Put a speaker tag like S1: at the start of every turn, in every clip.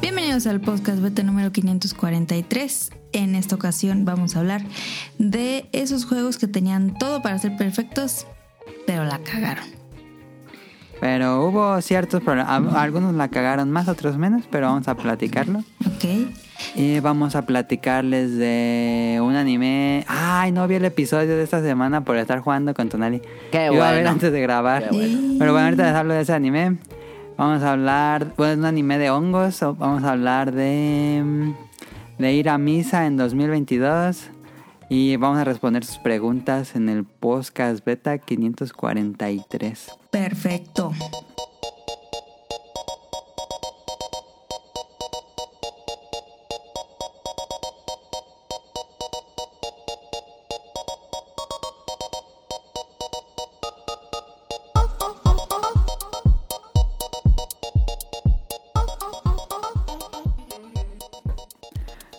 S1: Bienvenidos al podcast beta número 543. En esta ocasión vamos a hablar de esos juegos que tenían todo para ser perfectos, pero la cagaron.
S2: Pero hubo ciertos problemas. Algunos la cagaron más, otros menos, pero vamos a platicarlo.
S1: Ok.
S2: Y vamos a platicarles de un anime. Ay, no vi el episodio de esta semana por estar jugando con Tonali.
S3: Qué
S2: Iba a ver
S3: bueno.
S2: antes de grabar.
S3: Qué
S1: bueno.
S2: Pero bueno, ahorita les hablo de ese anime. Vamos a hablar. Bueno, es un anime de hongos. o Vamos a hablar de. mm, De ir a misa en 2022. Y vamos a responder sus preguntas en el podcast Beta 543.
S1: Perfecto.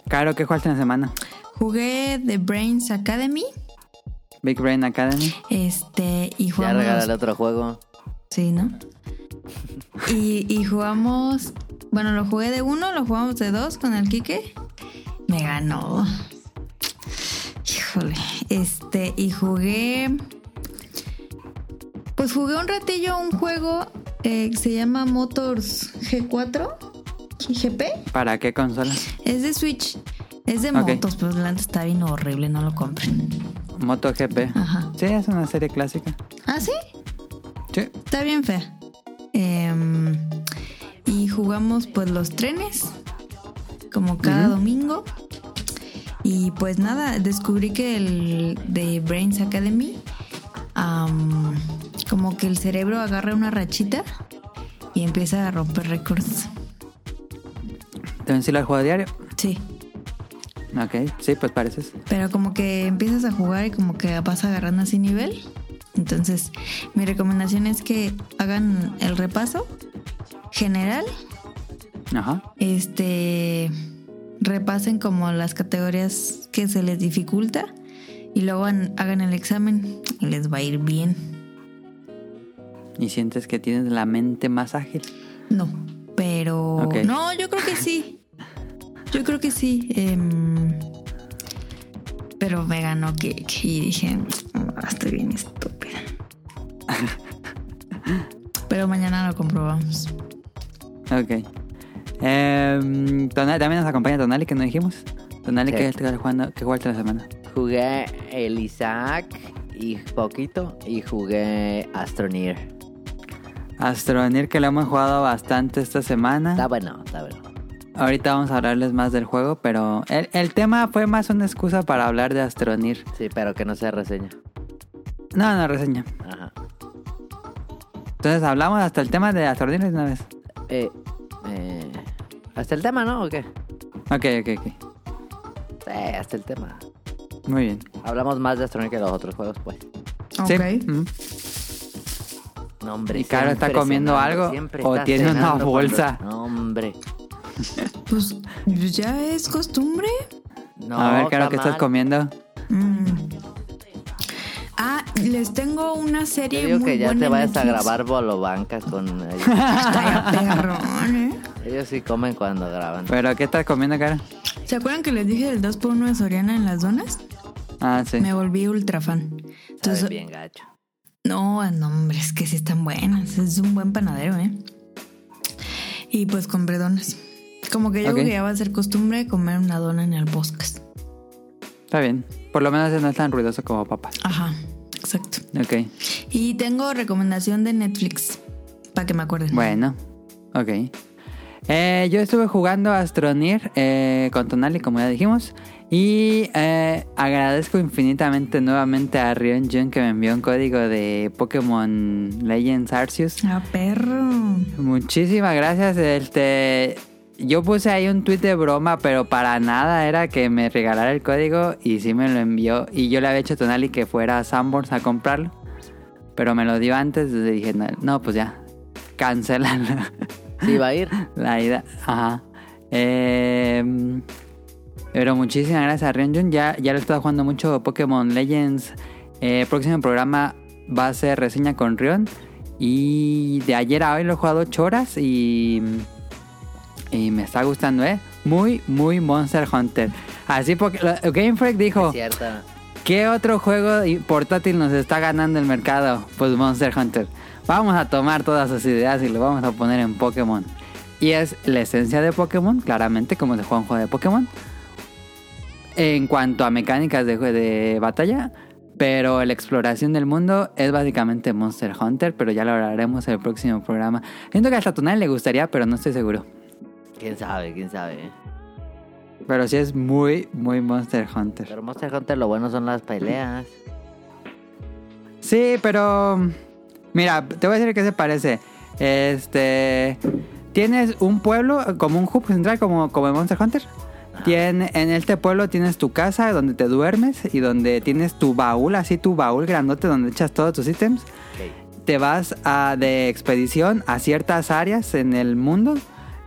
S2: Caro, ¿qué jugaste en la semana?
S1: Jugué The Brains Academy.
S2: Big Brain Academy.
S1: Este, y
S3: Ya
S1: jugamos.
S3: regalaré otro juego.
S1: Sí, ¿no? Y, y jugamos. Bueno, lo jugué de uno, lo jugamos de dos con el Quique. Me ganó. Híjole. Este, y jugué. Pues jugué un ratillo un juego eh, que se llama Motors G4. GP.
S2: ¿Para qué consolas?
S1: Es de Switch. Es de
S2: Ok.
S1: motos, pero delante está bien horrible, no lo compren.
S2: MotoGP.
S1: Ajá.
S2: Sí, es una serie clásica.
S1: ¿Ah, sí?
S2: Sí.
S1: Está bien fea. Em, y jugamos pues los trenes, como cada domingo. Y pues nada, descubrí que el de Brains Academy, am, como que el cerebro agarra una rachita y empieza a romper récords.
S2: Entonces sí la juego a diario.
S1: Sí,
S2: Ok, sí, pues pareces.
S1: pero como que empiezas a jugar y como que vas agarrando así nivel. Entonces, mi recomendación es que hagan el repaso general
S2: Ajá.
S1: este repasen como las categorías que se les dificulta y luego han- hagan el examen y les va a ir bien.
S2: Y sientes que tienes la mente más ágil.
S1: No, pero
S2: Ok.
S1: no, yo creo que sí. Yo creo que sí. em, pero me ganó que, que- y dije, "Ah, estoy bien estúpida. pero mañana lo comprobamos.
S2: Ok. Em, Tonali- también nos acompaña Tonali, que no dijimos. Tonali,
S3: Sí.
S2: que está jugando, que jugaste la semana.
S3: Jugué el Isaac y poquito y jugué Astroneer.
S2: Ah. Astroneer, que lo hemos jugado bastante esta
S3: Está
S2: semana.
S3: bueno, está bueno.
S2: Ahorita vamos a hablarles más del juego, pero el, el tema fue más una excusa para hablar de Astroneer.
S3: Sí, pero que no sea reseña.
S2: No, no, reseña.
S3: Ajá.
S2: Entonces hablamos hasta el tema de Astroneer de una vez.
S3: Eh, eh, ¿Hasta el tema, no? ¿O qué?
S2: Ok, ok, ok.
S3: Sí, hasta el tema.
S2: Muy bien.
S3: Hablamos más de Astroneer que de los otros juegos, pues.
S2: Sí,
S1: Ok.
S2: ujú.
S3: No, hombre.
S2: Y Caro está
S3: siempre
S2: comiendo
S3: cenando,
S2: algo,
S3: siempre
S2: o
S3: está
S2: tiene una
S3: cenando cuando-
S2: bolsa.
S3: No, hombre.
S1: Pues ya es costumbre.
S3: No,
S2: a ver, Caro,
S3: está
S2: ¿qué estás
S3: mal.
S2: comiendo?
S1: Mm. Ah, les tengo una
S3: Yo
S1: serie
S3: digo
S1: muy
S3: que ya
S1: buena
S3: te
S1: en
S3: vayas a
S1: Netflix.
S3: grabar bolobancas con...
S1: Está perrón, ¿eh?
S3: Ellos sí comen cuando graban.
S2: ¿Pero qué estás comiendo, Caro?
S1: ¿Se acuerdan que les dije del 2x1 de Soriana en las donas?
S2: Ah, sí.
S1: Me volví ultra fan.
S3: Saben
S1: Entonces,
S3: bien gacho.
S1: no, no, hombre, es que sí están buenas. Es un buen panadero, ¿eh? Y pues compré donas. Como que yo
S2: Ok.
S1: creo que ya va a ser costumbre comer una dona en el bosque.
S2: Está bien. Por lo menos no es tan ruidoso como papas.
S1: Ajá, exacto.
S2: Ok.
S1: Y tengo recomendación de Netflix, para que me acuerden.
S2: Bueno, ok. Eh, yo estuve jugando Astronir eh, con Tonali, como ya dijimos. Y eh, agradezco infinitamente nuevamente a Rion Jun que me envió un código de Pokémon Legends Arceus.
S1: Ah, perro.
S2: Muchísimas gracias. Este, yo puse ahí un tweet de broma, pero para nada era que me regalara el código y sí me lo envió. Y yo le había hecho a Tonali que fuera a Sanborns a comprarlo, pero me lo dio antes. Entonces dije, no, no, pues ya, cancelan
S3: Sí, va a ir.
S2: la ida. Ajá. Em, pero muchísimas gracias a Ryunjun. Ya, ya lo he estado jugando mucho Pokémon Legends. Eh, próximo programa va a ser reseña con Rion. Y de ayer a hoy lo he jugado 8 horas y... Y me está gustando, ¿eh? Muy, muy Monster Hunter. Así porque lo- Game Freak dijo,
S3: Es cierto.
S2: ¿qué otro juego y- portátil nos está ganando el mercado? Pues Monster Hunter. Vamos a tomar todas sus ideas y lo vamos a poner en Pokémon. Y es la esencia de Pokémon, claramente, como se juega un juego de Pokémon. En cuanto a mecánicas de, jue- de batalla, pero la exploración del mundo es básicamente Monster Hunter, pero ya lo hablaremos en el próximo programa. Siento que hasta Tonal le gustaría, pero no estoy seguro.
S3: ¿Quién sabe? ¿Quién sabe?
S2: Pero sí es muy, muy Monster Hunter.
S3: Pero Monster Hunter lo bueno son las peleas.
S2: Sí, pero. Mira, te voy a decir qué se parece. Este. Tienes un pueblo, eh, como un hub central, como, como en Monster Hunter. Tiene, en este pueblo tienes tu casa donde te duermes y donde tienes tu baúl, así tu baúl grandote donde echas todos tus ítems.
S3: Ok.
S2: te vas a- de expedición a ciertas áreas en el mundo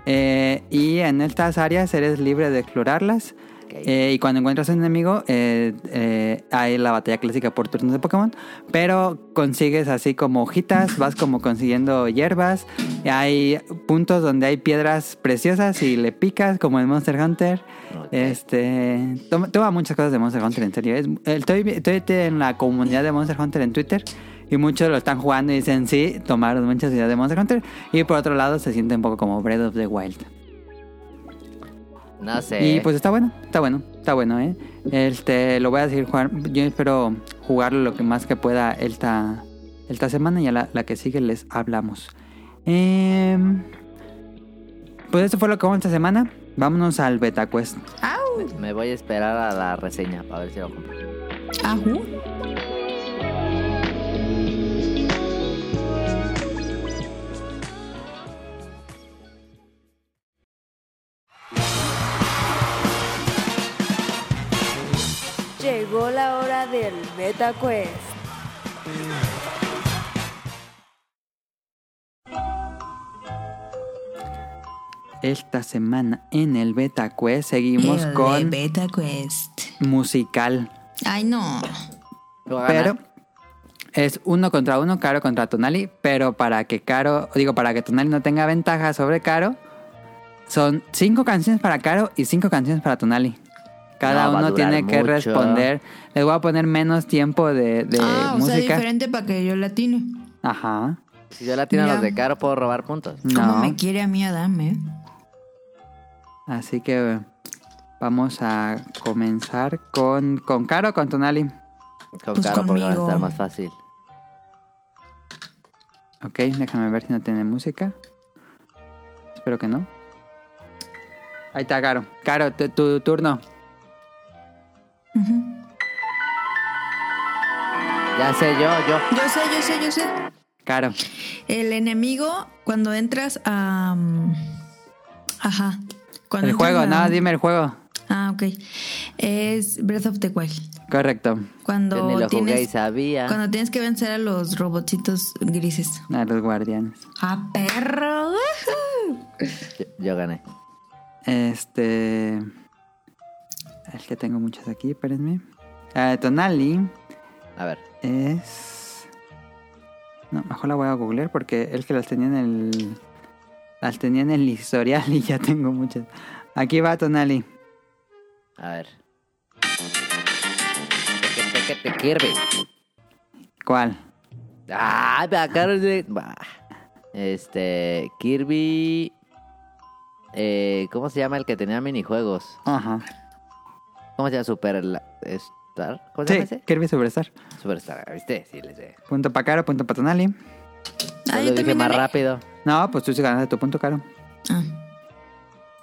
S2: eh, y en estas áreas eres libre de explorarlas.
S3: Ok.
S2: Eh, y cuando encuentras un enemigo, eh, eh, hay la batalla clásica por turnos de Pokémon, pero consigues así como hojitas, vas como consiguiendo hierbas, y hay puntos donde hay piedras preciosas y le picas, como en Monster Hunter.
S3: Ok.
S2: Este toma, toma muchas cosas de Monster Hunter, en serio. Es- estoy, estoy en la comunidad de Monster Hunter en Twitter y muchos lo están jugando y dicen sí, tomaron muchas ideas de Monster Hunter. Y por otro lado se siente un poco como Breath of the Wild.
S3: No sé.
S2: Y pues está bueno, está bueno, está bueno, eh. Este, lo voy a seguir jugar. Yo espero jugarlo lo que más que pueda esta, esta semana y a la, la que sigue les hablamos. Em, pues esto fue lo que hubo esta semana. Vámonos al Beta Quest.
S1: ¡Au!
S3: Me voy a esperar a la reseña para ver si lo compro.
S1: ¡Ajú!
S4: Llegó la hora del MetaQuest.
S2: Esta semana en el Beta Quest seguimos
S1: El de
S2: con
S1: Beta Quest.
S2: musical.
S1: Ay, no.
S3: Tú ganas.
S2: Pero es uno contra uno, Caro contra Tonali. Pero para que Caro, digo, para que Tonali no tenga ventaja sobre Caro, son cinco canciones para Caro y cinco canciones para Tonali. Cada
S3: No, va a
S2: uno
S3: durar
S2: tiene que
S3: mucho.
S2: responder. Les voy a poner menos tiempo de, de
S1: ah, o sea,
S2: música.
S1: diferente para que yo latine.
S2: Ajá.
S3: Si yo la tiro a los
S1: Mira.
S3: de caro, puedo robar puntos.
S1: Como
S2: No.
S1: me quiere a mí Adam, ¿eh?
S2: Así que vamos a comenzar con, con Caro o con Tonali.
S3: Con
S1: Pues
S3: caro porque va a
S1: conmigo.
S3: estar más fácil.
S2: Ok, déjame ver si no tiene música. Espero que no. Ahí está, Caro. Caro, tu, tu turno.
S1: Ujú.
S3: Ya sé yo, yo.
S1: Yo sé, yo sé, yo sé.
S2: Caro.
S1: El enemigo, cuando entras a. mm, Ajá. Cuando
S2: El
S1: entras
S2: juego,
S1: a-
S2: no, dime el juego.
S1: Ah, ok. Es Breath of the Wild.
S2: Correcto.
S3: Yo ni
S1: Cuando
S3: lo jugué y
S1: tienes,
S3: sabía.
S1: cuando tienes que vencer a los robotitos grises.
S2: A los guardianes.
S1: ¡Ah, perro! ¡Wahoo!
S3: Yo, yo gané.
S2: Este. Es que tengo muchas aquí, espérenme. Ah, Tonali
S3: A ver.
S2: es. No, mejor la voy a googlear porque es que las tenía en el. Las tenía en el historial y ya tengo muchas. Aquí va Tonali.
S3: A ver. Teque, teque, te Kirby.
S2: ¿Cuál?
S3: Ah, me acabaron de. Bah. Este. Kirby. Eh, ¿Cómo se llama el que tenía minijuegos?
S2: Ajá.
S3: ¿Cómo se llama? Super. la- Star. ¿Cómo
S2: Sí,
S3: se llama ese?
S2: Kirby Superstar.
S3: Superstar, ¿viste? Sí, le sé.
S2: Punto para Caro, punto para Tonali.
S1: Ah, yo
S3: Yo lo dije
S1: también
S3: más
S1: gané.
S3: rápido.
S2: No, pues tú sí ganaste tu punto, Caro.
S1: Ah,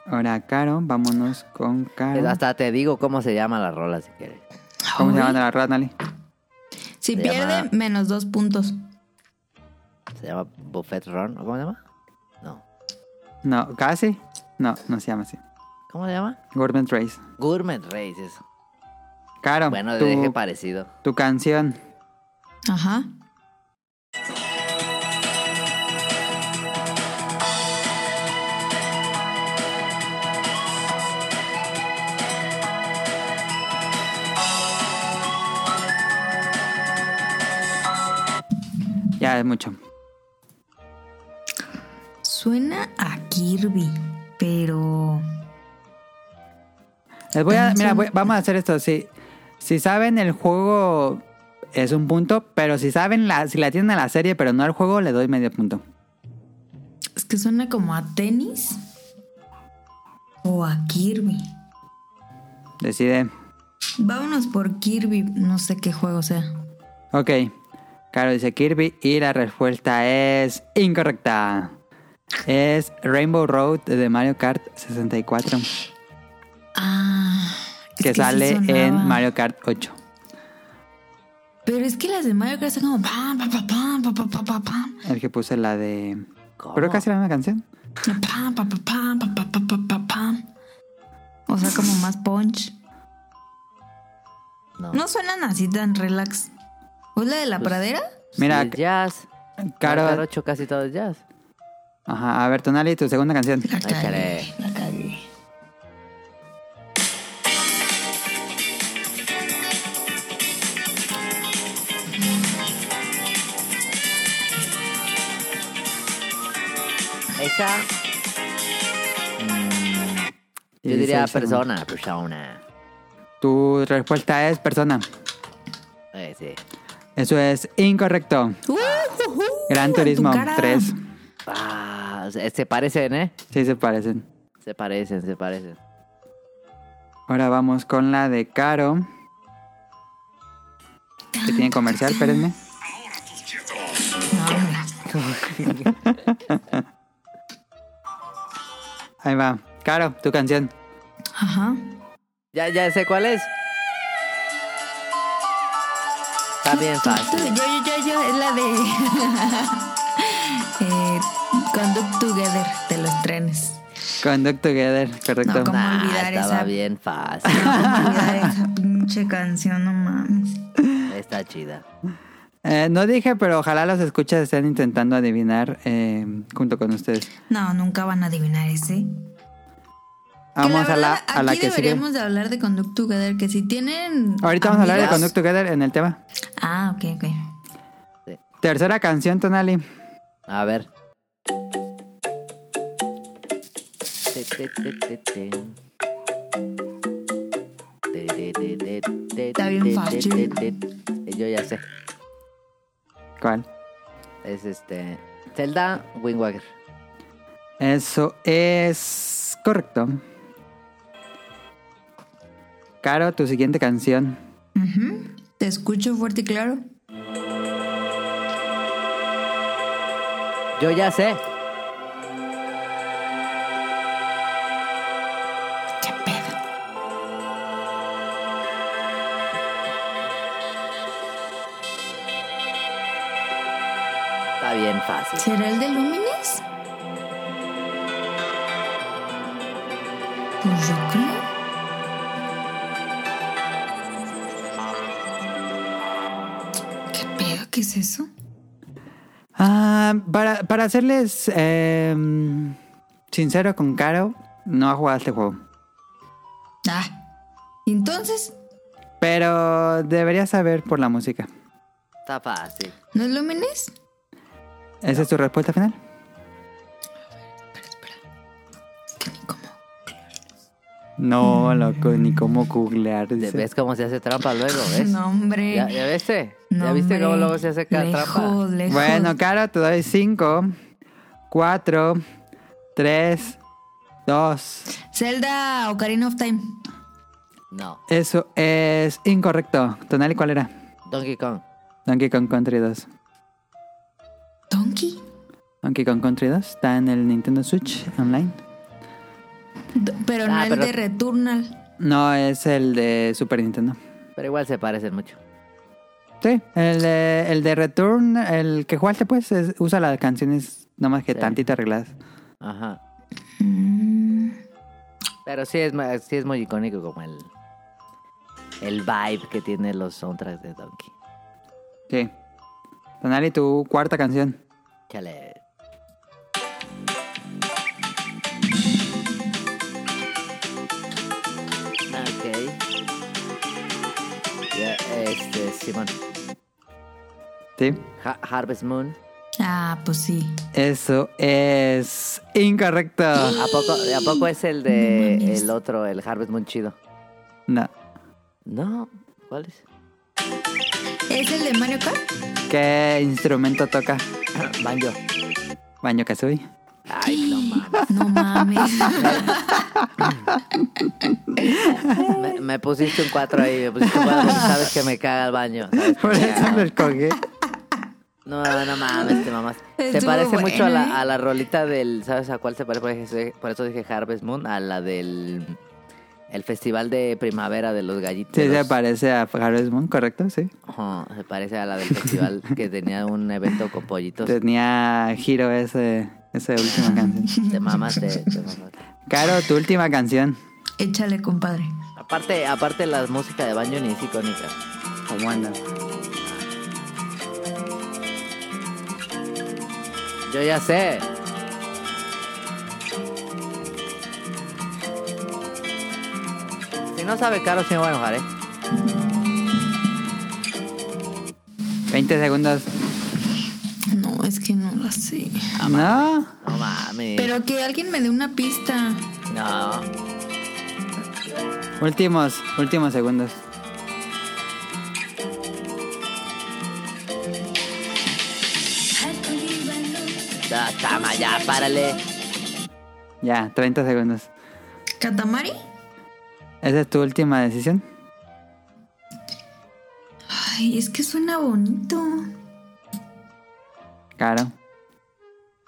S2: Ahora, Caro, vámonos con Caro.
S3: Hasta te digo cómo se llama la rola si quieres.
S2: ¿Cómo se
S1: Ay.
S2: llama la rueda, Tonali?
S1: Si
S3: Se
S1: pierde,
S3: llama-
S1: menos dos puntos.
S3: ¿Se llama Buffet Run? ¿O ¿Cómo se llama? No.
S2: No, casi. No, no se llama así.
S3: ¿Cómo se llama?
S2: Gordon Trace.
S3: Gourmet Race, eso.
S2: Caro,
S3: Bueno, le dejé
S2: tu,
S3: parecido.
S2: tu canción.
S1: Ajá.
S2: Ya es mucho.
S1: Suena a Kirby. Pero.
S2: Les voy a,
S1: Tan
S2: mira,
S1: solo-
S2: voy- vamos a hacer esto. Si, si saben el juego es un punto, pero si saben la, si la tienen a la serie pero no al juego, le doy medio punto.
S1: Es que suena como a tenis. O a Kirby.
S2: Decide.
S1: Vámonos por Kirby. No sé qué juego sea.
S2: Ok. Caro dice Kirby y la respuesta es incorrecta. Es Rainbow Road de Mario Kart 64
S1: Ah. es
S2: que,
S1: sí
S2: sale en
S1: sonaba.
S2: Mario Kart 8.
S1: Pero es que las de Mario Kart son como pam, pam, pam, pam, pam, pam, pam, pam, pam,
S2: El que puse la de...
S3: ¿Cómo?
S2: Creo que casi la misma canción.
S1: pam, pam, pam, pam, pam, pam, pam, pam, pam. O sea, como más punch.
S3: No.
S1: No suenan así tan relax. ¿O la de la
S3: Pues-
S1: pradera?
S2: Mira,
S3: Sí, es jazz.
S2: Caro...
S3: Caro 8 casi todo es jazz.
S2: Ajá, a ver, Tonali, tu segunda canción.
S1: La
S3: Ay,
S1: cagué,
S3: caray.
S1: la cagué.
S3: Esa. mm, yo
S2: Y
S3: diría
S2: dice,
S3: persona, persona.
S2: Tu respuesta es persona.
S3: Eh, sí.
S2: Eso es incorrecto.
S1: Ujujujú,
S2: Gran
S1: Ah, en
S2: Turismo
S1: tu cara.
S2: 3.
S3: Ah, se se parecen, ¿eh?
S2: Sí se parecen.
S3: Se parecen, se parecen.
S2: Ahora vamos con la de Caro. Que tiene comercial, espérenme.
S1: No, hombre.
S2: Ahí va. Caro, tu canción.
S1: Ajá.
S3: Ya, ya sé cuál es. Está bien
S1: Tú,
S3: fácil.
S1: yo, yo, yo, yo, es la de. eh, Conduct Together de los trenes.
S2: Conduct Together, correcto.
S1: No, ¿cómo
S3: Nah,
S1: olvidar
S3: Ah, estaba
S1: esa?
S3: bien fácil.
S1: No, ¿cómo olvidar esa pinche canción, no mames.
S3: Está chida.
S2: Eh, no dije, pero ojalá los escuchas estén intentando adivinar eh, junto con ustedes.
S1: No, nunca van a adivinar ese. Que
S2: Vamos a la,
S1: verdad,
S2: a la
S1: aquí
S2: que sigue.
S1: deberíamos de hablar de Conduct Together, que si tienen.
S2: Ahorita vamos a hablar de
S1: amigos-
S2: Conduct Together en el tema.
S1: Ah, ok, ok.
S2: Tercera canción, Tonali.
S3: A ver. Está
S1: bien fácil.
S3: Yo ya sé.
S2: ¿Cuál?
S3: Es este. Zelda Wind Waker.
S2: Eso es correcto. Caro, tu siguiente canción.
S1: Ujú. Te escucho fuerte y claro.
S3: Yo ya sé.
S1: ¿Qué pedo?
S3: Está bien fácil.
S1: ¿Será el de Lumines? Pues yo creo. ¿Qué pedo? ¿Qué es eso?
S2: Ah, para, para serles eh, sincero con Caro, no ha jugado este juego.
S1: Ah. Entonces,
S2: Pero deberías saber por la música.
S3: Está fácil.
S1: ¿no es Lumines?
S2: ¿Esa es tu respuesta final?
S1: Espera, espera. Es que ni cómo.
S2: No, loco, ni cómo googlear.
S3: ¿Te
S2: dice.
S3: ¿Ves cómo se hace trampa luego? ¿Ves?
S1: No, hombre.
S3: ¿Ya, ya viste? ¿Ya
S1: No,
S3: viste cómo
S1: hombre.
S3: luego se hace cada trampa?
S1: Lejos, lejos.
S2: Bueno, Caro, te doy 5, 4, 3, 2.
S1: Zelda Ocarina of Time.
S3: No.
S2: Eso es incorrecto. Tonali, ¿cuál era?
S3: Donkey Kong.
S2: Donkey Kong Country 2.
S1: Donkey.
S2: Donkey Kong Country 2 está en el Nintendo Switch Online.
S1: Do- pero no
S3: Ah,
S1: el
S3: pero-
S1: de Returnal.
S2: No, es el de Super Nintendo.
S3: Pero igual se parecen mucho.
S2: Sí, el de, el de Return, el que jugaste pues, es- usa las canciones nomás que
S3: Sí.
S2: tantito arregladas.
S3: Ajá.
S1: Mm.
S3: Pero sí es, ma- sí es muy icónico como el... El vibe que tiene los soundtracks de Donkey.
S2: Sí. Tonali, tu cuarta canción.
S3: Chale. Ok. Ya, este, Simón.
S2: Sí.
S3: Ha- Harvest Moon.
S1: Ah, pues sí.
S2: Eso es incorrecto.
S3: ¿A poco, ¿A poco es el
S1: No
S3: de
S1: mames.
S3: el otro, el Harvest Moon chido?
S2: No.
S3: No, ¿cuál es?
S1: ¿Es el de Mario Kart?
S2: ¿Qué instrumento toca
S3: Banjo.
S2: Baño Kazooie?
S3: Ay, no mames.
S1: No mames.
S3: Me, me pusiste un 4 ahí, me pusiste un 4 porque sabes que me caga el baño. sabes que
S2: Por
S3: me
S2: eso
S3: caga.
S2: me escogí.
S3: No, no mames, te mamás. Se
S1: Estuvo
S3: parece
S1: bueno,
S3: mucho a
S1: ¿eh?
S3: la, a la rolita del. ¿Sabes a cuál se parece? Por eso- Por eso dije Harvest Moon, a la del. El festival de primavera de los gallitos.
S2: Sí, se parece a Harvest Moon, correcto, sí.
S3: Ajá, se parece a la del festival que tenía un evento con pollitos.
S2: Tenía giro ese, esa última canción.
S3: Te mamas, te, te mamas.
S2: Caro, tu última canción.
S1: Échale, compadre.
S3: Aparte, aparte la música de baño ni es icónica.
S2: ¿Cómo anda?
S3: Yo ya sé. Si no sabe Carlos, sí me voy a enojar, ¿eh?
S2: 20 segundos.
S1: No, es que no la sé.
S2: No.
S3: No mames.
S1: Pero que alguien me dé una pista.
S3: No.
S2: Últimos, últimos segundos.
S3: Ya, Tama, ya, párale.
S2: Ya, 30 segundos.
S1: ¿Katamari?
S2: ¿Esa es tu última decisión?
S1: Ay, es que suena bonito.
S2: Caro.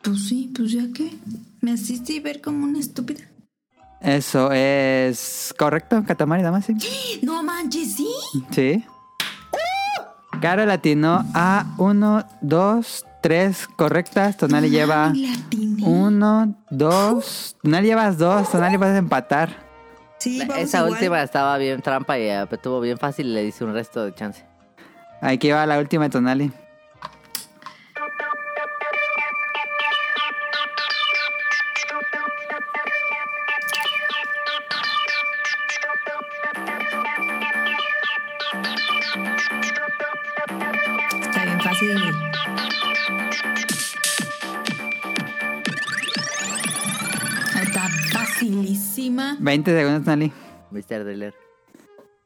S1: Pues sí, pues ya que. Me asiste y ver como una estúpida.
S2: Eso es correcto, Katamari Damacy.
S1: No manches, sí.
S2: Sí. Caro latinó a 1, 2, 3 correctas. Tonali lleva
S1: Ay, Ah, la atiné.
S2: 1, 2. Tonali llevas 2. Tonali vas a empatar.
S1: Sí, vamos
S3: Esa
S1: igual.
S3: última estaba bien trampa y eh, estuvo bien fácil y le hice un resto de chance.
S2: Aquí va la última de Tonali.
S1: Está bien fácil. Está facilísima.
S2: 20 segundos, Tonali.
S3: Mr. Driller.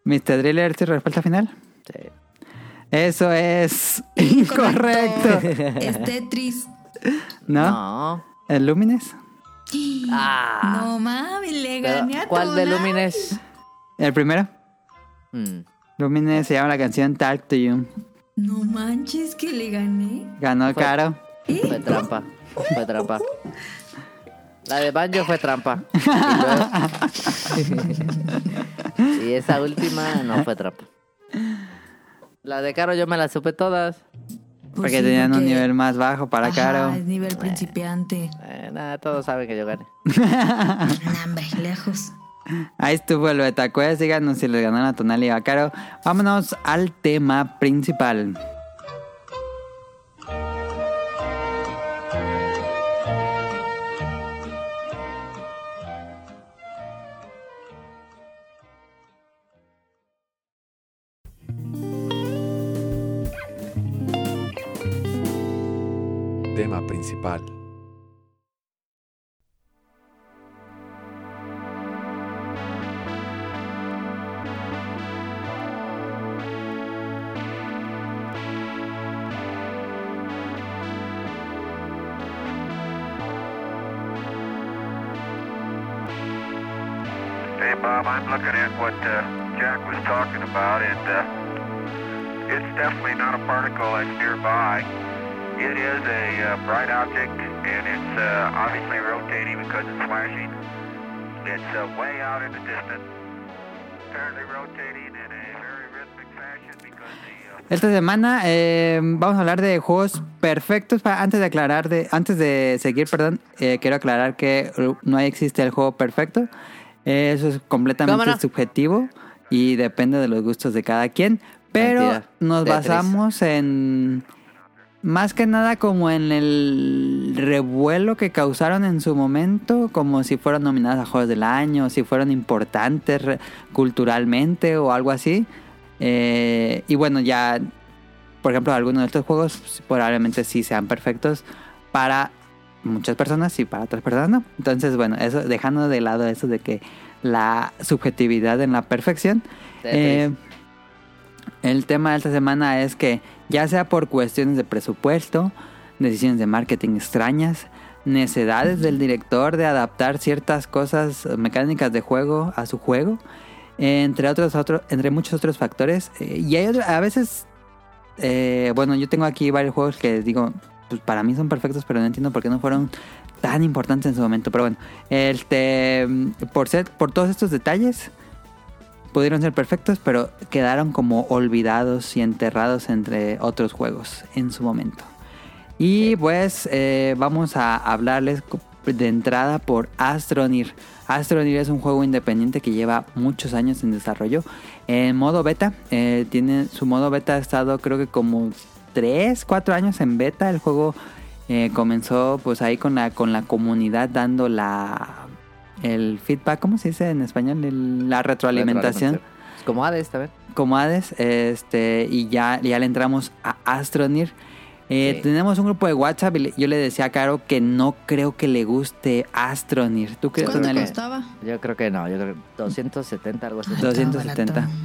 S2: Mr. Driller, ¿tu respuesta final?
S3: Sí.
S2: Eso es incorrecto.
S1: Es Tetris.
S2: ¿No?
S3: No.
S2: ¿El Lumines?
S3: Ah.
S1: No mames, le
S3: Pero,
S1: gané a
S3: ¿Cuál de
S1: Tonali.
S3: Lumines?
S2: ¿El primero?
S3: Mm.
S2: Lumines se llama la canción Talk to You.
S1: No manches, que le gané.
S2: Ganó
S3: Fue-
S2: Caro.
S3: Fue trampa. Fue trampa. La de Banjo fue trampa. Y, luego- Y esa última no fue trampa. La de Caro yo me la supe todas.
S1: Pues
S2: Porque
S1: sí,
S2: tenían un
S1: porque-
S2: nivel más bajo para
S1: Ajá,
S2: Caro.
S1: Es nivel principiante.
S3: Eh, nada, todos saben que yo gané.
S1: Nah, hombre, lejos.
S2: Ahí estuvo el Betacuez. Díganos si les ganaron a Tonali o a Caro. Vámonos al tema principal.
S5: Tema principal.
S6: Hey, Bob, I'm looking at what uh, Jack was talking about, and uh, it's definitely not a particle that's nearby. It is a uh, bright object, and it's uh, obviously rotating because it's flashing. It's uh, way out in the distance, apparently rotating in a very rhythmic fashion because the... Uh,
S2: Esta semana eh, vamos a hablar de juegos perfectos. Pa- antes de aclarar, de, antes de seguir, perdón, eh, quiero aclarar que no existe el juego perfecto. Eh, eso es completamente
S3: ¿Cómo no?
S2: subjetivo y depende de los gustos de cada quien. Pero
S3: Mentira.
S2: nos
S3: Tetris.
S2: basamos en más que nada como en el revuelo que causaron en su momento, como si fueron nominadas a Juegos del Año, si fueron importantes re- culturalmente o algo así. Eh, y bueno, ya por ejemplo, algunos de estos juegos probablemente sí sean perfectos para muchas personas y para otras personas no. Entonces, bueno, eso dejando de lado eso de que la subjetividad en la perfección. eh, el tema de esta semana es que ya sea por cuestiones de presupuesto, decisiones de marketing extrañas, necesidades del director de adaptar ciertas cosas mecánicas de juego a su juego, eh, entre otros otro- entre muchos otros factores. eh, y hay otro- a veces, eh, bueno, yo tengo aquí varios juegos que digo, pues para mí son perfectos, pero no entiendo por qué no fueron tan importantes en su momento. Pero bueno, este, por ser, por todos estos detalles pudieron ser perfectos, pero quedaron como olvidados y enterrados entre otros juegos en su momento. Y pues eh, vamos a hablarles co- de entrada por Astronir. Astronir es un juego independiente que lleva muchos años en desarrollo. En modo beta, eh, tiene, su modo beta ha estado creo que como 3, 4 años en beta. El juego eh, comenzó pues ahí con la, con la comunidad dando la... El feedback, ¿cómo se dice en español? El- la retroalimentación
S3: Es como Hades, a ver.
S2: como Hades, este, y ya, ya le entramos a Astronir. Eh,
S3: Sí.
S2: Tenemos un grupo de WhatsApp y le- yo le decía a Caro que no creo que le guste Astronir. ¿Tú crees,
S1: ¿Cuánto
S2: Tonali?
S1: costaba?
S3: Yo creo que no, yo creo que 270, algo así.
S1: Ay,
S2: 270.
S1: estaba barato.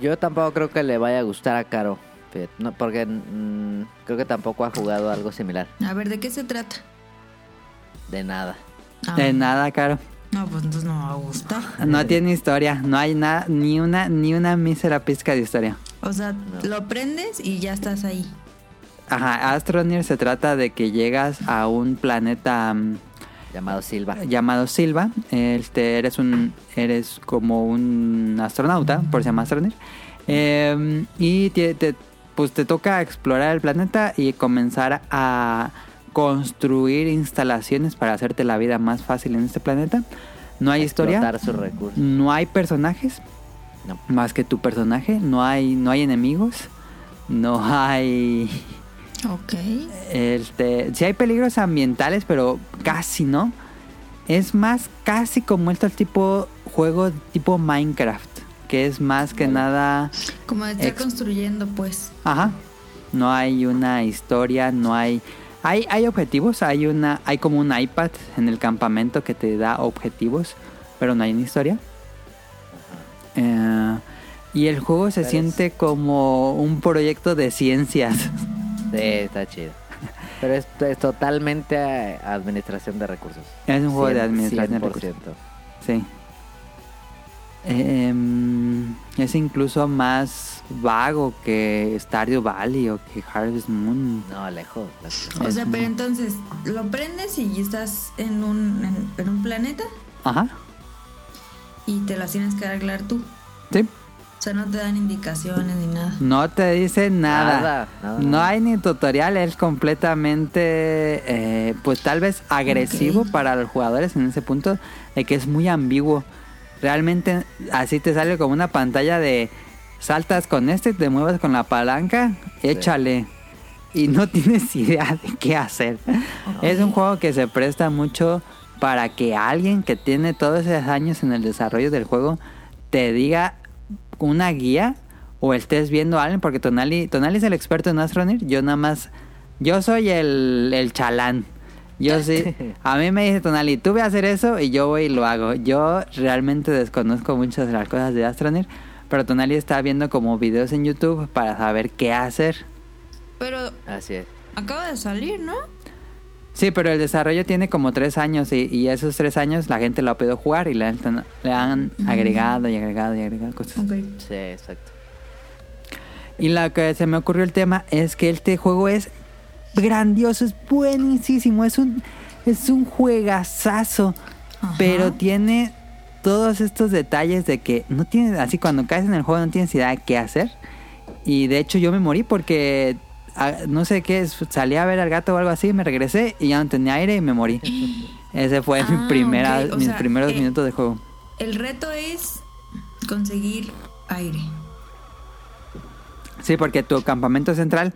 S3: Yo tampoco creo que le vaya a gustar a Caro. fíjate, No, porque mm, creo que tampoco ha jugado algo similar.
S1: A ver, ¿de qué se trata?
S3: De nada.
S1: Ah,
S2: De nada, Caro.
S1: No, pues entonces no me va a gustar.
S2: No tiene historia, no hay nada, ni una, ni una mísera pizca de historia.
S1: O sea, lo prendes y ya estás ahí.
S2: Ajá, Astronir se trata de que llegas a un planeta mm,
S3: Llamado Silva.
S2: llamado Silva. Este, eres un eres como un astronauta, por si llama Astronir. Eh, y te, te- pues te toca explorar el planeta y comenzar a construir instalaciones para hacerte la vida más fácil en este planeta. No hay historia.
S3: Explotar sus recursos.
S2: No hay personajes.
S3: No.
S2: Más que tu personaje. No hay, no hay enemigos. No hay.
S1: Ok.
S2: Este, sí hay peligros ambientales, pero casi no. Es más casi como este tipo juego tipo Minecraft, que es más que nada,
S1: Como de estar
S2: Ex-
S1: construyendo, pues.
S2: ajá. No hay una historia, no hay hay hay objetivos, hay una hay como un iPad en el campamento que te da objetivos, pero no hay una historia. Eh, y el juego se
S3: Pero es-
S2: siente como un proyecto de ciencias.
S3: Sí, está chido. Pero es, es totalmente eh, administración de recursos.
S2: Es un juego de
S3: Cien-
S2: administración de
S3: 100%.
S2: recursos. Sí. Em, es incluso más vago que Stardew Valley o que Harvest Moon.
S3: No, lejos. lejos.
S1: O
S2: Es
S1: sea, pero entonces lo prendes y estás en un, en, en un planeta
S2: Ajá.
S1: y te las tienes que arreglar tú.
S2: Sí.
S1: O sea, no te dan indicaciones ni nada.
S2: No te dice nada.
S3: Nada, nada,
S2: No
S3: nada.
S2: hay ni tutorial. Es completamente, eh, pues tal vez agresivo
S1: Ok.
S2: para los jugadores en ese punto de que es muy ambiguo. Realmente así te sale como una pantalla de saltas con este, te mueves con la palanca, échale. Y no tienes idea de qué hacer. Es un juego que se presta mucho para que alguien que tiene todos esos años en el desarrollo del juego te diga una guía o estés viendo a alguien, porque Tonali, Tonali es el experto en Astronir, yo nada más, yo soy el, el chalán. Yo sí, a mí me dice Tonali, tú ve a hacer eso y yo voy y lo hago. Yo realmente desconozco muchas de las cosas de Astronir, pero Tonali está viendo como videos en YouTube para saber qué hacer.
S1: Pero
S3: Así es.
S1: acaba de salir, ¿no?
S2: Sí, pero el desarrollo tiene como tres años y, y esos tres años la gente lo ha pedido jugar y le han, le han agregado y agregado y agregado cosas.
S1: Ok.
S3: Sí, exacto.
S2: Y la que se me ocurrió el tema es que este juego es grandioso, es buenísimo, es un, es un juegazazo,
S1: Ajá.
S2: pero tiene todos estos detalles de que no tienes, así cuando caes en el juego no tienes idea de qué hacer. Y de hecho yo me morí porque ah, no sé qué, es, salí a ver al gato o algo así, me regresé y ya no tenía aire y me morí. Ese fue mi
S1: Ah,
S2: primera,
S1: ok, o
S2: mis
S1: sea,
S2: primeros
S1: eh,
S2: minutos de juego.
S1: El reto es conseguir aire.
S2: Sí, porque tu campamento central,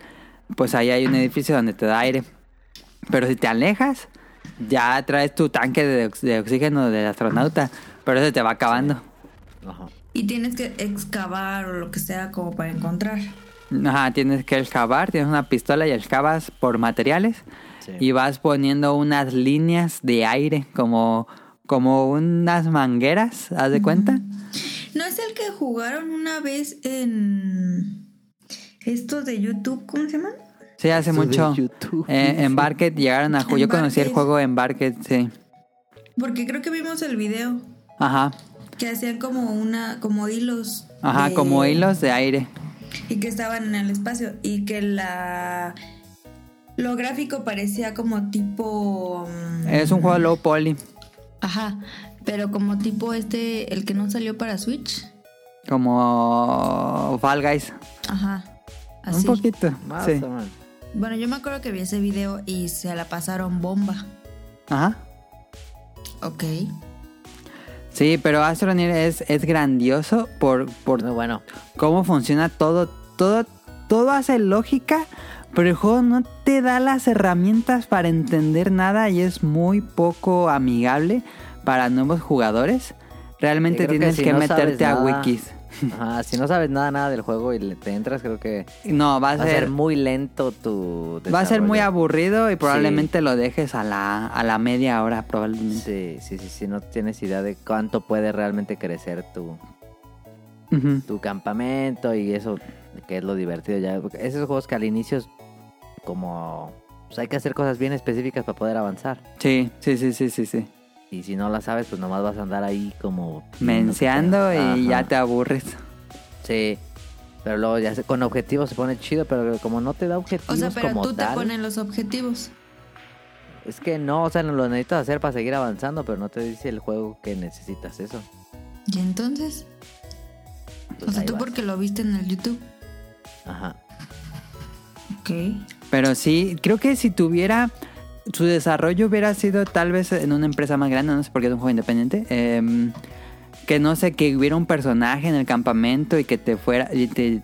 S2: pues ahí hay un edificio donde te da aire. Pero si te alejas, ya traes tu tanque de, ox- de oxígeno del astronauta. Pero eso te va acabando.
S3: Ajá.
S1: Y tienes que excavar o lo que sea como para encontrar.
S2: Ajá, tienes que excavar, tienes una pistola y excavas por materiales
S3: Sí.
S2: y vas poniendo unas líneas de aire como, como unas mangueras, haz de cuenta.
S1: ¿No es el que jugaron una vez en estos de YouTube? ¿Cómo se llaman?
S2: Sí, hace
S3: Eso de
S2: mucho.
S3: YouTube.
S2: Eh, en Barket llegaron a jugar. Yo
S1: En
S2: conocí el
S1: Barket.
S2: juego en Barket, sí.
S1: Porque creo que vimos el video
S2: Ajá.
S1: que hacían como una, como hilos.
S2: Ajá,
S1: de-
S2: como hilos de aire.
S1: Y que estaban en el espacio y que la lo gráfico parecía como tipo mm,
S2: Es un juego low poly.
S1: ajá, pero como tipo este el que no salió para Switch.
S2: Como Fall Guys.
S1: Ajá. Así.
S2: Un poquito.
S3: Más
S2: sí.
S3: o menos.
S1: Bueno, yo me acuerdo que vi ese video y se la pasaron bomba.
S2: Ajá.
S1: Ok.
S2: Sí, pero Astroneer es, es grandioso por, por
S3: Muy bueno.
S2: cómo funciona todo, todo, todo hace lógica, pero el juego no te da las herramientas para entender nada y es muy poco amigable para nuevos jugadores. Realmente
S3: Sí, creo que
S2: tienes que,
S3: si no sabes
S2: meterte a
S3: nada-
S2: wikis.
S3: Ajá, si no sabes nada, nada del juego y le- te entras, creo que
S2: No, va a
S3: va a
S2: ser,
S3: ser muy lento tu
S2: va a ser muy
S3: desarrollo.
S2: aburrido y probablemente lo dejes a la, a la media hora probablemente.
S3: Sí, sí, sí, sí, no tienes idea de cuánto puede realmente crecer tu,
S2: Ujú.
S3: tu campamento y eso, que es lo divertido ya. Porque Esos juegos que al inicio es como... Pues hay que hacer cosas bien específicas para poder avanzar.
S2: Sí, sí, sí, sí, sí, sí.
S3: Y si no las sabes, pues nomás vas a andar ahí como...
S2: Menseando y ya
S3: Ajá.
S2: te aburres.
S3: Sí. Pero luego ya se- con objetivos se pone chido, pero como no te da
S1: O
S3: objetivos
S1: sea, pero
S3: como
S1: tú te
S3: tal,
S1: pones los objetivos.
S3: es que no, o sea, lo necesitas hacer para seguir avanzando, pero no te dice el juego que necesitas eso.
S1: Y entonces,
S3: Pues
S1: o sea,
S3: ahí
S1: tú
S3: vas.
S1: porque lo viste en el YouTube.
S3: Ajá.
S1: Ok.
S2: Pero sí, creo que si tuviera su desarrollo hubiera sido tal vez en una empresa más grande, no sé por qué es un juego independiente, em, que no sé, que hubiera un personaje en el campamento y que te fuera y te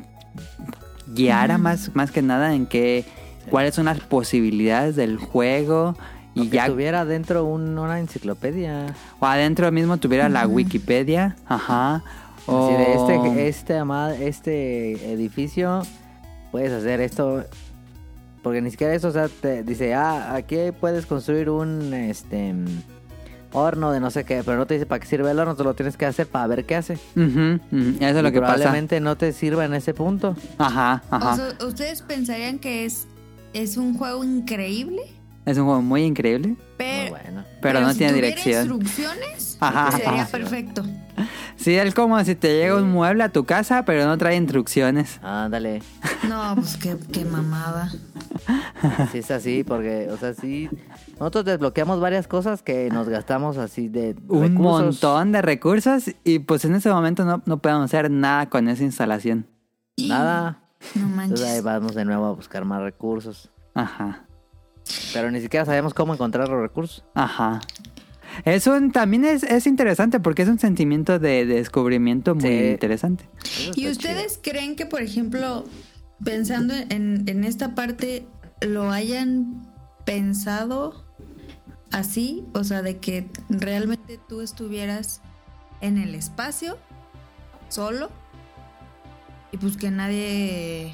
S2: guiara
S3: Mm.
S2: más, más que nada en qué cuáles son las posibilidades del juego y
S3: Y
S2: ya
S3: ya tuviera dentro un- una enciclopedia.
S2: o adentro mismo tuviera la Wikipedia, ajá. O
S3: Así de
S2: Oh.
S3: este, este, ama- este edificio, puedes hacer esto. Porque ni siquiera eso, o sea, te dice, ah, aquí puedes construir un este mm, horno de no sé qué, pero no te dice para qué sirve el horno, tú lo tienes que hacer para ver qué hace.
S2: Ujú, ujú, eso es lo
S3: Y
S2: que pasa.
S3: probablemente no te sirva en ese punto.
S2: Ajá, ajá.
S1: O sea, ¿ustedes pensarían que es, es un juego increíble?
S2: es un juego muy increíble,
S1: Pero,
S3: Muy bueno.
S2: pero, no
S1: si
S2: tiene
S1: tuviera
S2: dirección.
S1: instrucciones,
S2: Ajá,
S1: sería
S3: ajá.
S1: perfecto.
S2: Sí, es como si te llega un mueble a tu casa, pero no trae instrucciones.
S3: Ándale.
S1: No, pues qué, qué mamada.
S3: Sí es así, porque, o sea, sí. Nosotros desbloqueamos varias cosas que nos gastamos así de
S2: Un
S3: recursos.
S2: montón de recursos y pues en ese momento no, no podemos hacer nada con esa instalación.
S3: Nada.
S1: No
S3: Entonces ahí
S1: manches.
S3: vamos de nuevo a buscar más recursos.
S2: Ajá,
S3: Pero ni siquiera sabemos cómo encontrar los recursos.
S2: ajá. Es un, también es, es interesante porque es un sentimiento de descubrimiento muy
S3: Sí.
S2: interesante.
S3: Eso
S1: ¿Y
S3: está
S1: ustedes creen que, por ejemplo, pensando en, en esta parte, lo hayan pensado así? O sea, de que realmente tú estuvieras en el espacio, solo, y pues que nadie...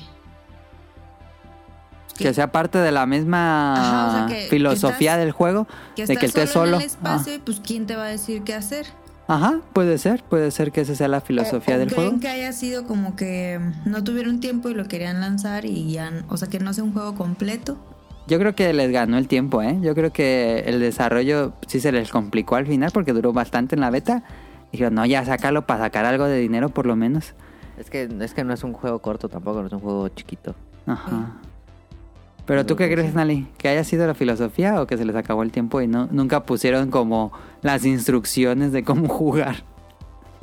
S2: Que sea parte de la misma
S1: Ajá, o sea, que- que
S2: filosofía
S1: estás-
S2: del juego,
S1: que
S2: de
S1: estás
S2: que estés
S1: solo
S2: solo.
S1: en el espacio y pues quién te va a decir qué hacer.
S2: Ah, ajá, puede ser, puede ser que esa sea la filosofía
S1: O- o
S2: del
S1: creen
S2: juego.
S1: que haya sido como que no tuvieron tiempo y lo querían lanzar y ya, o sea, que no sea un juego completo.
S2: Yo creo que les ganó el tiempo, ¿eh? Yo creo que el desarrollo sí se les complicó al final porque duró bastante en la beta. Dijeron, no, ya sácalo para sacar algo de dinero por lo menos.
S3: chido. Es que, es que no es un juego corto tampoco, no es un juego chiquito.
S2: Ajá. Pero tú qué crees, Nali? ¿Que haya sido la filosofía o que se les acabó el tiempo y no, nunca pusieron como las instrucciones de cómo jugar?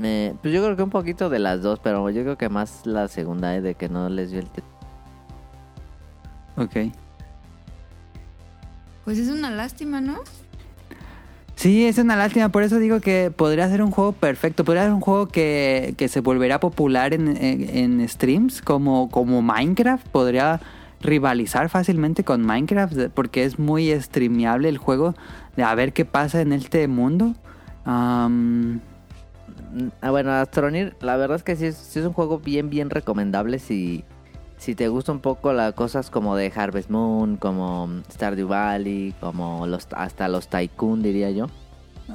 S3: Eh, pues yo creo que un poquito de las dos, pero yo creo que más la segunda es de que no les dio el tiempo.
S2: Ok.
S1: Pues es una lástima, ¿no?
S2: Sí, es una lástima, por eso digo que podría ser un juego perfecto, podría ser un juego que, que se volverá popular en, en- en streams como, como Minecraft, podría rivalizar fácilmente con Minecraft de- porque es muy streameable el juego de a ver qué pasa en este mundo. Am,
S3: Mm, Ah, bueno, Astronir, la verdad es que sí es, sí es un juego bien, bien recomendable si, si te gusta un poco las cosas como de Harvest Moon, como Stardew Valley, como los, hasta los Tycoon, diría yo.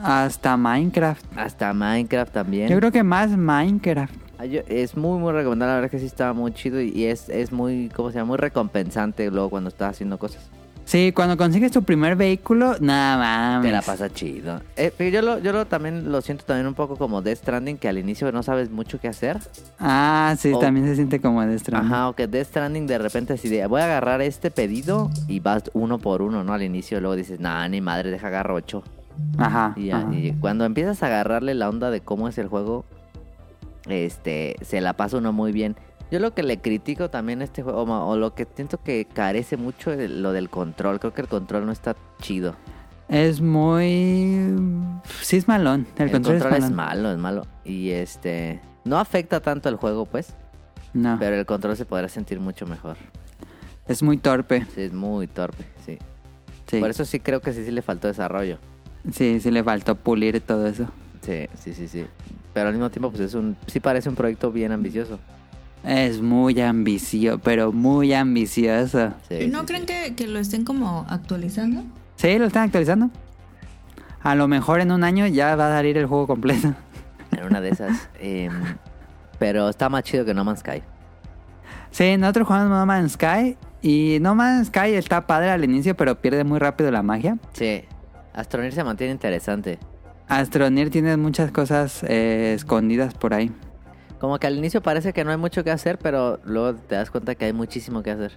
S2: Hasta Minecraft.
S3: Hasta Minecraft también.
S2: Yo creo que más Minecraft.
S3: Ah, yo- Es muy, muy recomendable. La verdad que sí estaba muy chido y- y es, es muy, ¿cómo se llama? Muy recompensante luego cuando estás haciendo cosas.
S2: Sí, cuando consigues tu primer vehículo, nada mames.
S3: Te la pasa chido. Eh, pero yo lo, yo lo también lo siento también un poco como Death Stranding, que al inicio no sabes mucho qué hacer.
S2: Ah, sí,
S3: O-
S2: también se siente como de
S3: Ajá, o que Death Stranding de repente así de, voy a agarrar este pedido y vas uno por uno, ¿no? Al inicio, luego dices, nah, ni madre, deja agarro ocho.
S2: Ajá.
S3: Y, ya,
S2: ajá.
S3: y cuando empiezas a agarrarle la onda de cómo es el juego, este, se la pasa uno muy bien. Yo lo que le critico también a este juego, o, ma- o lo que siento que carece mucho es lo del control. Creo que el control no está chido.
S2: Es muy. Sí, es malón. El, control, es
S3: es
S2: malón.
S3: malo, es malo. Y este, no afecta tanto el juego, pues,
S2: No,
S3: pero el control se podrá sentir mucho mejor.
S2: es muy torpe.
S3: Sí, es muy torpe, sí.
S2: Sí.
S3: Por eso sí creo que sí, sí le faltó desarrollo.
S2: sí, sí, le faltó pulir todo eso.
S3: Sí, sí, sí, sí. Pero al mismo tiempo, pues es un, sí parece un proyecto bien ambicioso.
S2: Es muy ambicioso, pero muy ambicioso.
S3: Sí,
S1: ¿Y ¿No
S3: sí,
S1: creen
S3: sí.
S1: Que, que lo estén como actualizando?
S2: Sí, lo están actualizando. A lo mejor en un año ya va a salir el juego completo.
S3: En una de esas. em, pero está más chido que No Man's Sky.
S2: Sí, nosotros jugamos No Man's Sky. Y No Man's Sky está padre al inicio, pero pierde muy rápido la magia.
S3: Sí. Astroneer se mantiene interesante.
S2: Astroneer tiene muchas cosas eh, escondidas por ahí.
S3: Como que al inicio parece que no hay mucho que hacer, pero luego te das cuenta que hay muchísimo que hacer.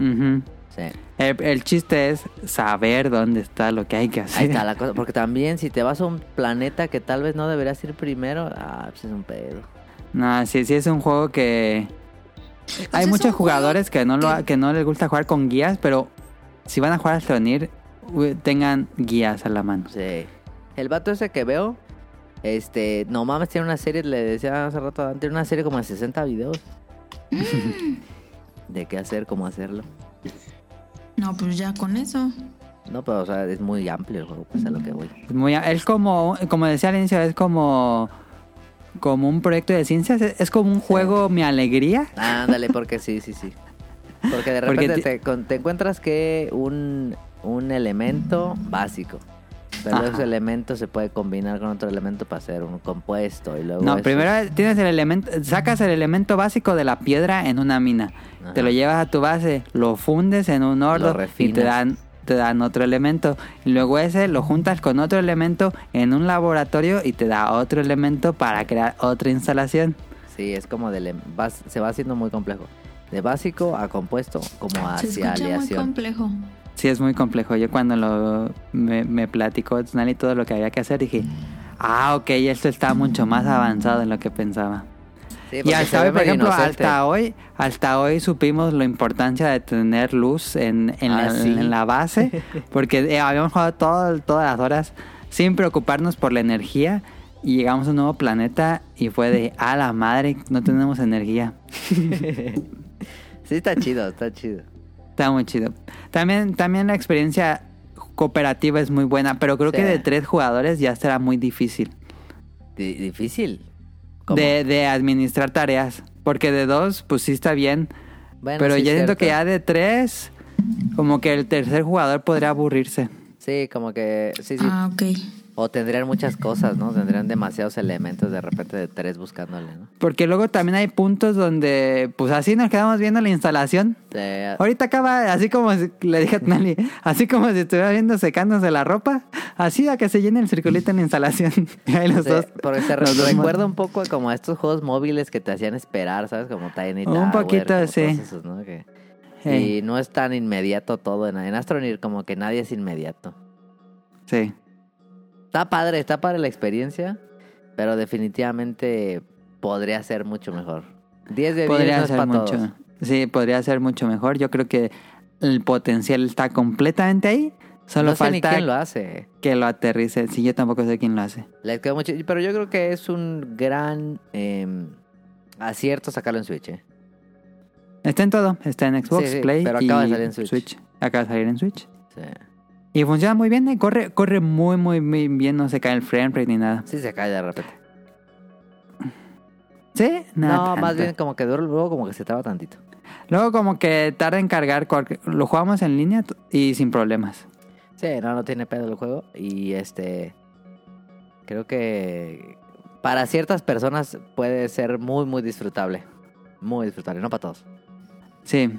S2: Ujú.
S3: Sí.
S2: el, el chiste es saber dónde está lo que hay que hacer.
S3: Ahí está la cosa. Porque también si te vas a un planeta que tal vez no deberías ir primero, ah, pues es un pedo.
S2: No, sí, sí es un juego que hay
S1: Pues es
S2: muchos
S1: un juego
S2: jugadores que no lo ha-
S1: que-
S2: que no les gusta jugar con guías, pero si van a jugar a Astroneer, u- tengan guías a la mano.
S3: Sí. El vato ese que veo, este, no mames, tiene una serie, le decía hace rato a Dan, tiene una serie como de 60 videos. de qué hacer, cómo hacerlo.
S1: No, pues ya con eso.
S3: No, pero o sea, es muy amplio el juego, pues a lo que voy.
S2: Es muy- es como como decía al inicio, es como como un proyecto de ciencias, e, es, es como un juego mi alegría.
S3: Ándale, porque sí, sí, sí. Porque de
S2: Porque
S3: repente
S2: ti-
S3: te, con- te encuentras que un, un elemento básico. Pero
S2: Ajá.
S3: ese elemento se puede combinar con otro elemento para hacer un compuesto y luego
S2: No,
S3: eso.
S2: primero tienes el elemento, sacas el elemento básico de la piedra en una mina,
S3: Ajá.
S2: te lo llevas a tu base, lo fundes en un horno y te
S3: refinas.
S2: dan, te dan otro elemento. Y luego ese lo juntas con otro elemento en un laboratorio y te da otro elemento para crear otra instalación.
S3: Sí, es como de... elem- vas- se va haciendo muy complejo. De básico a compuesto, como
S1: Se
S3: hacia
S1: escucha muy
S3: aleación.
S1: complejo.
S2: Sí, es muy complejo. Yo cuando lo, me, me platicó Tonali todo lo que había que hacer,
S3: Mm.
S2: dije, ah, ok, esto está mucho más avanzado de lo que pensaba.
S3: Sí,
S2: Y
S3: Eh, porque se
S2: hasta
S3: ve
S2: hoy, por
S3: medio
S2: ejemplo,
S3: inocente.
S2: hasta hoy, hasta hoy supimos la importancia de tener luz en, en
S3: Ah,
S2: la,
S3: sí.
S2: en la base, porque eh, habíamos jugado todo- todas las horas sin preocuparnos por la energía y llegamos a un nuevo planeta y fue de, a la madre, no tenemos energía.
S3: Sí, está chido, está chido.
S2: Está muy chido. También, también la experiencia cooperativa es muy buena, pero creo que
S3: Sí.
S2: de tres jugadores ya será muy difícil
S3: Di- difícil. ¿Cómo?
S2: de, de administrar tareas, porque de dos, pues sí está bien.
S3: Bueno,
S2: Pero
S3: sí
S2: yo
S3: es
S2: siento que
S3: cierto.
S2: ya de tres, como que el tercer jugador podría aburrirse.
S3: Sí, como que... Sí, sí.
S1: Ah, ok.
S3: O tendrían muchas cosas, ¿no? Tendrían demasiados elementos de repente de tres buscándole, ¿no?
S2: Porque luego también hay puntos donde, pues así nos quedamos viendo la instalación.
S3: De-
S2: Ahorita acaba, así como si- le dije a Tonali, así como si estuviera viendo secándose la ropa, así a que se llene el circulito en la instalación. Y ahí los
S3: de-
S2: dos.
S3: porque se re-
S2: los dos
S3: recuerda un poco como a estos juegos móviles que te hacían esperar, ¿sabes? Como Tiny
S2: Un
S3: Tower,
S2: poquito,
S3: como
S2: sí.
S3: todos esos, ¿no? Que-
S2: Ey.
S3: Y no es tan inmediato todo. En, en Astroneer como que nadie es inmediato.
S2: Sí.
S3: Está padre, está padre la experiencia, pero definitivamente podría ser mucho mejor. 10 de 10 no
S2: Podría
S3: es
S2: ser
S3: para
S2: mucho.
S3: todos.
S2: Sí, podría ser mucho mejor. Yo creo que el potencial está completamente ahí. Solo
S3: no sé ni
S2: falta
S3: quién lo hace.
S2: que lo aterrice. Sí, yo tampoco sé quién lo hace.
S3: Les quedó mucho, pero yo creo que es un gran eh, acierto sacarlo en Switch, ¿eh?
S2: Está en todo. Está en Xbox,
S3: Sí, sí,
S2: Play
S3: pero
S2: y
S3: acaba de salir en Switch.
S2: Acaba de salir en Switch.
S3: Sí.
S2: Y funciona muy bien. eh, Corre, corre muy, muy, muy bien. No se cae el frame rate ni nada.
S3: Sí, se cae de repente.
S2: ¿Sí?
S3: No,
S2: Nada tanto.
S3: más bien como que dura luego como que se traba tantito.
S2: Luego como que tarda en cargar, cualquier- lo jugamos en línea t- y sin problemas.
S3: Sí, no, no tiene pedo el juego. Y este. Creo que. Para ciertas personas puede ser muy, muy disfrutable. Muy disfrutable, no para todos.
S2: Sí,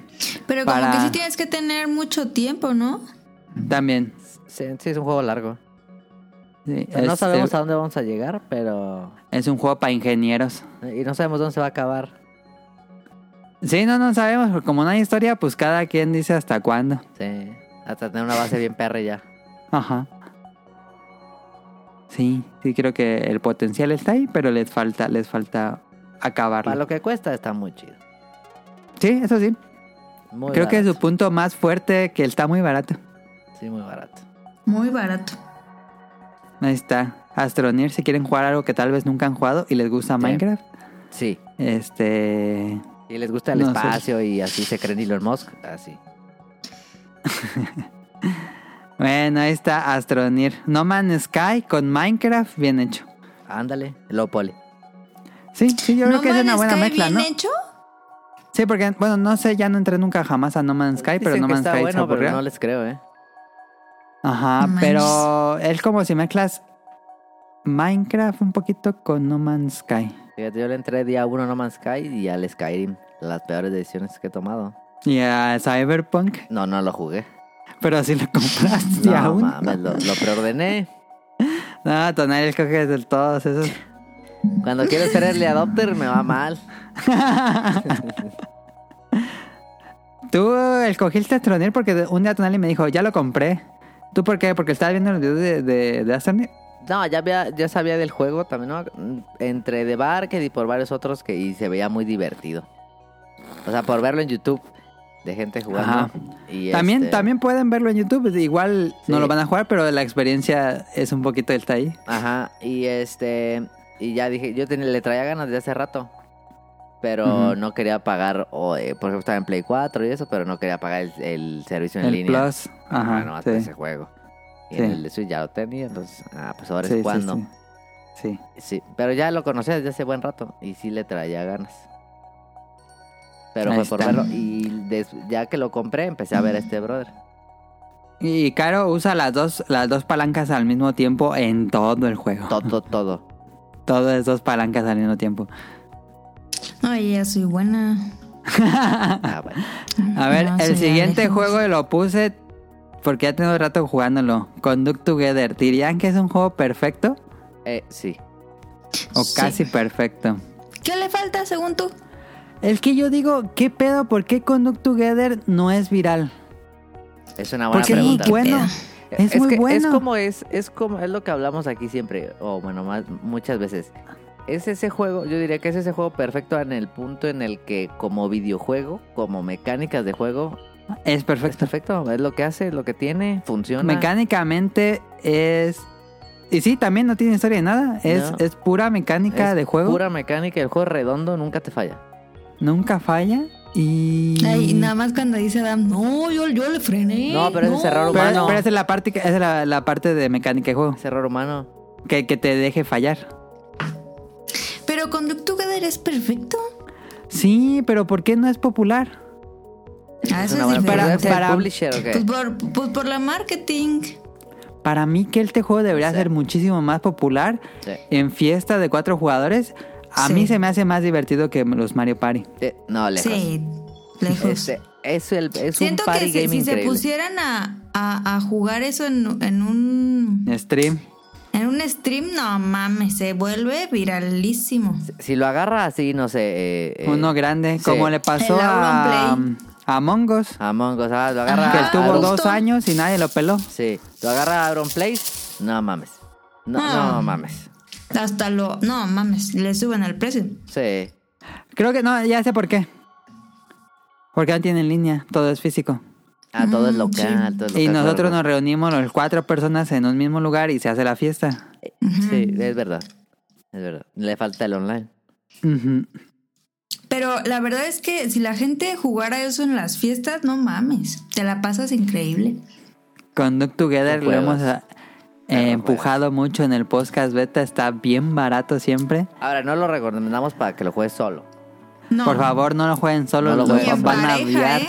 S1: Pero como
S2: Para-
S1: que sí tienes que tener mucho tiempo, ¿no?
S2: también.
S3: Sí, sí, es un juego largo.
S2: Sí,
S3: no
S2: este,
S3: sabemos a dónde vamos a llegar, pero.
S2: Es un juego para ingenieros.
S3: Y no sabemos dónde se va a acabar.
S2: Sí, no, no sabemos. porque Como no hay historia, pues cada quien dice hasta cuándo.
S3: Sí. Hasta tener una base bien perra y ya.
S2: Ajá. Sí, sí creo que el potencial está ahí, pero les falta, les falta
S3: Para
S2: acabarlo.
S3: lo que cuesta está muy chido.
S2: Sí, eso sí.
S3: Muy
S2: creo que es
S3: barato.
S2: su punto más fuerte que está muy barato.
S3: Sí, muy barato.
S1: Muy barato.
S2: Ahí está. Astroneer, si quieren jugar algo que tal vez nunca han jugado y les gusta Minecraft.
S3: Sí.
S2: Este.
S3: Y les gusta el
S2: No sé.
S3: espacio y así se creen Elon Musk. Así.
S2: Bueno, ahí está Astroneer. No Man's Sky con Minecraft, bien hecho.
S3: Ándale. Lo poli.
S2: Sí, sí, yo
S1: ¿No
S2: creo que es
S1: Man's
S2: una buena
S1: Sky
S2: mezcla,
S1: bien
S2: ¿no?
S1: hecho?
S2: Sí, porque, bueno, no sé, ya no entré nunca jamás a No Man's Sky, pero
S3: Dicen
S2: No
S3: que
S2: Man's
S3: está
S2: Sky se
S3: bueno,
S2: aburrió.
S3: pero no les creo, ¿eh?
S2: Ajá,
S1: No
S2: pero es como si mezclas Minecraft un poquito con No Man's Sky.
S3: Fíjate, yo le entré día 1 No Man's Sky y al Skyrim. Las peores decisiones que he tomado.
S2: Y a Cyberpunk,
S3: No, no lo jugué.
S2: pero si lo compraste
S3: No,
S2: aún.
S3: mames, lo, lo preordené.
S2: No, Tonal es que es de todos esos.
S3: Cuando quiero ser early adopter me va mal.
S2: Tú escogiste Astroneer porque un día Tonali me dijo, ya lo compré. ¿Tú por qué? Porque estabas viendo los videos de, de, de Astroneer.
S3: No, ya, había, ya sabía del juego también, ¿no? Entre The Barked y por varios otros que y se veía muy divertido. O sea, por verlo en YouTube de gente jugando.
S2: Ajá.
S3: Y
S2: También,
S3: este,
S2: también pueden verlo en YouTube. pues, Igual no
S3: Sí.
S2: lo van a jugar, pero la experiencia es un poquito está ahí.
S3: Ajá, y este. Y ya dije, yo tenía- le traía ganas de hace rato. Pero
S2: Ujú.
S3: no quería pagar, o, eh, por ejemplo, estaba en Play 4 y eso, pero no quería pagar el, el servicio en
S2: El
S3: línea. Ah,
S2: Plus.
S3: Ajá,
S2: Ajá,
S3: nomás
S2: sí,
S3: para ese juego. Y en
S2: Sí.
S3: el de Switch ya lo tenía, entonces, ah, pues ahora
S2: sí, sí,
S3: es cuando.
S2: sí. Sí.
S3: Sí, pero ya lo conocía desde hace buen rato y sí le traía ganas. Pero
S2: Ahí
S3: fue por
S2: está.
S3: verlo y des- ya que lo compré empecé a ver a este brother.
S2: Y Caro usa las dos, las dos palancas al mismo tiempo en todo el juego.
S3: Todo, todo.
S2: Todo es dos palancas al mismo tiempo.
S1: Ay, ya soy buena.
S3: Ah, bueno.
S2: A ver,
S1: No,
S2: el
S1: señor,
S2: siguiente
S1: déjenos.
S2: juego lo puse porque ya tengo rato jugándolo. Conduct Together. ¿Dirían que es un juego perfecto?
S3: Eh, sí.
S2: O
S1: Sí.
S2: casi perfecto.
S1: ¿Qué le falta según tú?
S2: Es que yo digo, ¿qué pedo? ¿Por qué Conduct Together no es viral?
S3: Es una buena
S2: Porque es muy
S3: pregunta.
S2: bueno.
S3: Eh,
S2: Es, muy
S3: que
S2: bueno.
S3: Es como es, es como es lo que hablamos aquí siempre, o bueno, más muchas veces. Es ese juego, yo diría que es ese juego perfecto en el punto en el que como videojuego, como mecánicas de juego,
S2: Es
S3: es
S2: perfecto.
S3: perfecto, es lo que hace, es lo que tiene, funciona.
S2: Mecánicamente es... Y sí, también no tiene historia de nada. Es,
S3: No.
S2: es pura mecánica
S3: Es
S2: de juego.
S3: Pura mecánica, el juego es redondo nunca te falla.
S2: Nunca falla. Y...
S1: Ay, nada más cuando dice Adam, no, yo, yo le frené.
S3: No, pero ese es error
S2: Pero,
S3: humano.
S2: pero esa es la parte que- esa es la, la parte de mecánica de juego.
S3: Es error humano.
S2: Que, que te deje fallar.
S1: Pero Conduct Together es perfecto.
S2: Sí, pero ¿por qué no es popular?
S1: Ah, eso
S3: una
S1: es
S3: buena
S1: diferente.
S3: pregunta. ¿Es el
S2: Para-
S3: publisher o qué?
S1: Pues por, pues por la marketing.
S2: Para mí que este juego debería
S3: Sí.
S2: ser muchísimo más popular
S3: Sí.
S2: en fiesta de cuatro jugadores. A
S1: Sí.
S2: mí se me hace más divertido que los Mario Party.
S3: Eh, no, lejos.
S1: Sí, lejos.
S3: Este, es el, es
S1: Siento
S3: un party
S1: que si,
S3: game
S1: si se
S3: increíble.
S1: pusieran a, a- a jugar eso en, en un
S2: Stream.
S1: en un stream, no mames, se vuelve viralísimo.
S3: Si lo agarra así, no sé. eh, eh,
S2: Uno grande.
S3: sí.
S2: Como le pasó
S1: El
S2: a,
S1: Auron
S2: a Among Us.
S3: Among Us, ah, lo agarra.
S2: Que
S1: Ajá.
S3: a
S2: estuvo
S1: Auron.
S3: Aaron-
S2: dos años y nadie lo peló.
S3: Sí, lo agarra a Aaron Place. No mames. No,
S1: Ah.
S3: no mames.
S1: Hasta lo. No mames, le suben al precio.
S3: Sí.
S2: Creo que no, ya sé por qué. Porque no tienen línea, todo es físico.
S3: A Ah, todo es
S1: Mm,
S3: local. todo es
S2: Y
S3: local,
S2: nosotros nos
S3: claro.
S2: reunimos los cuatro personas en un mismo lugar y se hace la fiesta.
S3: Sí, es verdad. Es verdad. Le falta el online.
S2: Ujú.
S1: Pero la verdad es que si la gente jugara eso en las fiestas, no mames, te la pasas increíble.
S2: Conduct Together
S3: No
S2: lo
S3: juegas.
S2: hemos eh, empujado mucho en el podcast beta. Está bien barato siempre.
S3: Ahora, no lo recomendamos para que lo juegues solo.
S1: No.
S2: Por favor, no lo jueguen solo,
S3: No lo
S2: los
S1: Ni
S3: jueguen.
S2: dos
S1: en
S3: Pues,
S2: van a
S1: pareja,
S2: odiar.
S1: ¿eh?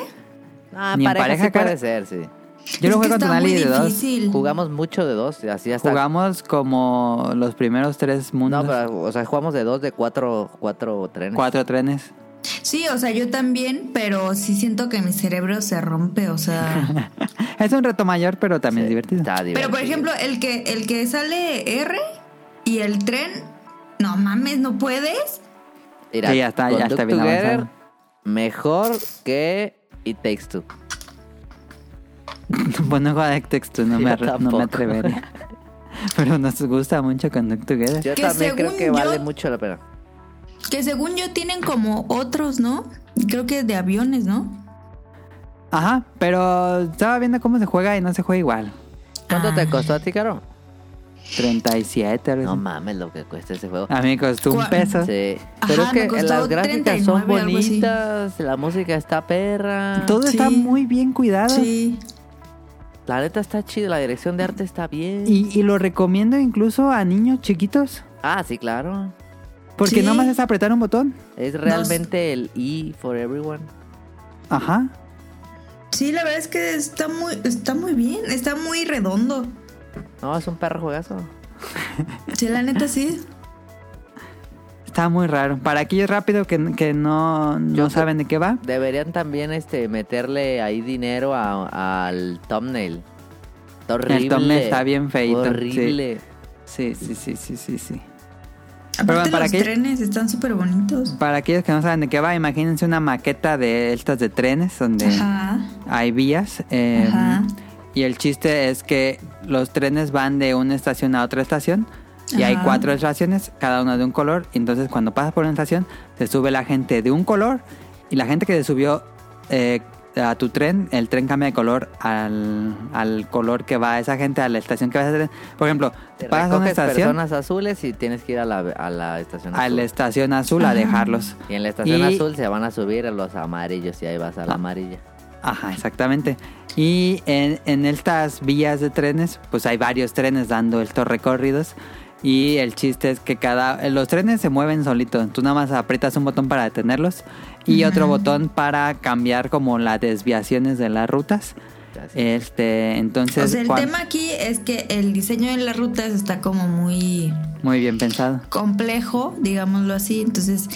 S3: Ah,
S2: Ni en
S3: pareja,
S2: pareja,
S3: sí
S2: cara.
S3: puede ser, sí.
S2: Yo lo
S1: Es que
S2: juego con
S1: está
S2: Ali
S1: muy
S2: de dos.
S1: difícil.
S3: Jugamos mucho de dos, así hasta...
S2: Jugamos como los primeros tres mundos.
S3: No, pero, o sea, jugamos de dos, de cuatro, cuatro trenes.
S2: Cuatro trenes.
S1: Sí, o sea, yo también, pero sí siento que mi cerebro se rompe, o sea.
S2: Es un reto mayor, pero también
S3: Sí,
S2: es divertido.
S3: está
S1: pero por
S3: divertido.
S1: ejemplo, el que el que sale R y el tren, no mames, no puedes.
S3: Mira,
S2: Sí, ya está, ya
S3: con
S2: está
S3: Duck
S2: bien
S3: Together,
S2: avanzado.
S3: Mejor que It Takes Two.
S2: Bueno, juego de texto, Pues no
S3: Yo
S2: me, arre- no
S3: tampoco.
S2: me atrevería. Pero nos gusta mucho Conduct Together.
S3: Yo
S1: Que
S3: también creo
S1: según
S3: que
S1: yo-
S3: vale mucho la pena.
S1: Que según yo tienen como otros, ¿no? Creo que de aviones, ¿no?
S2: Ajá, pero estaba viendo cómo se juega y no se juega igual.
S3: ¿Cuánto
S1: Ah.
S3: te costó a ti, Caro?
S2: 37. algo
S3: No
S2: así.
S3: mames lo que cuesta ese juego.
S2: A mí me costó un
S1: Cua-
S2: peso.
S3: Sí.
S1: Ajá,
S3: Pero es
S1: me
S3: que
S1: costó
S3: las gráficas son
S1: 39, algo así.
S3: bonitas, la música está perra.
S2: Todo está
S1: Sí.
S2: muy bien cuidado.
S1: Sí.
S3: La neta está chida, la dirección de arte está bien.
S2: Y, y lo recomiendo incluso a niños chiquitos.
S3: Ah, sí, claro.
S2: Porque
S1: Sí.
S2: nomás es apretar un botón.
S3: Es realmente el E for everyone.
S2: Ajá.
S1: Sí, la verdad es que está muy, está muy bien, está muy redondo.
S3: No, es un perro juegazo.
S1: Sí, la neta sí.
S2: Está muy raro. Para aquellos rápido que, que no, no
S3: Yo-
S2: saben de qué va.
S3: Deberían también este meterle ahí dinero a- al thumbnail. Está horrible.
S2: thumbnail está bien feíto,
S3: Horrible.
S2: Sí, sí, sí, sí, sí, sí.
S1: Aparte
S2: bueno, ¿para
S1: los
S2: qué?
S1: trenes están súper bonitos.
S2: Para aquellos que no saben de qué va, imagínense una maqueta de estas de trenes donde
S1: Ajá.
S2: hay vías. eh,
S1: Ajá.
S2: Y el chiste es que los trenes van de una estación a otra estación. Y hay
S1: Ajá.
S2: cuatro estaciones, cada una de un color. Y entonces cuando pasas por una estación, se sube la gente de un color. Y la gente que se subió eh, a tu tren, el tren cambia de color al, al color que va esa gente, a la estación que va ese tren. Por ejemplo,
S3: Te
S2: pasas a una
S3: recoges
S2: estación,
S3: personas azules y tienes que ir a la, a la estación
S2: a
S3: azul.
S2: la estación azul a
S1: Ajá.
S2: dejarlos.
S3: Y en la estación
S2: Y-
S3: azul se van a subir a los amarillos y ahí vas a la
S2: Ah.
S3: amarilla.
S2: Ajá, exactamente. Y en, en estas vías de trenes, pues hay varios trenes dando estos recorridos. Y el chiste es que cada. Los trenes se mueven solitos. Tú nada más aprietas un botón para detenerlos y otro botón para cambiar como las desviaciones de las rutas.
S3: Así.
S2: Este, entonces.
S1: O sea, el
S2: cuan-
S1: tema aquí es que el diseño de las rutas está como muy
S2: Muy bien pensado.
S1: complejo, digámoslo así. Entonces,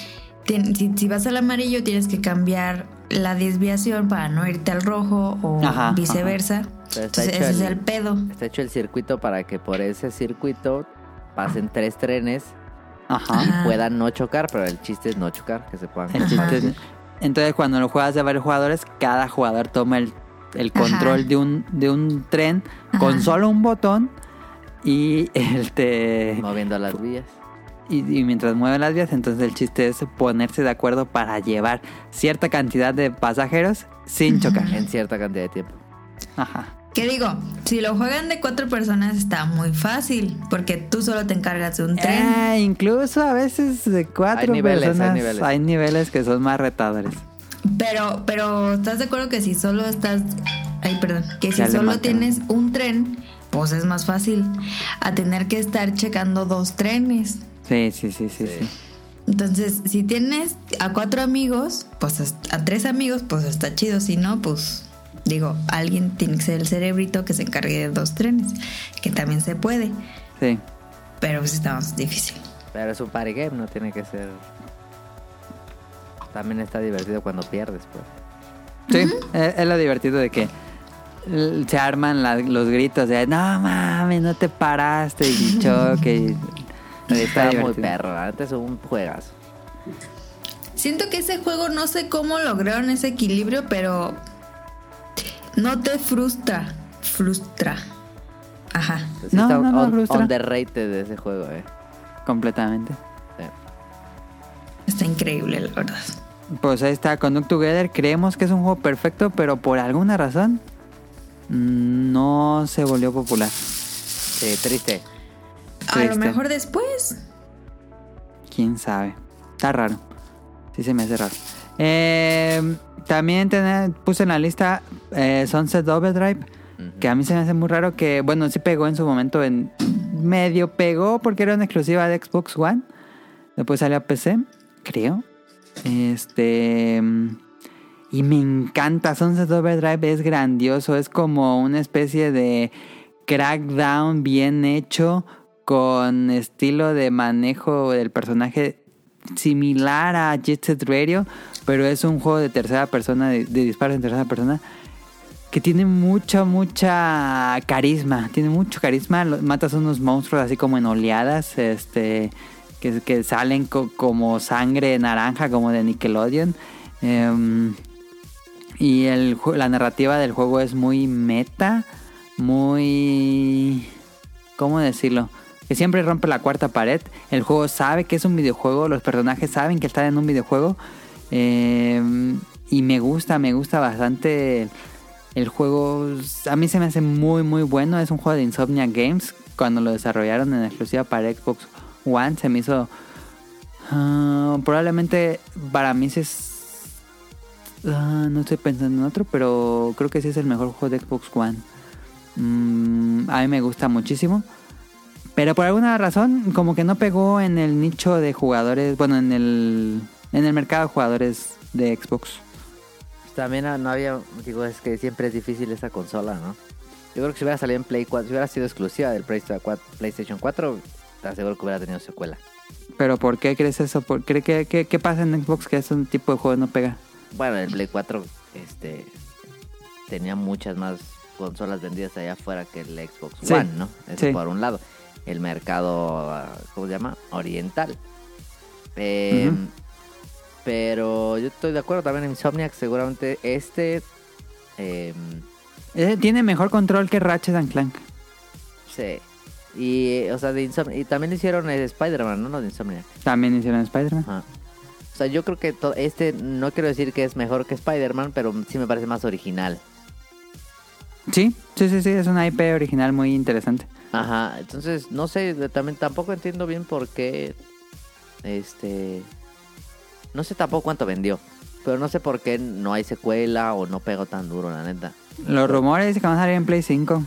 S1: tien- si, si vas al amarillo, tienes que cambiar la desviación para no irte al rojo o
S2: Ajá,
S1: viceversa.
S3: Pero está
S1: Entonces,
S3: hecho
S1: ese es
S3: el-
S1: el pedo.
S3: Está hecho el circuito para que por ese circuito
S2: Ah.
S3: pasen tres trenes
S2: Ajá.
S1: Ajá.
S3: y puedan no chocar, pero el chiste es no chocar, que se puedan.
S2: Ah. El
S1: Ajá.
S2: chiste es- entonces cuando lo juegas de varios jugadores, cada jugador toma el, el
S1: Ajá.
S2: control de un, de un tren con
S1: Ajá.
S2: solo un botón y el te-
S3: moviendo las vías.
S2: y, y mientras mueven las vías, entonces el chiste es ponerse de acuerdo para llevar cierta cantidad de pasajeros sin chocar.
S3: En cierta cantidad de tiempo.
S2: Ajá.
S1: ¿Qué digo? Si lo juegan de cuatro personas está muy fácil, porque tú solo te encargas de un tren.
S2: Eh, incluso a veces de cuatro
S3: niveles, hay
S2: personas
S3: niveles.
S2: hay niveles que son más retadores.
S1: Pero, pero ¿estás de acuerdo que si solo estás... Ay, perdón. Que si
S2: Ya le
S1: solo
S2: marcaron.
S1: tienes un tren, pues es más fácil. A tener que estar checando dos trenes.
S2: Sí, sí, sí, sí, sí.
S1: Entonces, si tienes a cuatro amigos, pues est- a tres amigos, pues está chido. Si no, pues digo, alguien tiene que ser el cerebrito que se encargue de dos trenes, que también se puede,
S2: sí.
S1: pero pues está más difícil.
S3: Pero es un party game, no tiene que ser. También está divertido cuando pierdes, pues.
S2: Sí, eh, es, es lo divertido de que l- se arman la- los gritos de no mames, no te paraste y choque. y-
S3: Está, muy
S2: divertido.
S3: perro, antes un juegazo.
S1: Siento que ese juego no sé cómo lograron ese equilibrio, pero no te frustra, frustra. Ajá.
S3: Sí
S2: No,
S3: está
S2: no, no,
S3: on-
S2: frustra.
S3: underrated de ese juego, eh.
S2: Completamente.
S3: Sí.
S1: Está increíble, la verdad.
S2: Pues ahí está, Conduct Together. Creemos que es un juego perfecto, pero por alguna razón mm, no se volvió popular.
S3: Sí, triste.
S1: A lo
S2: Triste.
S1: mejor después.
S2: Quién sabe. Está raro. Sí, se me hace raro. Eh, también tené- puse en la lista eh, Sunset Overdrive. Que a mí se me hace muy raro que, bueno, sí pegó en su momento, en medio pegó porque era una exclusiva de Xbox One. Después salió a PC, creo. Este. Y me encanta. Sunset Overdrive es grandioso. Es como una especie de crackdown bien hecho. Con estilo de manejo del personaje similar a Jet Set Radio. Pero es un juego de tercera persona, de, de disparos en tercera persona. Que tiene mucha, mucha carisma. Tiene mucho carisma. Lo- Matas unos monstruos así como en oleadas. Este. Que, que salen co- como sangre naranja, como de Nickelodeon. Em, y el, ju- la narrativa del juego es muy meta, muy... ¿Cómo decirlo? Que siempre rompe la cuarta pared. El juego sabe que es un videojuego, los personajes saben que están en un videojuego. eh, y me gusta, me gusta bastante el juego. A mí se me hace muy, muy bueno. Es un juego de Insomnia Games. Cuando lo desarrollaron en exclusiva para Xbox One, se me hizo... ah, probablemente para mí se es Ah, no estoy pensando en otro, pero creo que sí es el mejor juego de Xbox One. Mm, a mí me gusta muchísimo. Pero por alguna razón, como que no pegó en el nicho de jugadores, bueno, en el, en el mercado de jugadores de Xbox.
S3: También ah, no había, digo, es que siempre es difícil esa consola, ¿no? Yo creo que si hubiera salido en Play 4, si hubiera sido exclusiva del Play- PlayStation 4, te aseguro que hubiera tenido secuela.
S2: Pero ¿por qué crees eso? ¿Por, cree que, que- ¿Qué pasa en Xbox que ese tipo de juego no pega?
S3: Bueno, el Play 4 este, tenía muchas más consolas vendidas allá afuera que el Xbox
S2: Sí,
S3: One, ¿no? Eso
S2: sí.
S3: por un lado. El mercado, ah, ¿cómo se llama? Oriental. Eh,
S2: Ujú.
S3: Pero yo estoy de acuerdo también en Insomniac. Seguramente este... eh,
S2: Eh, tiene mejor control que Ratchet and Clank.
S3: sí. Y, eh, o sea, de Insomniac. Y también hicieron eh, Spider-Man, ¿no? No, de Insomniac.
S2: También hicieron Spider-Man.
S3: Ajá. O sea, yo creo que to- este, no quiero decir que es mejor que Spider-Man, pero sí me parece más original.
S2: Sí, sí, sí, sí, es una IP original muy interesante.
S3: Ajá, entonces no sé, de- también tampoco entiendo bien por qué este no sé tampoco cuánto vendió, pero no sé por qué no hay secuela o no pegó tan duro, la neta.
S2: Los rumores dicen que van a salir en Play 5.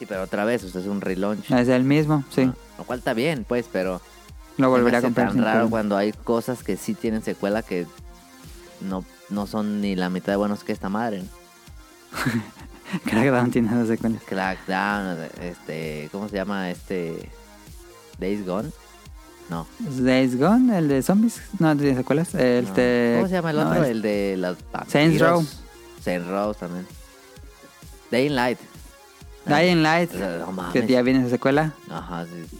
S3: Sí, pero otra vez, o sea, es un relaunch.
S2: Es el mismo, sí.
S3: Ah, Lo cual está bien, pues, pero
S2: Lo volveré a
S3: se me hace
S2: comprar. sin
S3: tan raro
S2: problema.
S3: cuando hay cosas que sí tienen secuela que no no son ni la mitad de buenos que esta madre. ¿no?
S2: Crackdown tiene dos secuelas.
S3: Crackdown, este, ¿cómo se llama este Days Gone? No.
S2: Days Gone, el de zombies. No, tiene secuelas. El
S3: No.
S2: de...
S3: ¿Cómo se llama el
S2: no,
S3: otro? el... de las
S2: Saints Row.
S3: Saints Row también. Dying Light.
S2: Dying Light.
S3: O sea, Ah, no mames.
S2: Que ya viene esa secuela.
S3: Ajá, sí.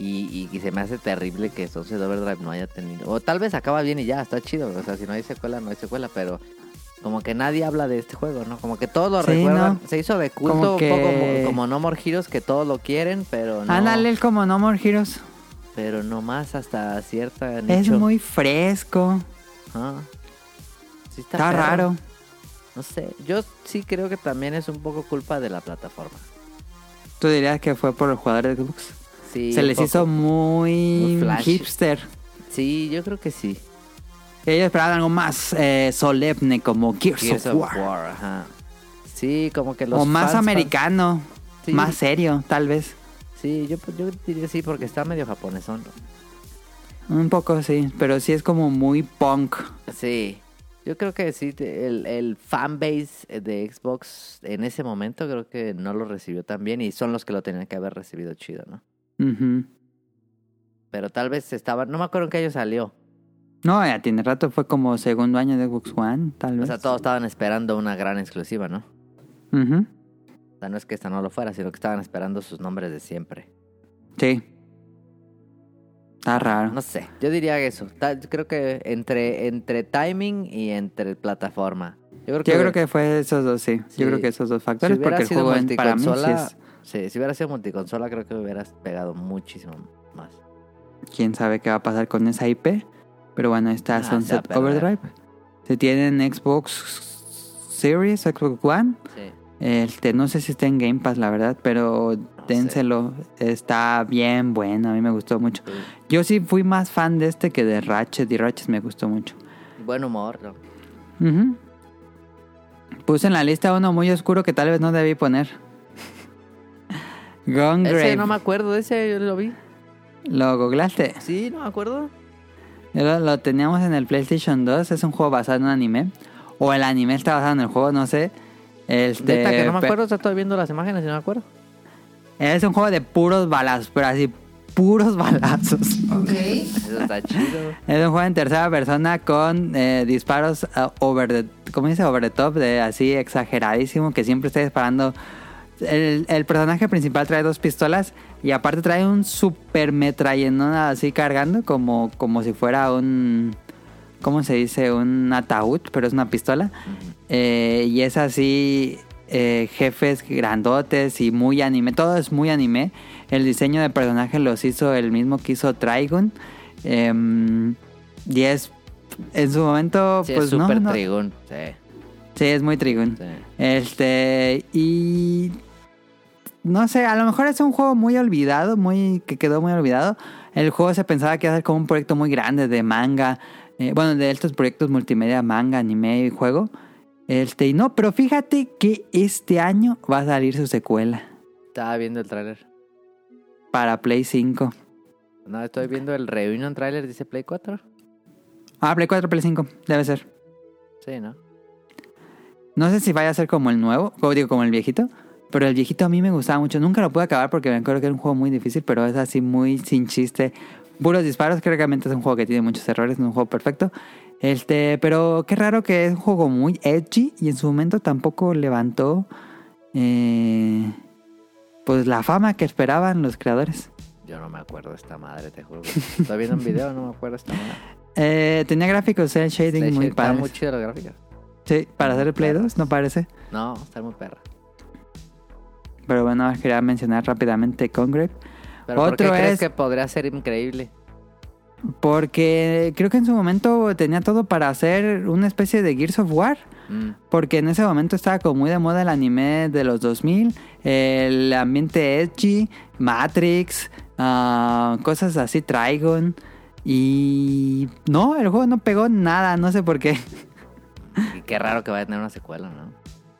S3: Y, y, y se me hace terrible que Sunset Overdrive no haya tenido. O tal vez acaba bien y ya, está chido. O sea, si no hay secuela, no hay secuela, pero como que nadie habla de este juego, ¿no? Como que todos lo
S2: Sí,
S3: recuerdan.
S2: ¿no?
S3: Se hizo de
S2: Como
S3: culto,
S2: que-
S3: un poco como, como No More Heroes, que todos lo quieren, pero no.
S2: Ándale, es como No More Heroes.
S3: Pero nomás hasta cierta.
S2: Es
S3: nicho.
S2: muy fresco.
S3: Ajá. Sí
S2: Está
S3: perro.
S2: raro.
S3: No sé, yo sí creo que también es un poco culpa de la plataforma.
S2: ¿Tú dirías que fue por los jugadores de Xbox?
S3: Sí,
S2: Se
S3: un
S2: les
S3: poco.
S2: hizo muy
S3: Muy flash.
S2: hipster.
S3: Sí, yo creo que sí.
S2: Ellos esperaban algo más eh, solemne como Gears,
S3: Gears
S2: of,
S3: of
S2: War.
S3: War, ajá. Sí, como que los
S2: O más
S3: fans-
S2: americano.
S3: Sí.
S2: Más serio, tal vez.
S3: Sí, yo, yo diría sí, porque está medio japonesón.
S2: Un poco, sí. Pero sí es como muy punk.
S3: Sí. Yo creo que sí, te- el, el fanbase de Xbox en ese momento creo que no lo recibió tan bien y son los que lo tenían que haber recibido chido, ¿no?
S2: Ujú.
S3: Pero tal vez estaban, no me acuerdo en qué año salió.
S2: No, ya tiene rato, fue como segundo año de Xbox One, tal
S3: O
S2: vez.
S3: sea, todos estaban esperando una gran exclusiva, ¿no?
S2: Ujú.
S3: O sea, no es que esta no lo fuera, sino que estaban esperando sus nombres de siempre.
S2: Sí. Está raro.
S3: No sé, yo diría que eso. Ta- creo que entre, entre timing y entre plataforma. Yo creo
S2: Yo creo que fue esos dos, sí.
S3: Sí.
S2: Yo creo que esos dos
S3: si
S2: factores,
S3: hubiera
S2: porque el
S3: sido
S2: juego en- para mí sí
S3: multiconsola,
S2: es-
S3: sí, si hubiera sido multiconsola, creo que hubieras pegado muchísimo más.
S2: Quién sabe qué va a pasar con esa IP. Pero bueno, ahí está
S3: Ah, se va a
S2: Sunset
S3: perder.
S2: Overdrive. Se tiene en Xbox Series, Xbox One.
S3: Sí.
S2: Este, no sé si está en Game Pass, la verdad, pero
S3: sé.
S2: dénselo. Está bien bueno, a mí me gustó mucho. Yo sí fui más fan de este que de Ratchet, y Ratchet me gustó mucho.
S3: Buen humor, ¿no?
S2: Ujú. Puse en la lista uno muy oscuro que tal vez no debí poner. Gone
S3: Ese
S2: Grave.
S3: no me acuerdo, ese yo lo vi.
S2: Lo googlaste.
S3: Sí, no me acuerdo.
S2: Luego lo teníamos en el PlayStation 2, es un juego basado en un anime. O el anime está basado en el juego, no sé. Este,
S3: Neta, que no me
S2: pe-
S3: acuerdo, o sea, estoy viendo las imágenes y no me acuerdo.
S2: Es un juego de puros balazos, pero así, puros balazos.
S1: Ok.
S3: Eso está chido.
S2: Es un juego en tercera persona con eh, disparos ah, over the, ¿cómo dice? Over the top, de así exageradísimo, que siempre está disparando. El, el personaje principal trae dos pistolas y aparte trae un super metrallón así cargando, como, como si fuera un, ¿cómo se dice? Un ataúd, pero es una pistola. Eh, y es así, eh, jefes grandotes y muy anime. Todo es muy anime. El diseño de personajes los hizo el mismo que hizo Trigun. Em, y es, en su momento,
S3: Sí,
S2: pues
S3: es
S2: no,
S3: súper
S2: no-
S3: trigón. Sí,
S2: Sí, es muy Trigun.
S3: sí.
S2: Este, y... No sé, a lo mejor es un juego muy olvidado, muy que quedó muy olvidado. El juego se pensaba que iba a ser como un proyecto muy grande de manga, eh, bueno, de estos proyectos multimedia, manga, anime y juego. Este, y no, pero fíjate que este año va a salir su secuela
S3: Estaba viendo el tráiler.
S2: para Play 5.
S3: No, estoy viendo el Reunion tráiler, dice Play 4.
S2: Ah, Play 4, Play 5, debe ser.
S3: Sí, ¿no?
S2: No sé si vaya a ser como el nuevo, como digo, como el viejito. Pero el viejito a mí me gustaba mucho. Nunca lo pude acabar porque me acuerdo que era un juego muy difícil, pero es así muy sin chiste. Puros disparos, creo que realmente es un juego que tiene muchos errores, no es un juego perfecto. Este, pero qué raro que es un juego muy edgy y en su momento tampoco levantó eh, pues la fama que esperaban los creadores.
S3: Yo no me acuerdo de esta madre, te juro. Estoy viendo un video, no me acuerdo de esta madre.
S2: Eh, tenía gráficos cel shading muy
S3: está muy
S2: padres.
S3: chido los gráficos.
S2: Sí, para hacer el Play 2, no parece.
S3: No, está muy perra.
S2: Pero bueno, quería mencionar rápidamente Congreve.
S3: Pero ¿por qué
S2: Otro
S3: crees
S2: es-
S3: que podría ser increíble?
S2: Porque creo que en su momento tenía todo para hacer una especie de Gears of War.
S3: Mm.
S2: Porque en ese momento estaba como muy de moda el anime de los 2000, el ambiente edgy, Matrix, ah, cosas así, Trigon. Y no, el juego no pegó nada, no sé por qué.
S3: Y qué raro que vaya a tener una secuela, ¿no?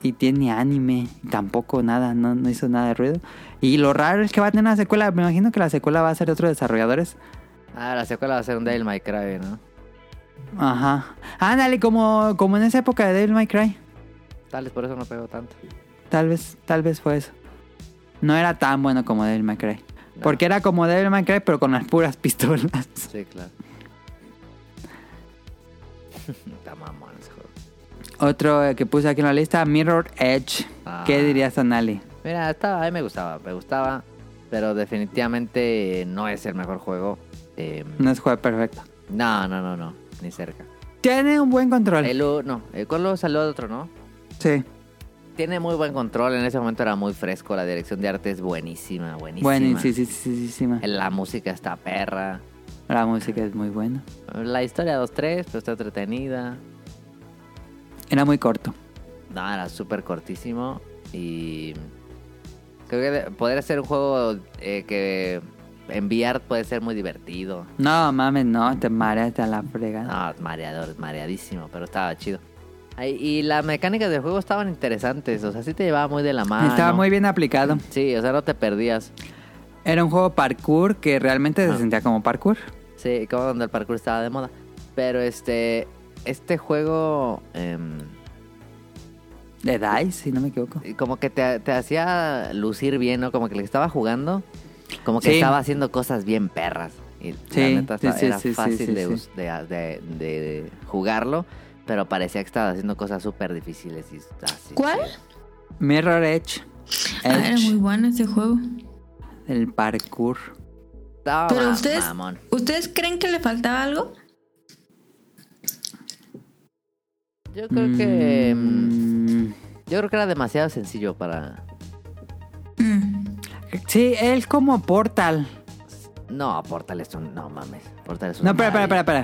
S2: Y tiene anime, tampoco nada, no, no hizo nada de ruido. Y lo raro es que va a tener una secuela, me imagino que la secuela va a ser de otros desarrolladores.
S3: Ah, la secuela va a ser un Devil May Cry, ¿no?
S2: Ajá. Ándale, como, como en esa época de Devil May Cry.
S3: Tal vez por eso no pegó tanto.
S2: Tal vez, tal vez fue eso. No era tan bueno como Devil May Cry.
S3: No.
S2: Porque era como Devil May Cry, pero con las puras pistolas.
S3: Sí, claro. Está mamón ese juego.
S2: Otro eh, que puse aquí en la lista, Mirror Edge.
S3: Ah.
S2: ¿Qué dirías, Anali?
S3: Mira, estaba, a mí me gustaba, me gustaba. Pero definitivamente eh, no es el mejor juego. Eh,
S2: No es juego perfecto.
S3: no, no, no, no. Ni cerca.
S2: Tiene un buen control.
S3: El u- no, el cual luego salió de otro, ¿no?
S2: Sí.
S3: Tiene muy buen control, en ese momento era muy fresco, la dirección de arte es buenísima, buenísima.
S2: Bueno, sí, sí, sí, sí, sí, ma.
S3: La música está perra.
S2: La música es muy buena.
S3: La historia 2-3, pero está entretenida.
S2: Era muy corto.
S3: No, era súper cortísimo. Y creo que de- podría ser un juego eh, que en VR puede ser muy divertido.
S2: No, mames, no, te mareaste a la fregada.
S3: No, es mareador, es mareadísimo, pero estaba chido. Ay, y las mecánicas del juego estaban interesantes, o sea, sí te llevaba muy de la mano.
S2: Estaba muy bien aplicado.
S3: Sí, o sea, no te perdías.
S2: Era un juego parkour que realmente
S3: Ah.
S2: se sentía como parkour.
S3: Sí, como cuando el parkour estaba de moda. Pero este, este juego em,
S2: De DICE, si no me equivoco.
S3: como que te, te hacía lucir bien, ¿no? Como que le estaba jugando, como que
S2: Sí.
S3: estaba haciendo cosas bien perras. Y
S2: Sí,
S3: la neta
S2: sí,
S3: estaba-
S2: sí,
S3: era
S2: sí, sí,
S3: fácil
S2: sí,
S3: de,
S2: sí.
S3: us- de- ah, de- de jugarlo, pero parecía que estaba haciendo cosas súper difíciles y así.
S1: ¿Cuál?
S2: Mirror Edge.
S1: Ah, era muy
S2: Edge.
S1: bueno ese juego.
S2: El parkour.
S3: Estaba
S1: Pero
S3: ma-
S1: ustedes-
S3: mamón.
S1: ¿Ustedes creen que le faltaba algo?
S3: Yo creo que... em,
S2: Mm.
S3: Yo creo que era demasiado sencillo para...
S1: Mm.
S2: Sí, él como Portal.
S3: No, Portal es un... No mames. Portal es un...
S2: No, espera, espera, espera,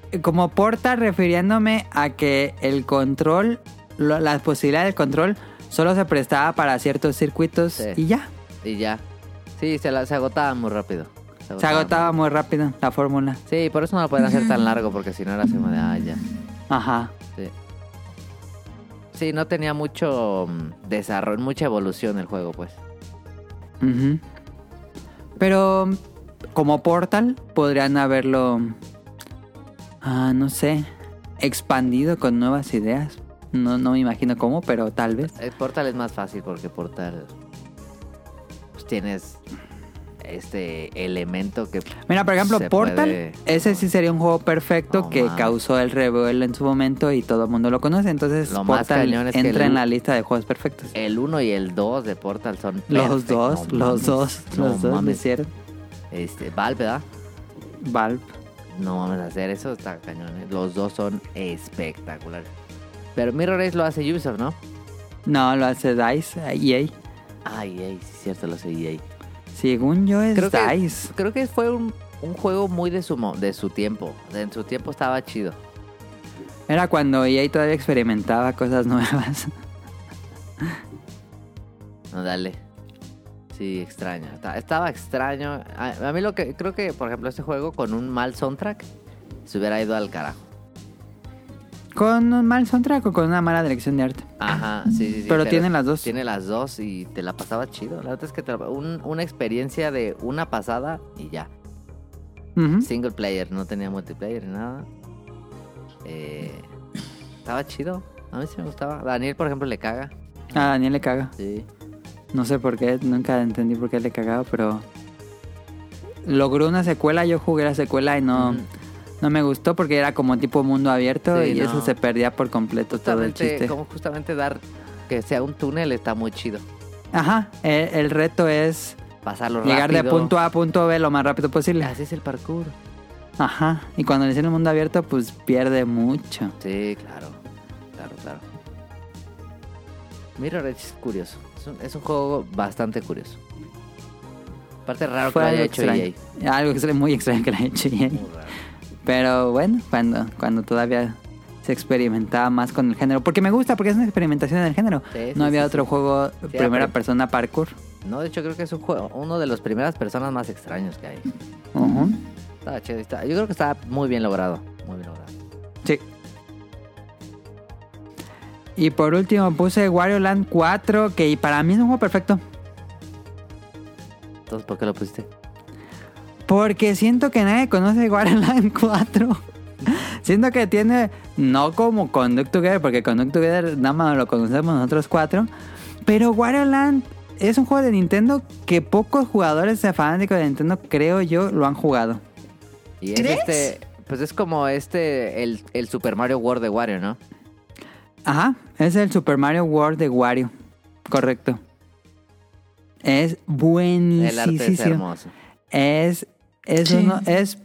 S2: espera. Como Portal refiriéndome a que el control, lo- las posibilidades del control solo se prestaba para ciertos circuitos
S3: Sí.
S2: y ya.
S3: Y ya. Sí, se, la, se agotaba muy rápido.
S2: Se agotaba muy rápido la fórmula.
S3: Sí, por eso no lo pueden hacer tan largo, porque si no era así como de, ah, ya.
S2: Ajá.
S3: Sí. Sí, no tenía mucho mm, desarrollo, mucha evolución el juego, pues.
S2: Ujú. Pero como Portal podrían haberlo ah, no sé, expandido con nuevas ideas. No, no me imagino cómo, pero tal vez.
S3: El Portal es más fácil porque Portal. Pues tienes este elemento que.
S2: Mira, por ejemplo,
S3: se
S2: Portal,
S3: puede-
S2: ese sí sería un juego perfecto
S3: No,
S2: que
S3: man.
S2: causó el revuelo en su momento y todo el mundo lo conoce. Entonces,
S3: Lo más
S2: Portal
S3: cañón es que
S2: entra
S3: el-
S2: en la lista de juegos perfectos.
S3: El 1 y el 2 de Portal son.
S2: Los
S3: perfectos.
S2: dos,
S3: No
S2: los
S3: mames,
S2: dos,
S3: no
S2: los dos lo
S3: mames.
S2: hicieron.
S3: Este, Valve, ¿verdad?
S2: Valve.
S3: No vamos a hacer eso, está cañón. ¿eh? Los dos son espectaculares. Pero Mirror Race lo hace Ubisoft, ¿no?
S2: No, lo hace DICE, eh, E EA.
S3: Ay, ay, sí, es cierto, lo hace EA.
S2: Según yo es
S3: Creo que-
S2: DICE.
S3: Creo que fue un, un juego muy de su, mo- de su tiempo. En su tiempo estaba chido.
S2: Era cuando EA todavía experimentaba cosas nuevas.
S3: No, dale. Sí, extraño. Esta- Estaba extraño. A, a mí lo que creo que, por ejemplo, este juego con un mal soundtrack se hubiera ido al carajo.
S2: Con un mal soundtrack o con una mala dirección de arte.
S3: Ajá, sí, sí, sí.
S2: Pero tiene las dos.
S3: Tiene las dos y te la pasaba chido. La verdad es que te la- un- una experiencia de una pasada y ya.
S2: Ujú.
S3: Single player, no tenía multiplayer ni nada. Eh, estaba chido. A mí sí me gustaba. Daniel, por ejemplo, le caga.
S2: A Daniel le caga.
S3: Sí.
S2: No sé por qué, nunca entendí por qué le cagaba, pero logró una secuela, yo jugué la secuela y no,
S3: Ujú.
S2: no me gustó porque era como tipo mundo abierto
S3: Sí,
S2: y
S3: no.
S2: eso se perdía por completo todo el
S3: Justamente,
S2: chiste.
S3: como justamente dar que sea un túnel está muy chido.
S2: Ajá, el, el reto es
S3: Pasarlo
S2: llegar de
S3: rápido.
S2: punto A a punto B lo más rápido posible.
S3: Así es el parkour.
S2: Ajá, y cuando le hicieron mundo abierto pues pierde mucho.
S3: Sí, claro. Claro, claro. Mirror Edge es curioso. Es un, es un juego bastante curioso. Aparte raro que lo haya hecho E
S2: extraño.
S3: EA.
S2: Algo que es muy extraño que lo haya hecho EA.
S3: Muy raro.
S2: Pero bueno, cuando, cuando todavía se experimentaba más con el género. Porque me gusta, porque es una experimentación en el género.
S3: Sí, sí,
S2: no había
S3: sí,
S2: otro juego
S3: era
S2: primera
S3: pre-
S2: persona parkour.
S3: No, de hecho creo que es un juego, uno de las primeras personas más extraños que hay.
S2: Ujú.
S3: Estaba chido, estaba- yo creo que estaba muy bien logrado. Muy bien logrado.
S2: Sí. Y por último puse Wario Land 4, que para mí es un juego perfecto.
S3: Entonces, ¿por qué lo pusiste?
S2: Porque siento que nadie conoce Wario Land 4. siento que tiene, no como Conduct Together, porque Conduct Together nada más lo conocemos nosotros cuatro. Pero Wario Land es un juego de Nintendo que pocos jugadores de fanáticos de Nintendo, creo yo, lo han jugado.
S3: Y es
S1: ¿Crees?
S3: este, pues es como este, el, el Super Mario World de Wario, ¿no?
S2: Ajá, es el Super Mario World de Wario. Correcto. Es Mm,
S3: El arte es
S2: buenísimo.
S3: hermoso.
S2: Es, es,
S1: Sí.
S2: uno, es,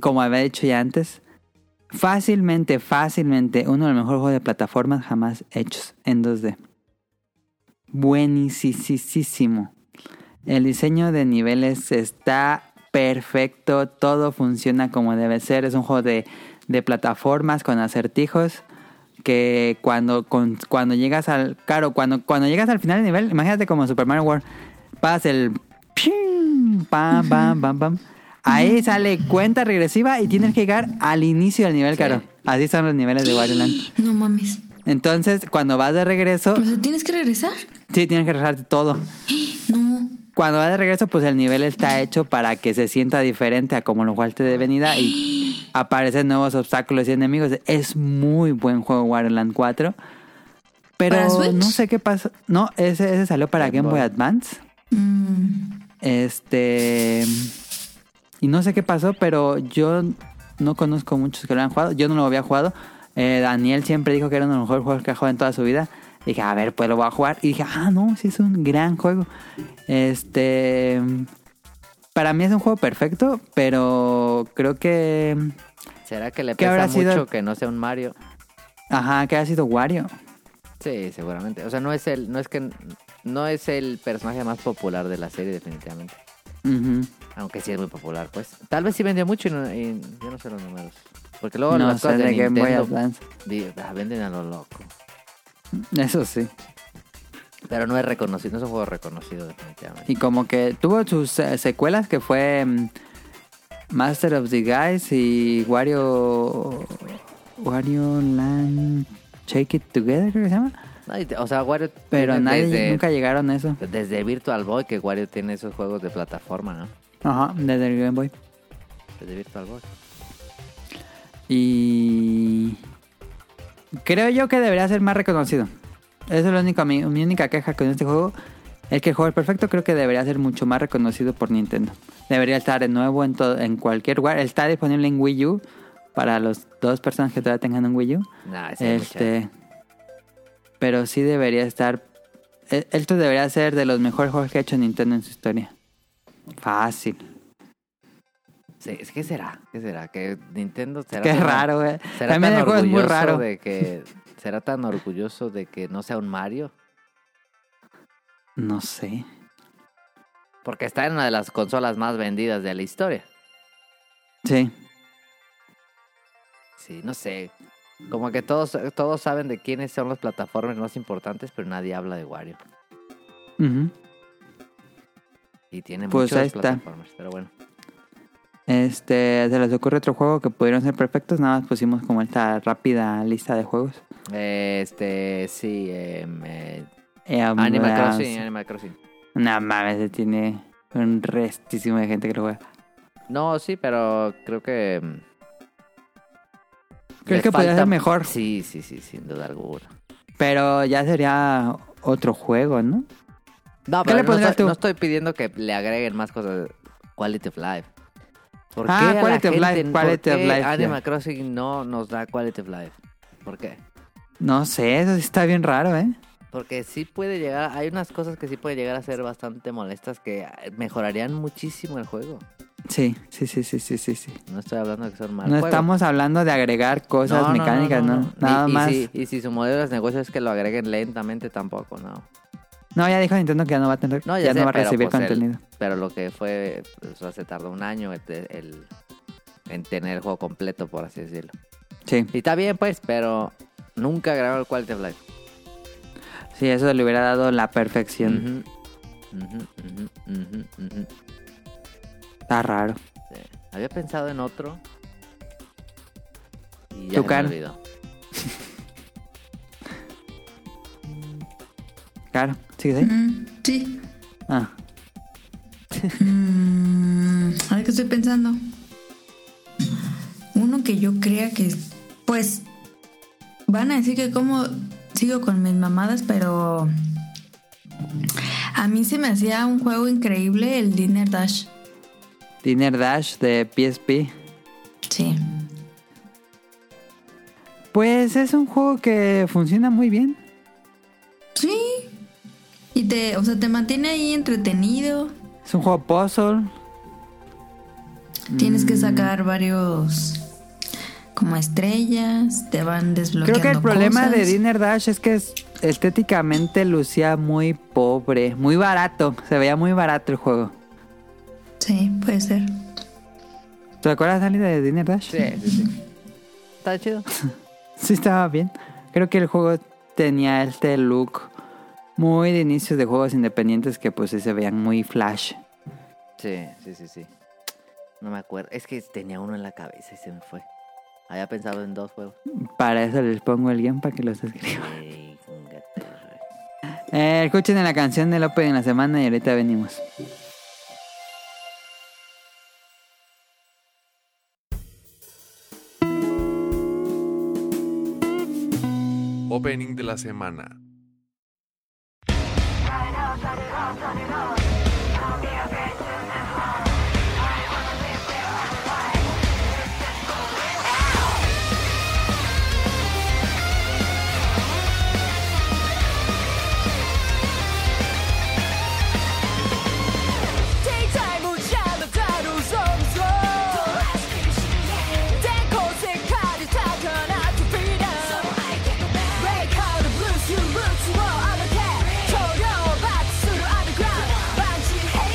S2: como había dicho ya antes, fácilmente, fácilmente uno de los mejores juegos de plataformas jamás hechos en 2D. Buenísimo. El diseño de niveles está perfecto, todo funciona como debe ser. Es un juego de, de plataformas con acertijos que cuando, con- cuando llegas al... Claro, cuando, cuando llegas al final del nivel, imagínate como Super Mario World, pasas el... ¡pium! Pam, pam, pam, pam. Ahí sale cuenta regresiva y tienes que llegar al inicio del nivel, claro. Así son los niveles de Wario Land.
S1: No mames.
S2: Entonces, cuando vas de regreso,
S1: O sea, ¿tienes que regresar?
S2: sí, tienes que regresarte todo.
S1: No.
S2: Cuando va de regreso, pues el nivel está hecho para que se sienta diferente a como lo jugaste de venida y aparecen nuevos obstáculos y enemigos. Es muy buen juego Wario Land 4. Pero
S1: ¿Para Switch?
S2: no sé qué pasó. No, ese, ese salió para Game Boy Advance.
S1: Mm,
S2: Este. Y no sé qué pasó, pero yo no conozco muchos que lo han jugado. Yo no lo había jugado. Eh, Daniel siempre dijo que era uno de los mejores juegos que ha jugado en toda su vida. Dije, a ver, pues lo voy a jugar. Y dije, ah, no, sí es un gran juego. Este. Para mí es un juego perfecto, pero creo que.
S3: ¿Será que le
S2: ¿Qué habrá
S3: pesa
S2: sido?
S3: mucho que no sea un Mario?
S2: Ajá, que ha sido Wario.
S3: Sí, seguramente. O sea, no es el, no es que no es el personaje más popular de la serie, definitivamente.
S2: Ujú.
S3: Aunque sí es muy popular, pues. Tal vez sí vendió mucho y, no- y yo no sé los números. Porque luego
S2: No
S3: las
S2: sé
S3: cosas de
S2: de Game Boy
S3: Nintendo
S2: Advance.
S3: di- ah, venden a lo loco.
S2: Eso sí.
S3: Pero no es reconocido, no es un juego reconocido definitivamente.
S2: Y como que tuvo sus eh, secuelas que fue mm, Master of the Guys y Wario. Wario Land. Shake It Together, creo que se llama.
S3: No, y te- o sea, Wario
S2: Pero
S3: tiene
S2: nadie
S3: desde,
S2: nunca llegaron a eso.
S3: desde Virtual Boy que Wario tiene esos juegos de plataforma, ¿no?
S2: Ajá, desde el Game Boy.
S3: Desde Virtual Boy.
S2: Y creo yo que debería ser más reconocido. Esa es la única, mi, mi única queja con este juego. Es que el juego es perfecto, creo que debería ser mucho más reconocido por Nintendo. Debería estar de nuevo en, todo- en cualquier lugar. Está disponible en Wii U para las dos personas que todavía tengan un Wii U.
S3: Nah, ese es muchacho.
S2: Este. Pero sí debería estar. e- Esto debería ser de los mejores juegos que ha hecho Nintendo en su historia. Fácil.
S3: Sí, es- ¿Qué será? ¿Qué será? ¿Que Nintendo será
S2: Qué
S3: tan-
S2: raro, güey.
S3: será
S2: También
S3: tan
S2: el juego es muy
S3: orgulloso
S2: raro.
S3: De que, ¿Será tan orgulloso de que no sea un Mario?
S2: No sé.
S3: Porque está en una de las consolas más vendidas de la historia.
S2: Sí.
S3: Sí, no sé. Como que todos, todos saben de quiénes son las plataformas más importantes, pero nadie habla de Wario.
S2: Ujú.
S3: Y tiene
S2: Pues ahí
S3: muchas
S2: está.
S3: plataformas, pero bueno.
S2: Este, se les ocurre otro juego que pudieron ser perfectos, nada más pusimos como esta rápida lista de juegos.
S3: Eh, Este, sí, em, eh,
S2: Eh,
S3: Animal
S2: las-
S3: Crossing, eh. Animal Crossing.
S2: No mames, se tiene un restísimo de gente que lo juega.
S3: No, sí, pero creo que... em,
S2: Creo
S3: le
S2: que podría
S3: falta-
S2: ser mejor,
S3: Sí, sí, sí, sin duda alguna.
S2: pero ya sería otro juego, ¿no?
S3: No,
S2: ¿Qué
S3: pero
S2: le
S3: no,
S2: pondrías
S3: estoy,
S2: tú?
S3: no estoy pidiendo que le agreguen más cosas. Quality of Life. ¿Por
S2: Ah,
S3: qué a la
S2: Quality of
S3: gente-
S2: Life, Quality
S3: por
S2: of
S3: qué
S2: Life, ya.
S3: Animal Crossing no nos da Quality of Life? ¿Por qué?
S2: No sé, eso sí está bien raro, ¿eh?
S3: Porque sí puede llegar, hay unas cosas que sí puede llegar a ser bastante molestas que eh, mejorarían muchísimo el juego.
S2: Sí, sí, sí, sí, sí, sí. sí.
S3: No estoy hablando de que son mal
S2: No
S3: juego.
S2: estamos hablando de agregar cosas
S3: No, no, no,
S2: mecánicas, no, Nada
S3: Y- y
S2: más.
S3: si- y si su modelo de negocio es que lo agreguen lentamente, tampoco, no.
S2: No, ya dijo Nintendo que ya no va a tener,
S3: No,
S2: ya,
S3: ya sé,
S2: no va a
S3: pero,
S2: recibir
S3: pues, el-
S2: contenido.
S3: Pero lo que fue, pues, o sea, se tardó un año el, el- en tener el juego completo, por así decirlo.
S2: Sí,
S3: Y está bien, pues, pero nunca grabaron el Quality of Life.
S2: sí, eso le hubiera dado la perfección.
S3: Ujú, ujú, ujú, ujú, ujú.
S2: Está raro.
S3: Sí. Había pensado en otro. Y ya se me
S2: Tucán.
S3: olvidó.
S2: Claro, ¿sigues ahí?
S1: Mm, sí.
S2: Ah.
S1: Mm, a ver qué estoy pensando. Uno que yo crea que. Pues. Van a decir que como sigo con mis mamadas, pero. A mí se me hacía un juego increíble el Dinner Dash.
S2: Dinner Dash de PSP.
S1: Sí.
S2: Pues es un juego que funciona muy bien.
S1: Sí. Y te, o sea, te mantiene ahí entretenido.
S2: Es un juego puzzle.
S1: Tienes
S2: Mm.
S1: que sacar varios como estrellas, te van desbloqueando.
S2: Creo que el problema de
S1: cosas.
S2: Dinner Dash es que es- estéticamente lucía muy pobre, muy barato. Se veía muy barato el juego.
S1: Sí, puede ser.
S2: ¿Te acuerdas, Ali, de Dinner Dash?
S3: Sí, sí, sí. Está chido.
S2: Sí, estaba bien. Creo que el juego tenía este look muy de inicios de juegos independientes que pues sí se veían muy flash.
S3: Sí, sí, sí, sí. No me acuerdo. Es que tenía uno en la cabeza y se me fue. Había pensado en dos juegos.
S2: Para eso les pongo el guión para que los escriban.
S3: Ey, chingatera.
S2: Eh, escuchen la canción de López en la semana y ahorita venimos.
S5: Opening de la semana.
S7: Break all the blues you root to all out of care. Total back to the underground.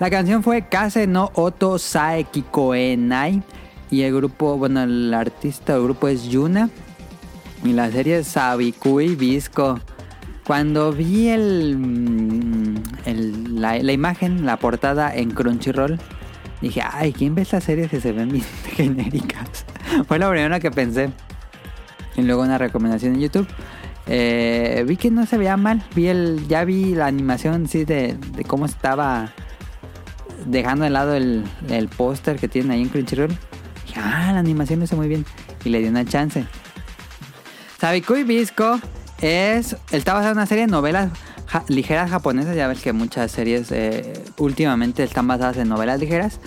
S2: La canción fue Kase no Oto Sae Kikoenai. Y el grupo, bueno, el artista del grupo es Yuna. Y la serie es Sabikui Visco. Cuando vi el, mm, el- la, la imagen, la portada en Crunchyroll, dije, ay, ¿quién ve estas series que se ven bien genéricas? Fue lo primero que pensé. Y luego una recomendación en YouTube. Eh, vi que no se veía mal. Vi el, ya vi la animación, sí, de, de cómo estaba dejando de lado el, el póster que tienen ahí en Crunchyroll. Dije, ah, la animación lo hizo muy bien. Y le di una chance. Sabikui Bisco es. Está basado en una serie de novelas ja- ligeras japonesas. Ya ves que muchas series eh, últimamente están basadas en novelas ligeras.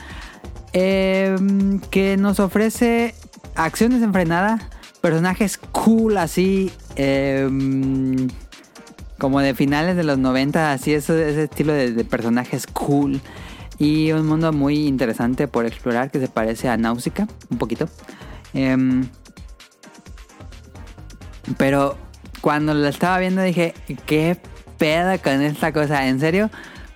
S2: Eh, que nos ofrece acción desenfrenada, personajes cool así. eh, como de finales de los 90, así eso- ese estilo de, de personajes cool. Y un mundo muy interesante por explorar que se parece a Náusica, un poquito. Em, pero cuando la estaba viendo dije, ¿qué peda con esta cosa? En serio,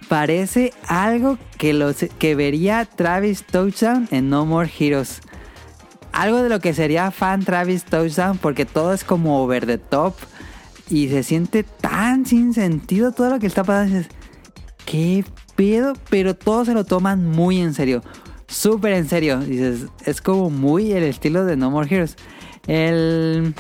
S2: parece algo que, los, que vería Travis Touchdown en No More Heroes. Algo de lo que sería fan Travis Touchdown porque todo es como over the top y se siente tan sin sentido todo lo que está pasando. Dices, ¿Qué pedo? Pero todos se lo toman muy en serio. Súper en serio. Dices, es como muy el estilo de No More Heroes. El...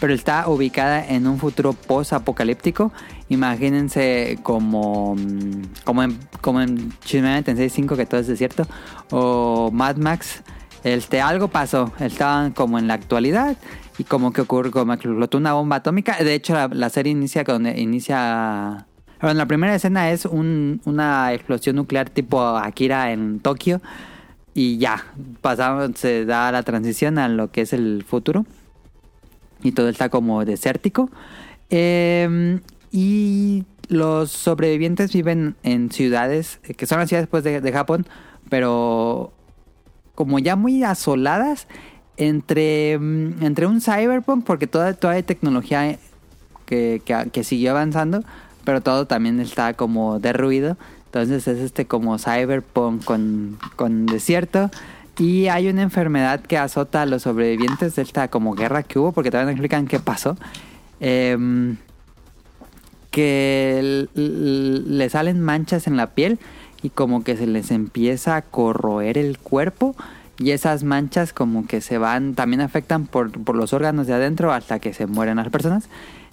S2: Pero está ubicada en un futuro post-apocalíptico. Imagínense como, mm, como en, como en Shin Megami Tensei 5, que todo es desierto. O Mad Max. Este, algo pasó. Estaban como en la actualidad. Y como que ocurre, como que explotó una bomba atómica. De hecho, la, la serie inicia con inicia bueno, la primera escena es un- una explosión nuclear tipo Akira en Tokio y ya, pasamos, se da la transición a lo que es el futuro y todo está como desértico. Eh, y los sobrevivientes viven en ciudades, eh, que son las ciudades pues, de, de Japón, pero como ya muy asoladas entre, mm, entre un cyberpunk, porque toda, toda hay tecnología que, que, que siguió avanzando, pero todo también está como derruido. Entonces es este como cyberpunk con, con desierto. Y hay una enfermedad que azota a los sobrevivientes de esta como guerra que hubo, porque también no explican qué pasó. Em, que l- l- le salen manchas en la piel y como que se les empieza a corroer el cuerpo y esas manchas como que se van, también afectan por, por los órganos de adentro hasta que se mueren las personas.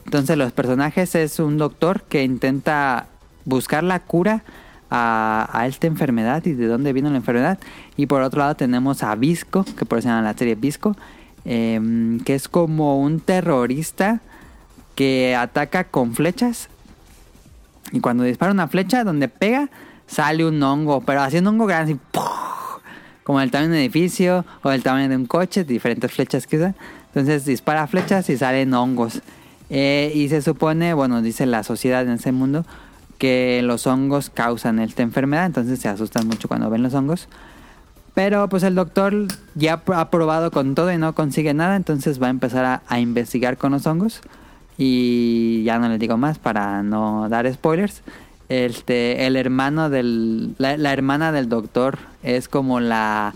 S2: Entonces los personajes es un doctor que intenta buscar la cura a, a esta enfermedad y de dónde vino la enfermedad. Y por otro lado tenemos a Visco, que por eso se llama la serie Visco, em, que es como un terrorista que ataca con flechas. Y cuando dispara una flecha, donde pega, sale un hongo. Pero así un hongo grande, así, ¡puf! como del tamaño de un edificio o del tamaño de un coche, diferentes flechas que usa. Entonces dispara flechas y salen hongos. Eh, y se supone, bueno, dice la sociedad en ese mundo, que los hongos causan esta enfermedad. Entonces se asustan mucho cuando ven los hongos. Pero pues el doctor ya pr- ha probado con todo y no consigue nada, entonces va a empezar a, a investigar con los hongos. Y ya no les digo más para no dar spoilers. Este, el hermano del. La, la hermana del doctor es como la.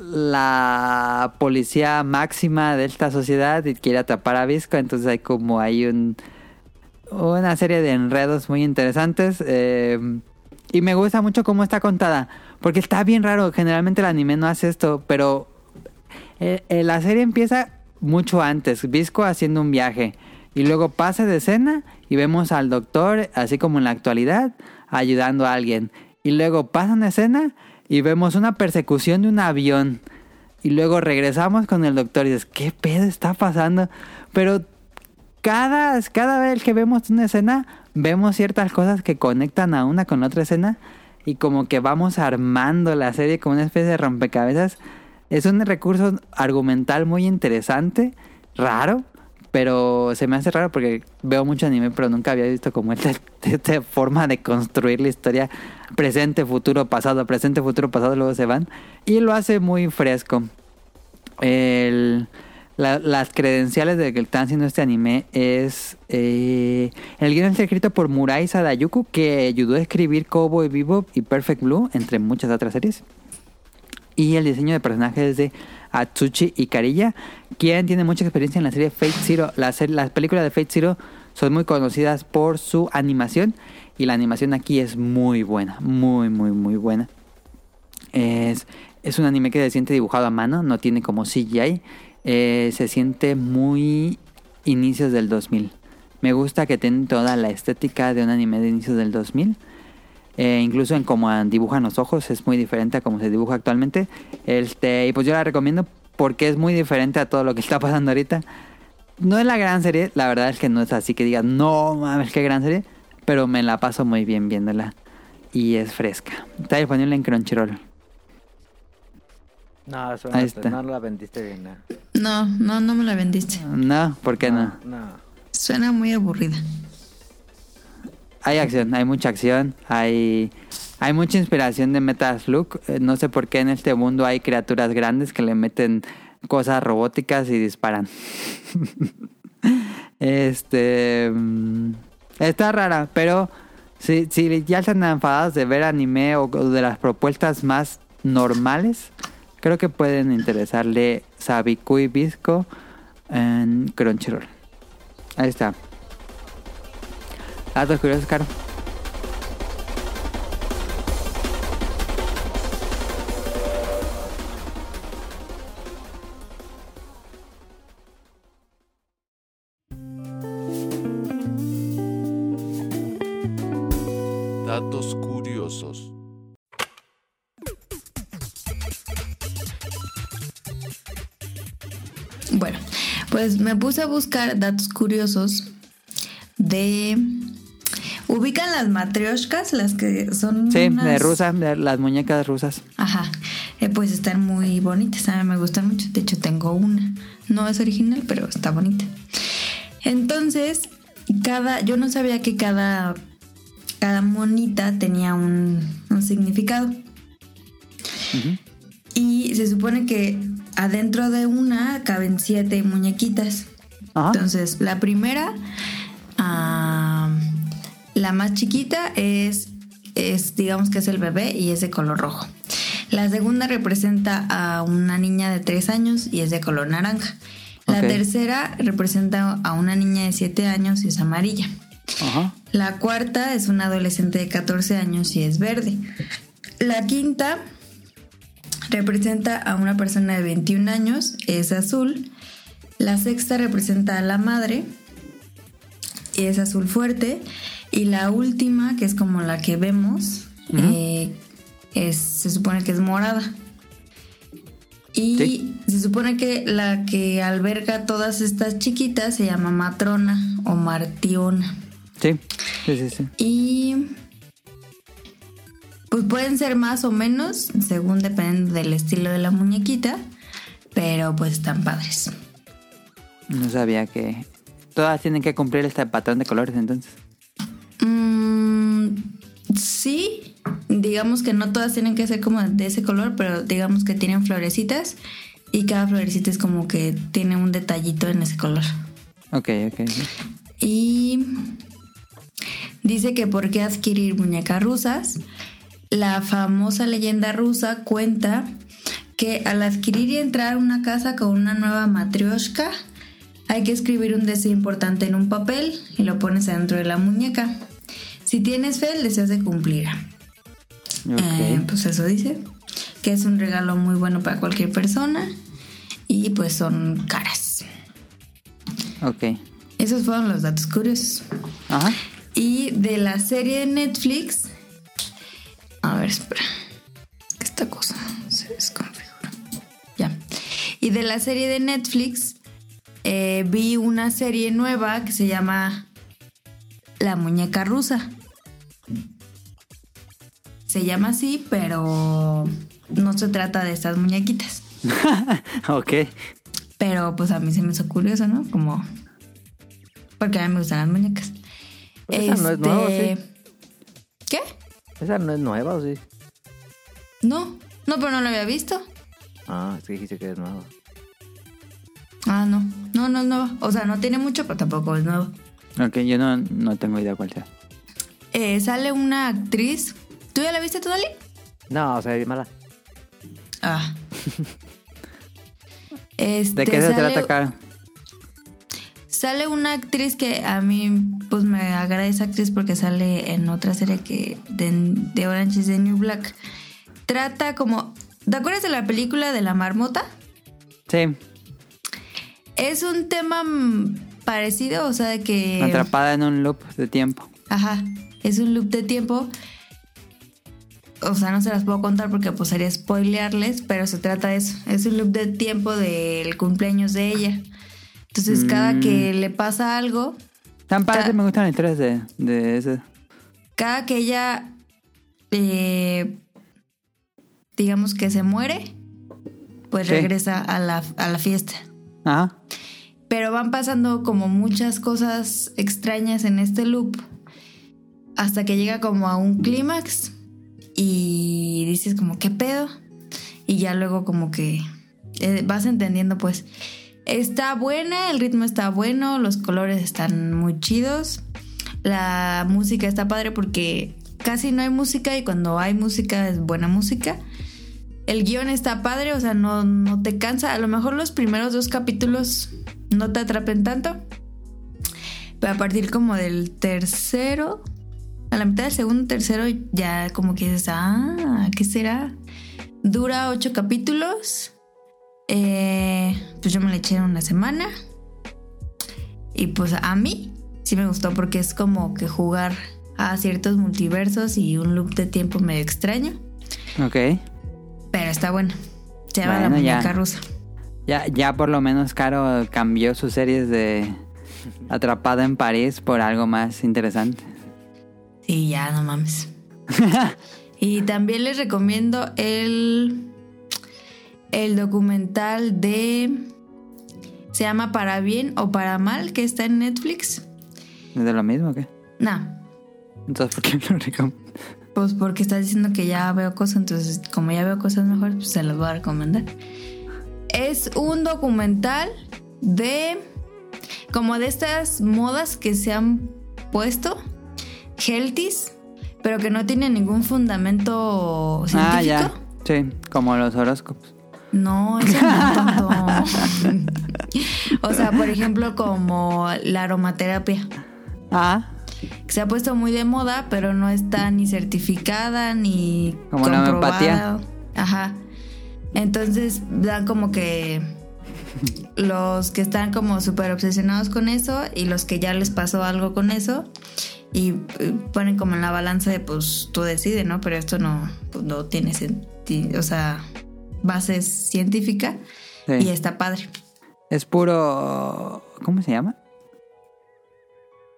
S2: La policía máxima de esta sociedad y quiere atrapar a Visco, entonces hay como hay un una serie de enredos muy interesantes. eh, y me gusta mucho cómo está contada. Porque está bien raro. Generalmente el anime no hace esto. Pero eh, eh, la serie empieza mucho antes. Visco haciendo un viaje. Y luego pasa de escena y vemos al doctor, así como en la actualidad, ayudando a alguien. Y luego pasa una escena y vemos una persecución de un avión. Y luego regresamos con el doctor y dices, ¿qué pedo está pasando? Pero cada, cada vez que vemos una escena, vemos ciertas cosas que conectan a una con la otra escena y como que vamos armando la serie como una especie de rompecabezas. Es un recurso argumental muy interesante, raro, pero se me hace raro porque veo mucho anime, pero nunca había visto como esta, esta forma de construir la historia presente, futuro, pasado, presente, futuro, pasado, luego se van. Y lo hace muy fresco. El- la- las credenciales de que están haciendo este anime es... eh, el guion está escrito por Murai Sadayuku, que ayudó a escribir Cowboy Bebop y Perfect Blue, entre muchas otras series. Y el diseño de personajes es de Atsushi Ikariya, quien tiene mucha experiencia en la serie Fate Zero. Las, ser- las películas de Fate Zero son muy conocidas por su animación. Y la animación aquí es muy buena, muy, muy, muy buena. Es, es un anime que se siente dibujado a mano, no tiene como CGI. Eh, se siente muy inicios del 2000. Me gusta que tienen toda la estética de un anime de inicios del 2000. Eh, incluso en cómo dibujan los ojos es muy diferente a cómo se dibuja actualmente. Este, y pues yo la recomiendo porque es muy diferente a todo lo que está pasando ahorita. No es la gran serie, la verdad es que no es así que diga, no mames, qué gran serie, pero me la paso muy bien viéndola. Y es fresca. Está disponible en Crunchyroll.
S3: No, eso
S2: Ahí
S3: no,
S2: está.
S3: no la vendiste bien. No.
S1: No, no, no me la vendiste.
S2: No, ¿por qué no?
S3: No.
S1: Suena muy aburrida.
S2: Hay acción, hay mucha acción, hay, hay mucha inspiración de Metal Slug. Eh, No sé por qué en este mundo hay criaturas grandes que le meten cosas robóticas y disparan. este mm, está rara, pero si, si ya están enfadados de ver anime o, o de las propuestas más normales, creo que pueden interesarle Sabiku y Visco en Crunchyroll. Ahí está. Datos curiosos, Caro.
S5: Datos curiosos.
S1: Bueno, pues me puse a buscar datos curiosos de... ¿Ubican las matrioshkas? Las que son...
S2: Sí, de
S1: unas-
S2: rusa, de las muñecas rusas.
S1: Ajá. Eh, pues están muy bonitas, a mí me gustan mucho. De hecho, tengo una. No es original, pero está bonita. Entonces, cada. Yo no sabía que cada. Cada monita tenía un, un significado. Y se supone que adentro de una caben siete muñequitas.
S2: Ajá.
S1: Entonces, la primera, ah, la más chiquita es, es, digamos que es el bebé y es de color rojo. La segunda representa a una niña de tres años y es de color naranja. La
S2: Ok.
S1: tercera representa a una niña de siete años y es amarilla.
S2: Ajá.
S1: La cuarta es una adolescente de 14 años y es verde. La quinta representa a una persona de 21 años, es azul. La sexta representa a la madre, y es azul fuerte. Y la última, que es como la que vemos, eh, es, se supone que es morada. Y
S2: Sí.
S1: se supone que la que alberga todas estas chiquitas se llama matrona o martiona.
S2: Sí, sí, sí. sí.
S1: Y pues pueden ser más o menos, según dependiendo del estilo de la muñequita, pero pues están padres.
S2: No sabía que. Todas tienen que cumplir este patrón de colores, entonces.
S1: Mm, sí, digamos que no todas tienen que ser como de ese color, pero digamos que tienen florecitas y cada florecita es como que tiene un detallito en ese color.
S2: Ok, ok. sí.
S1: Y dice que por qué adquirir muñecas rusas. La famosa leyenda rusa cuenta que al adquirir y entrar a una casa con una nueva matrioshka, hay que escribir un deseo importante en un papel y lo pones adentro de la muñeca. Si tienes fe, el deseo se cumplirá.
S2: Ok.
S1: Eh, pues eso dice. Que es un regalo muy bueno para cualquier persona. Y pues son caras.
S2: Ok.
S1: Esos fueron los datos curiosos.
S2: Ajá.
S1: Y de la serie de Netflix. A ver, espera. que Esta cosa se desconfigura. Ya. Y de la serie de Netflix eh, vi una serie nueva que se llama La muñeca rusa. Se llama así, pero no se trata de estas muñequitas.
S2: ok.
S1: Pero pues a mí se me hizo curioso, ¿no? Como. Porque a mí me gustan las muñecas.
S3: Esa no es nueva,
S1: Este, ¿Qué?
S3: ¿Esa no es nueva o sí?
S1: No, no, pero no lo había visto.
S3: Ah, es que dijiste que es nueva.
S1: Ah, no. No, no es nuevo. O sea, no tiene mucho, pero tampoco es nuevo.
S2: Ok, yo no, no tengo idea cuál sea.
S1: Eh, sale una actriz. ¿Tú ya la viste, Tonali?
S3: No, se ve bien mala.
S1: Ah. Este,
S2: ¿De qué se
S1: sale-
S2: trata, Caro?
S1: Sale una actriz que a mí, pues me agrada esa actriz porque sale en otra serie que de, de Orange is the New Black. Trata como. ¿Te acuerdas de la película de la marmota?
S2: Sí,
S1: Eh. Es un tema mm, parecido, o sea, de que.
S2: atrapada en un loop de tiempo.
S1: Ajá, es un loop de tiempo. O sea, no se las puedo contar porque pues haría spoilearles, pero se trata de eso. Es un loop de tiempo del cumpleaños de ella. Entonces, cada que le pasa algo,
S2: Tan padre,
S1: Ta-
S2: me gustan las historias de, de ese.
S1: cada que ella, eh, digamos que se muere, pues
S2: Sí.
S1: regresa a la, a la fiesta.
S2: Ajá.
S1: Pero van pasando como muchas cosas extrañas en este loop. Hasta que llega como a un clímax y dices como, ¿qué pedo? Y ya luego como que eh, vas entendiendo pues. Está buena, el ritmo está bueno, los colores están muy chidos. La música está padre porque casi no hay música y cuando hay música es buena música. El guión está padre, o sea, no, no te cansa. A lo mejor los primeros dos capítulos no te atrapen tanto. Pero a partir como del tercero, a la mitad del segundo, tercero, ya como que dices, ah, ¿qué será? Dura ocho capítulos. Eh, pues yo me la eché en una semana. Y pues a mí sí me gustó porque es como que jugar a ciertos multiversos y un loop de tiempo medio extraño.
S2: Ok.
S1: Pero está bueno. Se llama la
S2: Bueno, ya.
S1: muñeca rusa.
S2: Ya, ya por lo menos Caro cambió sus series de Atrapada en París por algo más interesante.
S1: Sí, ya, no mames. y también les recomiendo el, el documental de... Se llama Para Bien o Para Mal, que está en Netflix.
S2: ¿Es de lo mismo o qué?
S1: No,
S2: Entonces, ¿por qué lo recomiendo?
S1: pues porque estás diciendo que ya veo cosas, entonces como ya veo cosas mejores, pues se los voy a recomendar. Es un documental de... Como de estas modas que se han puesto, healthies, pero que no tienen ningún fundamento científico.
S2: Ah, ya. Sí, como los horóscopos.
S1: No, eso no tanto. o sea, por ejemplo, como la aromaterapia,
S2: Ah,
S1: que se ha puesto muy de moda, pero no está ni certificada ni
S2: Como la
S1: comprobada. Ajá. Entonces dan como que los que están como súper obsesionados con eso y los que ya les pasó algo con eso y eh, ponen como en la balanza de pues tú decides, ¿no? Pero esto no, pues, no tiene sentido, o sea, base científica
S2: sí.
S1: y está padre.
S2: Es puro. ¿Cómo se llama?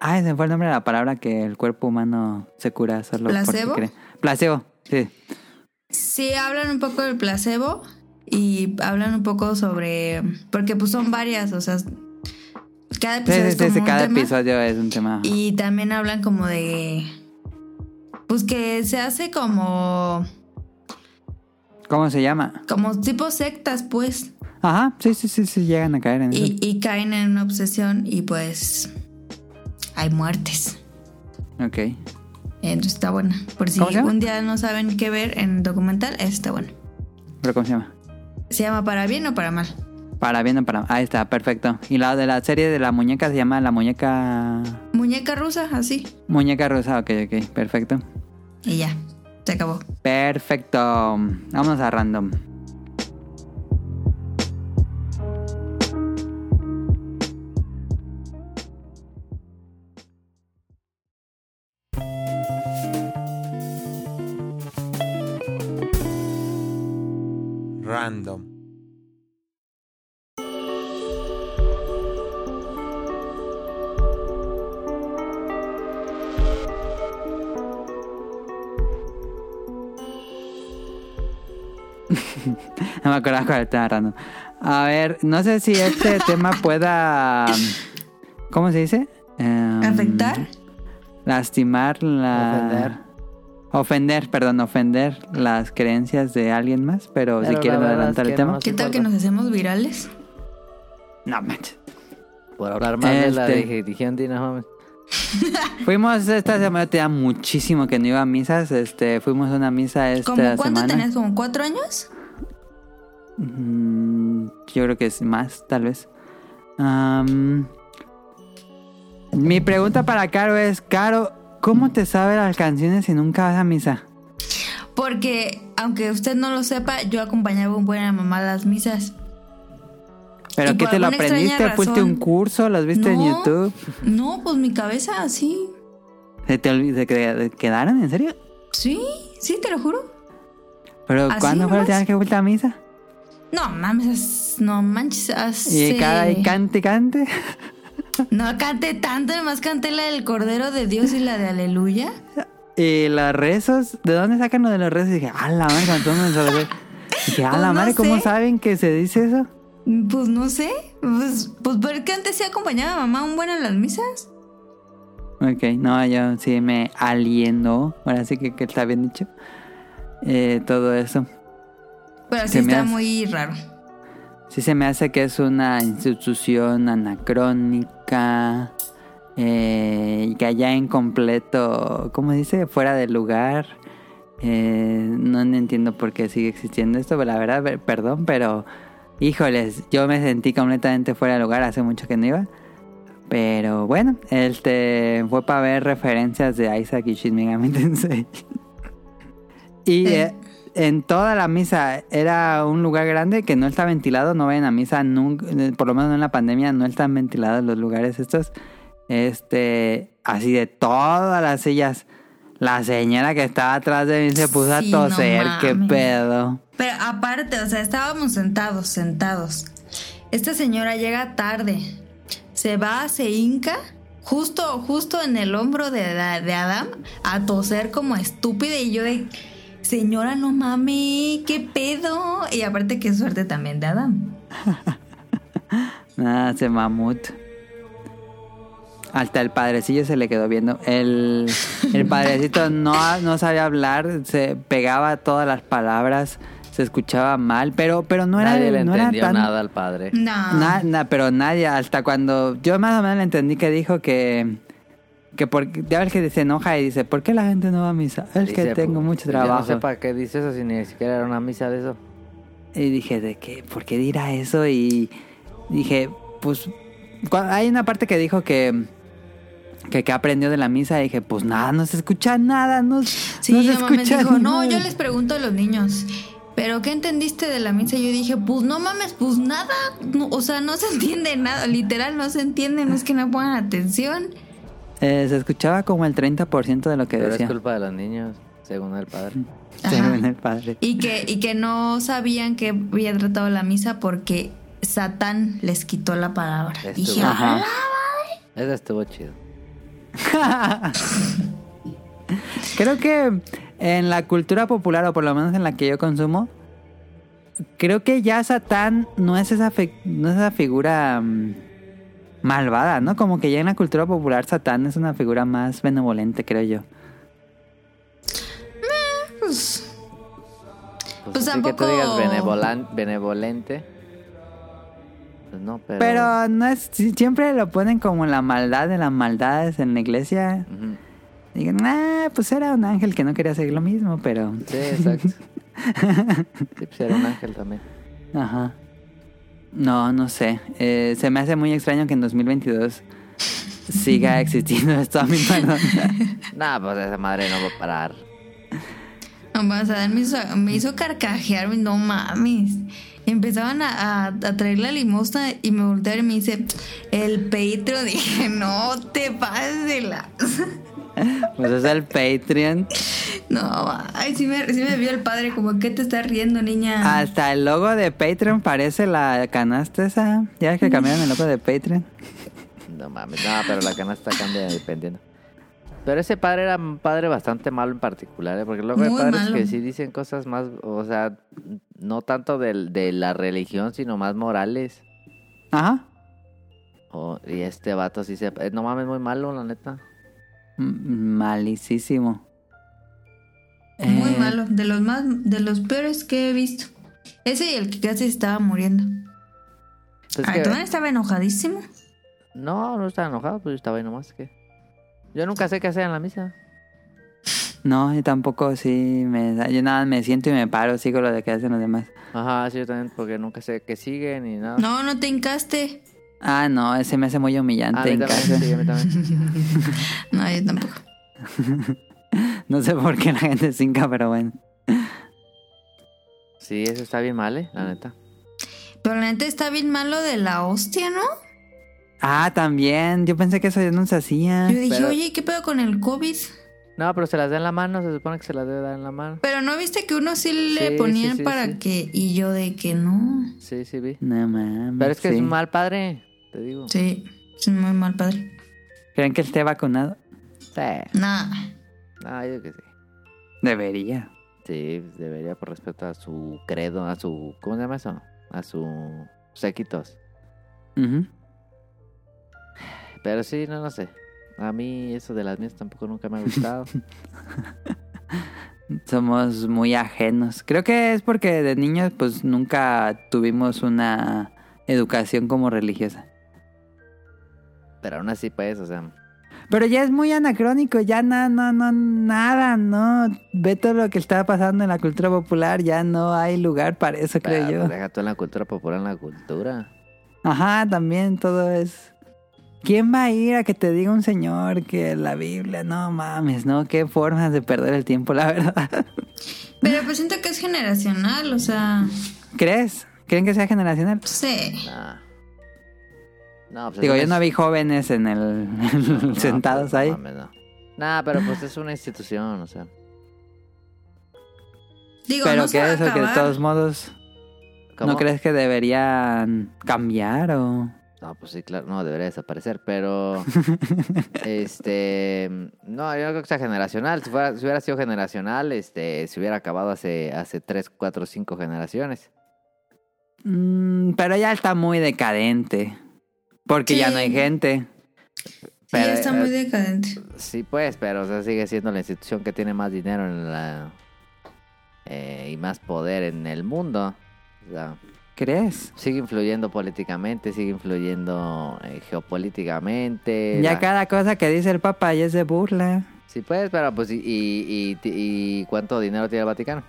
S2: Ah, ese fue el nombre de la palabra que el cuerpo humano se cura solo
S1: ¿Placebo?
S2: porque cree. Placebo, sí.
S1: Sí, hablan un poco del placebo y hablan un poco sobre, porque pues son varias, o sea, cada
S2: Sí,
S1: episodio
S2: sí,
S1: es
S2: sí,
S1: como
S2: sí,
S1: un
S2: cada
S1: tema.
S2: episodio es un tema.
S1: Y también hablan como de. Pues que se hace como.
S2: ¿Cómo se llama?
S1: como tipo sectas, pues.
S2: Ajá, sí, sí, sí, sí, llegan a caer en
S1: Y, y caen en una obsesión y pues. hay muertes.
S2: eso. Ok.
S1: Entonces está buena. Por si
S2: ¿Cómo se llama?
S1: un día no saben qué ver en el documental, eso está bueno.
S2: ¿Pero cómo se llama?
S1: ¿Se llama para bien o para mal?
S2: Para bien o para Ahí está, perfecto. Y la de la serie de la muñeca se llama La Muñeca.
S1: Muñeca rusa, así.
S2: Muñeca Rosa, ok, ok, perfecto.
S1: Y ya. Se acabó.
S2: Perfecto. Vamos a random.
S5: Random.
S2: No me acordaba cuál estaba random. A ver, no sé si este tema pueda. ¿Cómo se dice? Em,
S1: ¿Afectar?
S2: Lastimar la.
S3: Ofender.
S2: Ofender, perdón, ofender las creencias de alguien más, pero,
S3: Pero
S2: si
S3: la
S2: quieren
S3: verdad es
S2: adelantar
S3: que
S2: el tema.
S3: no nos
S1: ¿Qué tal que
S3: importa.
S1: nos hacemos virales?
S2: No manches.
S3: Por hablar más de la
S2: Este.
S3: religión, Dina, mames.
S2: Fuimos esta semana, tenía muchísimo que no iba a misas. Este, fuimos a una misa esta
S1: ¿Como cuánto
S2: semana.
S1: tenías? ¿Como cuatro años?
S2: Mm, yo creo que es más, tal vez. Am, mi pregunta para Caro es, Caro, ¿cómo te sabes las canciones si nunca vas a misa?
S1: Porque, aunque usted no lo sepa, yo acompañaba un buen a mamá a las misas.
S2: ¿Pero
S1: Y
S2: qué
S1: por
S2: te lo
S1: alguna
S2: aprendiste?
S1: extraña
S2: ¿Fuiste un
S1: razón-
S2: curso? ¿Las viste en
S1: No.
S2: YouTube?
S1: No, pues mi cabeza, sí.
S2: ¿Se te olvi- se que- quedaron? ¿En serio?
S1: Sí, sí, te lo juro.
S2: ¿Pero
S1: ¿Así
S2: cuándo fue
S1: nomás?
S2: la última vez que fuiste a misa?
S1: No mames, as- no manches.
S2: Y
S1: Hace...
S2: cada y cante, y cante.
S1: No canté tanto, además canté la del Cordero de Dios y la de Aleluya.
S2: Y los rezos, ¿de dónde sacan lo de los rezos? Y dije, a la madre, cuando me salvé. Dije, a
S1: Pues
S2: la
S1: no
S2: madre, ¿cómo
S1: sé.
S2: saben que se dice eso?
S1: Pues no sé. Pues, pues ver que antes sí acompañaba a mamá un buen a las misas.
S2: Ok, no, yo sí me alienó. Ahora sí que, que está bien dicho. Eh, todo eso.
S1: Pero sí
S2: Se me
S1: está
S2: hace.
S1: muy raro.
S2: Sí se me hace que es una institución anacrónica. eh, y que allá en completo, ¿cómo dice? Fuera de lugar. Eh, no entiendo por qué sigue existiendo esto, pero la verdad, per- perdón, pero híjoles, yo me sentí completamente fuera de lugar, hace mucho que no iba. Pero bueno, este fue para ver referencias de Isaac y Shin Megami Tensei. Y
S1: Sí.
S2: eh, en toda la misa era un lugar grande que no está ventilado, no vayan a misa nunca, eh, por lo menos no en la pandemia no están ventilados los lugares estos. Este, así de todas las sillas. La señora que estaba atrás de mí se puso
S1: Sí,
S2: a
S1: no
S2: toser, qué
S1: mames.
S2: pedo.
S1: Pero aparte, o sea, estábamos sentados, sentados. Esta señora llega tarde. Se va, se hinca, justo, justo en el hombro de, la- de Adam, a toser como estúpida. Y yo de, señora, no mames, qué pedo. Y aparte, qué suerte también de Adam.
S2: Nada, se mamut. Hasta el padrecillo se le quedó viendo. El, el padrecito no, no sabía hablar, se pegaba todas las palabras, se escuchaba mal, pero, pero no era,
S3: Nadie le
S2: no era
S3: entendió
S2: tan-
S3: nada al padre.
S1: No.
S2: Na- na- pero nadie, hasta cuando yo más o menos le entendí que dijo que, que por, ya ves que se enoja y dice, ¿por qué la gente no va a misa? Es
S3: Dice,
S2: que tengo
S3: pues,
S2: mucho
S3: yo
S2: trabajo.
S3: No sé para qué dice eso si ni siquiera era una misa de eso.
S2: Y dije, ¿de qué? ¿Por qué dirá eso? Y dije, pues. cua- Hay una parte que dijo que. Que, que aprendió de la misa. Y dije, pues nada, no se escucha nada. No,
S1: Sí,
S2: no se
S1: mi mamá me
S2: escucha
S1: dijo, no,
S2: nada".
S1: yo les pregunto a los niños, ¿pero qué entendiste de la misa? Yo dije, pues no mames, pues nada, no, o sea, no se entiende nada, literal, no se entiende, no es que no pongan atención.
S2: Eh, se escuchaba como el 30% de lo que
S3: Pero
S2: decía.
S3: es culpa de los niños, según el padre.
S2: según
S1: Ajá.
S2: el padre.
S1: Y que, y que no sabían que había tratado la misa porque Satán les quitó la palabra.
S3: Esto-
S1: Dije,
S2: Ajá.
S1: "Ah".
S3: Eso estuvo chido.
S2: Creo que en la cultura popular, o por lo menos en la que yo consumo, creo que ya Satán no es esa, fi- no es esa figura mm, malvada, ¿no? Como que ya en la cultura popular Satán es una figura más benevolente, creo yo.
S1: Pues,
S3: Pues,
S1: Pues
S3: así que
S1: tampoco-
S3: tú digas benevolan- benevolente. Pues no, pero.
S2: Pero no es, si- siempre lo ponen como la maldad de las maldades en la iglesia.
S3: Ujú.
S2: Digan, ah, pues era un ángel que no quería hacer lo mismo, pero...
S3: Sí, exacto. sí, pues era un ángel también.
S2: Ajá. No, no sé. Eh, se me hace muy extraño que en 2022 siga existiendo esto a mi perdón.
S3: Nah, pues esa madre no va a parar.
S1: Vamos a ver, me hizo, me hizo carcajear, no mames. Empezaban a, a- a traer la limosna y me voltearon y me dice, el Patreon. Dije, no te pases de la...
S2: Pues es el Patreon.
S1: No, ay, sí me, sí me vio el padre como, ¿qué te estás riendo, niña?
S2: Hasta el logo de Patreon parece la canasta esa. Ya ves que cambiaron el logo de Patreon.
S3: No mames, no, pero la canasta cambia dependiendo. Pero ese padre era un padre bastante malo en particular, ¿eh? porque luego hay
S1: Muy
S3: padres
S1: malo.
S3: que sí dicen cosas más, o sea, no tanto del- de, la religión, sino más morales.
S2: Ajá.
S3: O- y este vato sí se... eh, No mames, muy malo, la neta.
S2: Mm, Malicísimo.
S1: Muy
S2: Eh,
S1: malo, de los más, de los peores que he visto. Ese y el que casi estaba muriendo.
S3: Es
S1: Ah,
S3: que-
S1: ¿Tonal estaba enojadísimo?
S3: no, no estaba enojado, pues yo estaba ahí nomás. Que... Yo nunca sé qué hacer en la misa.
S2: No, yo tampoco, sí. Me, da- yo nada, más me siento y me paro, sigo lo de que hacen los demás.
S3: Ajá, sí, yo también, porque nunca sé qué sigue ni nada.
S1: No, no te hincaste.
S2: Ah, no, ese me hace muy
S3: Ah, a
S2: humillante
S3: mí
S2: en
S3: también,
S2: casa.
S3: sí, a mí también.
S1: No, yo tampoco.
S2: No sé por qué la gente se hinca, pero bueno.
S3: Sí, eso está bien mal, eh,
S1: Mm.
S3: la neta.
S1: Pero la neta está bien malo de la hostia, ¿no?
S2: Ah, también. Yo pensé que eso ya no se hacía.
S1: Yo dije,
S3: Pero-
S1: oye, ¿qué pedo con el COVID?
S3: No, pero se las da en la mano, se supone que se las debe dar en la mano.
S1: Pero no viste que uno sí
S3: Sí,
S1: le
S3: sí,
S1: ponían
S3: sí,
S1: para
S3: sí.
S1: que... Y yo de que no.
S3: Sí, sí, vi.
S2: No mames.
S3: Pero es que es
S2: sí.
S3: un mal padre, te digo.
S1: Mm, Sí, es muy mal padre.
S2: ¿Creen que esté vacunado?
S3: Sí.
S1: Nah.
S3: Ah, yo que sí.
S2: Debería.
S3: Sí, pues, debería por respeto a su credo, a su... ¿Cómo se llama eso? A su séquitos.
S2: Ujú.
S3: Pero sí, no, no sé. A mí eso de las mías tampoco nunca me ha gustado.
S2: Somos muy ajenos. Creo que es porque de niños pues nunca tuvimos una educación como religiosa.
S3: pero aún así, pues, o sea...
S2: Pero ya es muy anacrónico, ya na, no, no, nada, no. Ve todo lo que está pasando en la cultura popular, ya no hay lugar para eso, creo
S3: pero
S2: yo.
S3: Deja tú en la cultura popular, en la cultura.
S2: Ajá, también todo es... ¿Quién va a ir a que te diga un señor que la Biblia? No mames, no, qué formas de perder el tiempo, la verdad.
S1: Pero pues siento que es generacional, o sea...
S2: ¿Crees? ¿Creen que sea generacional?
S1: Sí.
S3: Nah. No, pues
S2: Digo,
S3: es
S2: yo
S3: una
S2: no vi jóvenes en el
S3: No,
S2: sentados
S3: pues,
S2: ahí.
S3: No, mames, no. Nah, pero pues es una institución, o sea.
S1: Digo,
S2: Pero
S1: no se
S2: que
S1: va a
S2: eso, que de
S1: acabar.
S2: todos modos,
S3: ¿cómo?
S2: ¿no crees que deberían cambiar o...?
S3: No, pues sí, claro, no, debería desaparecer, pero. este. No, yo no creo que sea generacional. Si, fuera- si hubiera sido generacional, este, se hubiera acabado hace, hace 3, 4, 5 generaciones.
S2: Mm, pero ya está muy decadente. Porque ya no hay
S1: Sí.
S2: gente.
S1: Sí, ya
S3: Pero,
S1: está
S3: eh,
S1: muy decadente.
S3: Sí, pues, pero o sea, sigue siendo la institución que tiene más dinero en la. eh, y más poder en el mundo. O sea,
S2: ¿Crees?
S3: sigue influyendo políticamente, sigue influyendo eh, geopolíticamente.
S2: Ya
S3: la-
S2: cada cosa que dice el Papa ya es de burla.
S3: Sí, pues, pero pues, ¿y, y, y- y cuánto dinero tiene el Vaticano?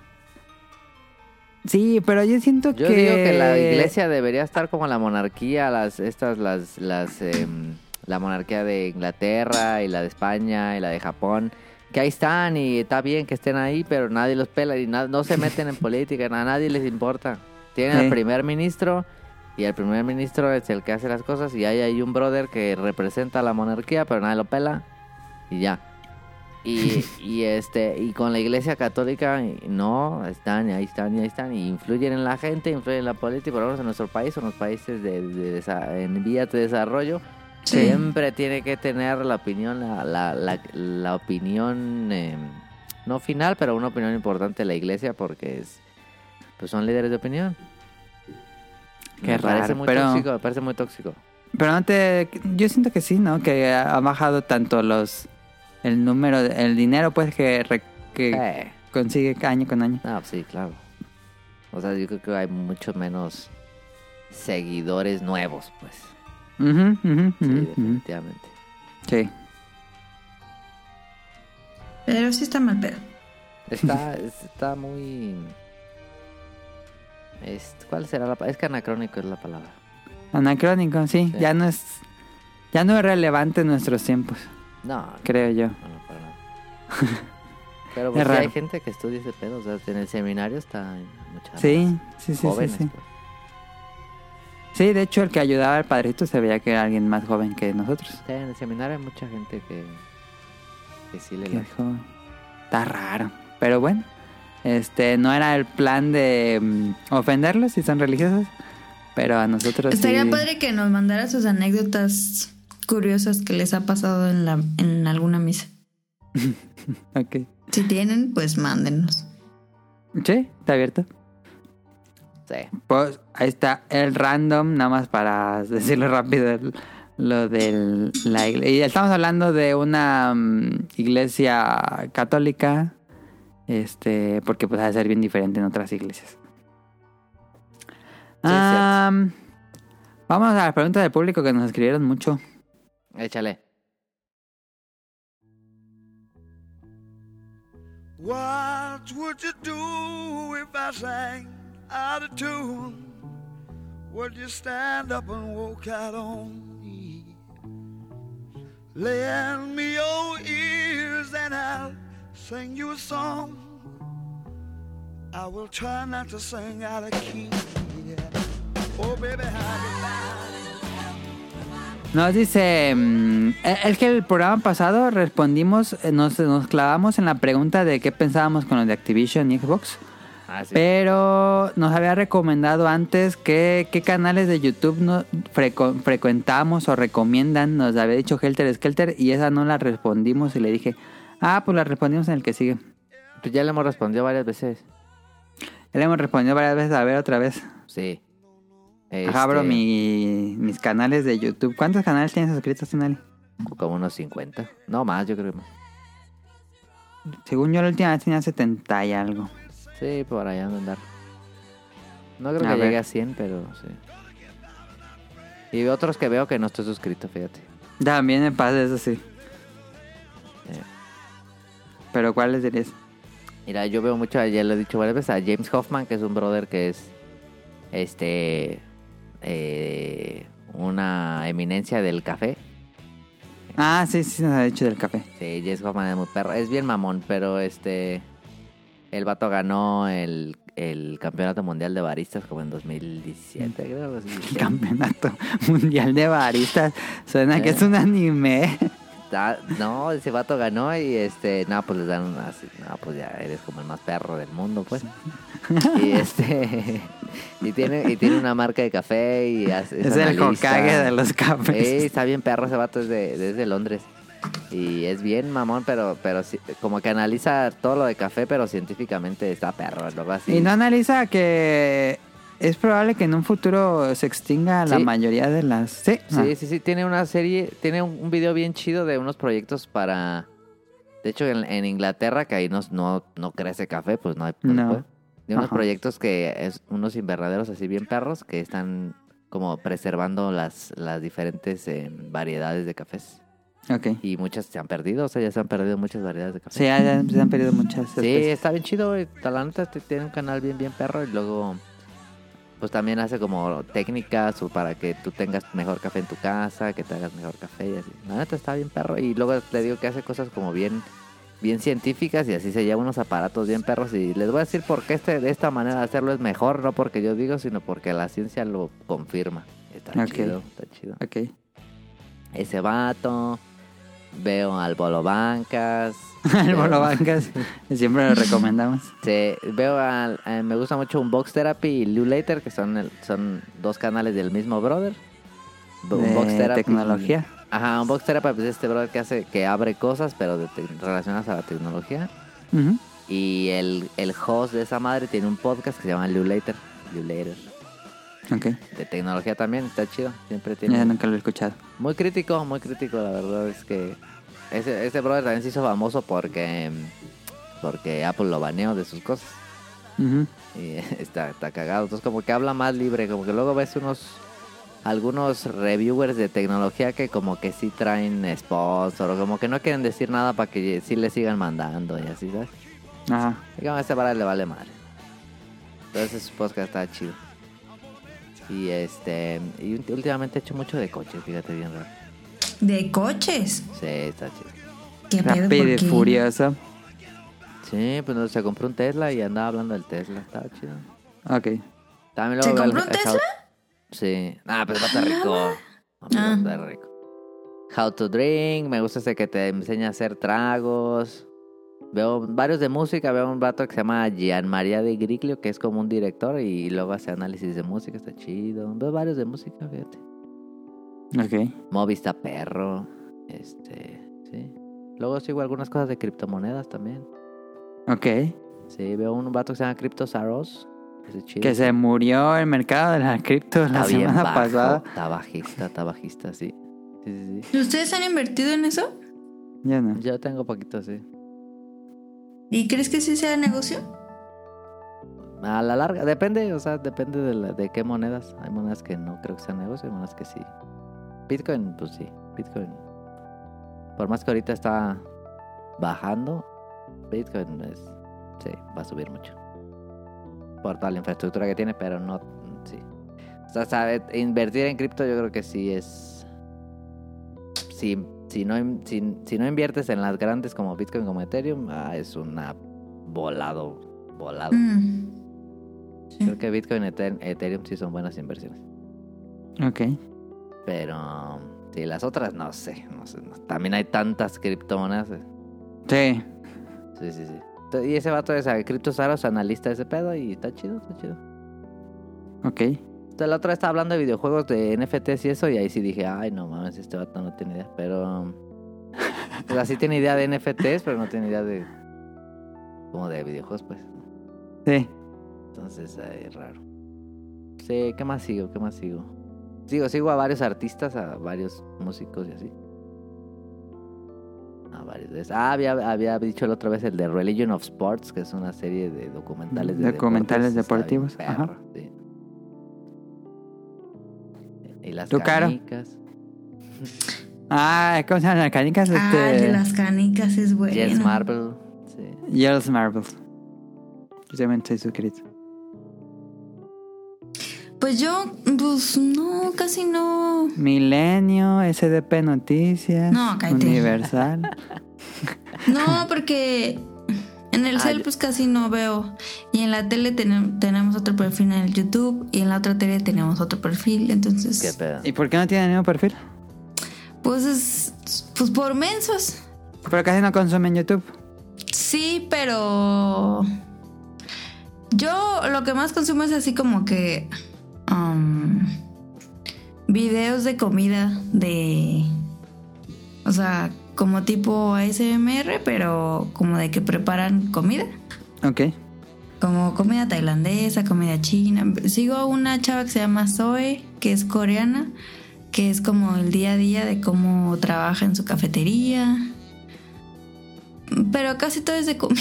S2: Sí, pero yo siento
S3: Yo
S2: que...
S3: digo que la iglesia debería estar como la monarquía, las, estas, las, las, em, la monarquía de Inglaterra y la de España y la de Japón, que ahí están y está bien que estén ahí, pero nadie los pela y na- no se meten en política, a nadie les importa. Tienen
S2: Sí.
S3: al primer ministro y el primer ministro es el que hace las cosas y ahí hay un brother que representa a la monarquía, pero nadie lo pela y ya. Y, y este y con la iglesia católica no están y ahí están y ahí están y influyen en la gente, influyen en la política, por lo menos en nuestro país o en los países de, de desa- en vías de desarrollo
S1: Sí.
S3: siempre tiene que tener la opinión la, la, la- la opinión eh, no final, pero una opinión importante de la iglesia porque es pues son líderes de opinión.
S2: Qué
S3: me parece
S2: raro,
S3: muy
S2: pero-
S3: tóxico, me parece muy tóxico.
S2: Pero no te... Yo siento que sí, ¿no? Que ha bajado tanto los... El número... El dinero, pues, que, re- que
S3: Eh.
S2: consigue año con año.
S3: Ah, sí, claro. O sea, yo creo que hay mucho menos seguidores nuevos, pues.
S2: Ujú, ujú,
S3: Sí,
S2: ujú, ujú.
S3: definitivamente.
S2: Sí.
S1: Pero sí está mal pedo.
S3: Está, está muy... es- ¿Cuál será la palabra? Es que anacrónico es la palabra.
S2: Anacrónico, sí.
S3: Sí.
S2: Ya no es... Ya no es relevante en nuestros tiempos,
S3: No, no,
S2: creo yo.
S3: Ah, no, para nada. Pero pues,
S2: Es
S3: sí hay
S2: raro.
S3: gente que estudia ese pedo. O sea, en el seminario está mucha
S2: Sí, sí, sí, sí,
S3: jóvenes.
S2: sí.
S3: pues.
S2: Sí, de hecho, el que ayudaba al padrito se veía que era alguien más joven que nosotros.
S3: Sí, en el seminario hay mucha gente que... Que sí le...
S2: Que
S3: late.
S2: dijo, Está raro. Pero bueno, este no era el plan de mm, ofenderlos si son religiosos, pero a nosotros
S1: Estaría
S2: Pues sí.
S1: padre que nos mandara sus anécdotas curiosas que les ha pasado en, la, en alguna misa.
S2: Ok.
S1: Si tienen, pues mándenos.
S2: Sí, está abierto.
S3: Sí.
S2: Pues ahí está el random, nada más para decirlo rápido, el- lo de la iglesia. Estamos hablando de una mm, iglesia católica, este, porque pues ha de ser bien diferente en otras iglesias.
S3: Sí, es cierto.
S2: Am, Vamos a las preguntas del público que nos escribieron mucho.
S3: Échale.
S7: What would you do if I sang out of tune? Would you stand up and walk out on me? Lend me your ears and I'll sing you a song. I will try not to sing out of key. Oh, baby, how you
S2: Nos dice, mm, eh, es que el programa pasado respondimos, eh, nos, nos clavamos en la pregunta de qué pensábamos con los de Activision y Xbox,
S3: Ah, sí.
S2: pero nos había recomendado antes que qué canales de YouTube no, frecu- frecuentamos o recomiendan, nos había dicho Helter Skelter y esa no la respondimos y le dije, ah, pues la respondimos en el que sigue.
S3: Pues ya le hemos respondido varias veces.
S2: Ya Le hemos respondido varias veces, a ver otra vez.
S3: Sí.
S2: Ajá, abro
S3: Este,
S2: mi- mis canales de YouTube. ¿Cuántos canales tienes suscritos, Tonali?
S3: Como unos 50. No más, yo creo que más.
S2: Según yo, la última vez tenía 70 y algo.
S3: Sí, por allá ando a andar. No creo
S2: A
S3: que
S2: ver.
S3: llegue a 100, pero sí. Y otros que veo que no estoy suscrito, fíjate.
S2: También me pasa eso, sí.
S3: Sí.
S2: Pero ¿cuáles dirías?
S3: Mira, yo veo mucho, ya lo he dicho varias veces, a James Hoffman, que es un brother que es este eh, una eminencia del café.
S2: Ah, sí, sí, nos ha dicho del café.
S3: Sí, James Hoffman es muy perro. Es bien mamón, pero este el vato ganó el, el campeonato mundial de baristas como en 2017, creo.
S2: El
S3: 2017.
S2: campeonato mundial de baristas. Suena que
S3: Eh.
S2: es un anime.
S3: Ah, no, ese vato ganó y este, no, pues les dan una, así, no, pues ya eres como el más perro del mundo, pues. Y este, y tiene, y tiene una marca de café y hace-
S2: Es el
S3: analista.
S2: Hokage de los cafés.
S3: Sí, está bien perro ese vato, es de, desde Londres. Y es bien mamón, pero, pero sí- como que analiza todo lo de café, pero científicamente está perro, luego así.
S2: Y no analiza que es probable que en un futuro se extinga la
S3: Sí.
S2: mayoría de las... Sí, Ah.
S3: Sí, sí, sí, tiene una serie, tiene un, un video bien chido de unos proyectos para... De hecho, en, en Inglaterra, que ahí no, no, no crece café, pues no hay... no se
S2: No.
S3: puede. De unos
S2: Ajá.
S3: proyectos que es unos invernaderos así bien perros que están como preservando las, las diferentes eh, variedades de cafés.
S2: Ah, Ok.
S3: Y muchas se han perdido, o sea, ya se han perdido muchas variedades de café.
S2: Sí, ya, ya se han perdido muchas
S3: Sí,
S2: especies.
S3: está bien chido, güey. La neta t- tiene un canal bien, bien perro y luego pues también hace como técnicas o para que tú tengas mejor café en tu casa, que te hagas mejor café y así. La neta está bien perro y luego le digo que hace cosas como bien bien científicas y así se lleva unos aparatos bien perros y les voy a decir por qué este, de esta manera de hacerlo es mejor, no porque yo digo, sino porque la ciencia lo confirma. Está
S2: Ok.
S3: chido, está chido
S2: Ok.
S3: ese vato. Veo al Bolo Bancas.
S2: El
S3: veo-
S2: Bolo Bancas, siempre lo recomendamos.
S3: Sí, Este, veo al. eh, me gusta mucho un Box Therapy y Lou Later, que son, el- son dos canales del mismo brother. Bo-
S2: De
S3: Un Box Therapy.
S2: tecnología.
S3: Ajá, un Box Therapy pues, es este brother que hace que abre cosas, pero de tec- relacionadas a la tecnología.
S2: Ujú.
S3: Y el, el host de esa madre tiene un podcast que se llama Lou Later. Lou Later.
S2: Ok.
S3: De tecnología también, está chido. Siempre tiene.
S2: Ya nunca lo he escuchado.
S3: Muy crítico, muy crítico, la verdad es que ese, ese brother también se hizo famoso porque mm, porque Apple lo baneó de sus cosas
S2: Ujú.
S3: y está, está cagado. Entonces como que habla más libre, como que luego ves unos algunos reviewers de tecnología que como que sí traen sponsor o como que no quieren decir nada para que sí le sigan mandando y así, ¿sabes?
S2: Ajá.
S3: Digamos, a ese brother le vale madre. Entonces su podcast está chido. Y este y últimamente he hecho mucho de coche, fíjate bien raro.
S1: De coches.
S3: Sí, está chido.
S1: Qué pedo,
S2: Rápido y
S1: porque-
S2: furioso.
S3: Sí, pues no, se compró un Tesla y andaba hablando del Tesla. Estaba chido.
S2: Ok.
S3: También
S1: ¿Se
S3: luego veo al-
S1: compró un
S3: al
S1: Tesla?
S3: How- Sí. Ah, pero está rico. No, pero
S1: Ah.
S3: está rico. How to Drink. Me gusta ese que te enseña a hacer tragos. Veo varios de música. Veo un vato que se llama Gian María de Griglio, que es como un director y luego hace análisis de música. Está chido. Veo varios de música, fíjate.
S2: Ok.
S3: Moby está perro. Este, sí. Luego sigo algunas cosas de criptomonedas también.
S2: Ok.
S3: Sí, veo un vato que se llama Crypto Saros. Ese es chido.
S2: Que se murió el mercado de las criptos la
S3: Está bien
S2: semana
S3: bajo,
S2: pasada.
S3: Está bajista, está bajista, sí. Sí, sí, sí.
S1: ¿Ustedes han invertido en eso?
S2: Ya no.
S3: Yo tengo poquito, sí.
S1: ¿Y crees que sí sea negocio?
S3: A la larga, depende, o sea, depende de, la- de qué monedas. Hay monedas que no creo que sean negocio, hay monedas que sí. Bitcoin, pues sí, Bitcoin. Por más que ahorita está bajando, Bitcoin es, sí, va a subir mucho. Por toda la infraestructura que tiene, pero no, sí. O sea, sabe, invertir en cripto yo creo que sí es... Si, si, no, in- si, si no inviertes en las grandes como Bitcoin, como Ethereum, ah, es una volado, volado.
S1: Mm.
S3: Creo que Bitcoin y Ether- Ethereum sí son buenas inversiones.
S2: Ok.
S3: Pero um, sí, las otras no sé. No sé no- También hay tantas criptomonedas. eh.
S2: Sí.
S3: Sí, sí, sí. T- Y ese vato es a CryptoSaros, analista de ese pedo, y está chido, está chido.
S2: Ok.
S3: Entonces, la otra vez estaba hablando de videojuegos, de NFTs y eso, y ahí sí dije, ay, no mames, este vato no tiene idea. Pero. um, O sea, sí tiene idea de NFTs, pero no tiene idea de. Como de videojuegos, pues.
S2: Sí.
S3: Entonces, ahí es raro. Sí, ¿qué más sigo? ¿Qué más sigo? Sigo, sigo a varios artistas, a varios músicos y así. A varios de esos. Ah, había, había dicho la otra vez el de Religion of Sports, que es una serie de documentales de
S2: Documentales
S3: deportes.
S2: deportivos,
S3: Está bien
S2: ajá.
S3: perro, sí. Y las
S2: ¿Tú, Caro?
S3: canicas.
S2: Ah, ¿cómo se llaman las canicas?
S1: Ah, el
S2: Este,
S1: de las canicas es bueno.
S3: Jess Marble. Sí.
S2: Yells Marbles. Yo también estoy suscrito.
S1: Pues yo, pues no, casi no.
S2: Milenio, SDP Noticias,
S1: No, cállate.
S2: Universal.
S1: No, porque en el
S3: Ah,
S1: cel
S3: ya.
S1: pues casi no veo. Y en la tele ten- tenemos otro perfil en el YouTube y en la otra tele tenemos otro perfil.
S3: ¿Qué
S1: Entonces,
S3: pedo?
S2: ¿Y por qué no tiene el mismo perfil?
S1: pues es pues por mensos.
S2: Pero casi no consumen YouTube.
S1: Sí, pero yo lo que más consumo es así como que um, videos de comida de, o sea, como tipo ASMR, pero como de que preparan comida,
S2: Ok.
S1: como comida tailandesa, comida china. Sigo a una chava que se llama Zoe, que es coreana, que es como el día a día de cómo trabaja en su cafetería. Pero casi todo es de comida.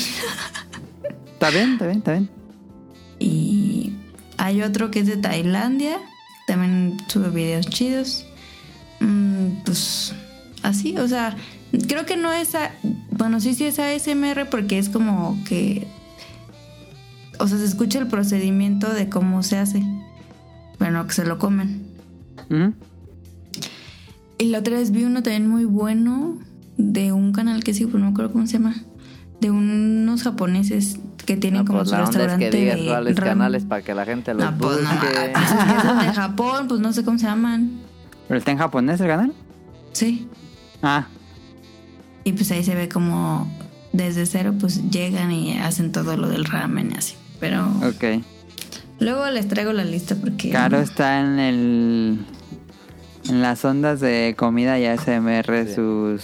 S2: Está bien, está bien, está bien.
S1: Y hay otro que es de Tailandia. También sube videos chidos. Mm, pues así, o sea, creo que no es... A, bueno, sí, sí es ASMR porque es como que... O sea, se escucha el procedimiento de cómo se hace. Bueno, que se lo comen.
S2: Ujú.
S1: Y la otra vez vi uno también muy bueno de un canal que sí, pero no me acuerdo cómo se llama. De unos japoneses que tienen
S3: No,
S1: como
S3: pues
S1: su
S3: la onda es
S1: restaurante
S3: que digas
S1: de
S3: cuáles
S1: ramen.
S3: canales para que la gente los
S1: No, pues
S3: busque.
S1: no. Esos que son de Japón, pues no sé cómo se llaman.
S2: ¿Pero está en japonés el canal?
S1: Sí.
S2: Ah,
S1: Y pues ahí se ve como desde cero, pues llegan y hacen todo lo del ramen y así. Pero
S2: ok.
S1: luego les traigo la lista porque.
S2: Caro está en el. En las ondas de comida y ASMR
S3: Sí.
S2: sus,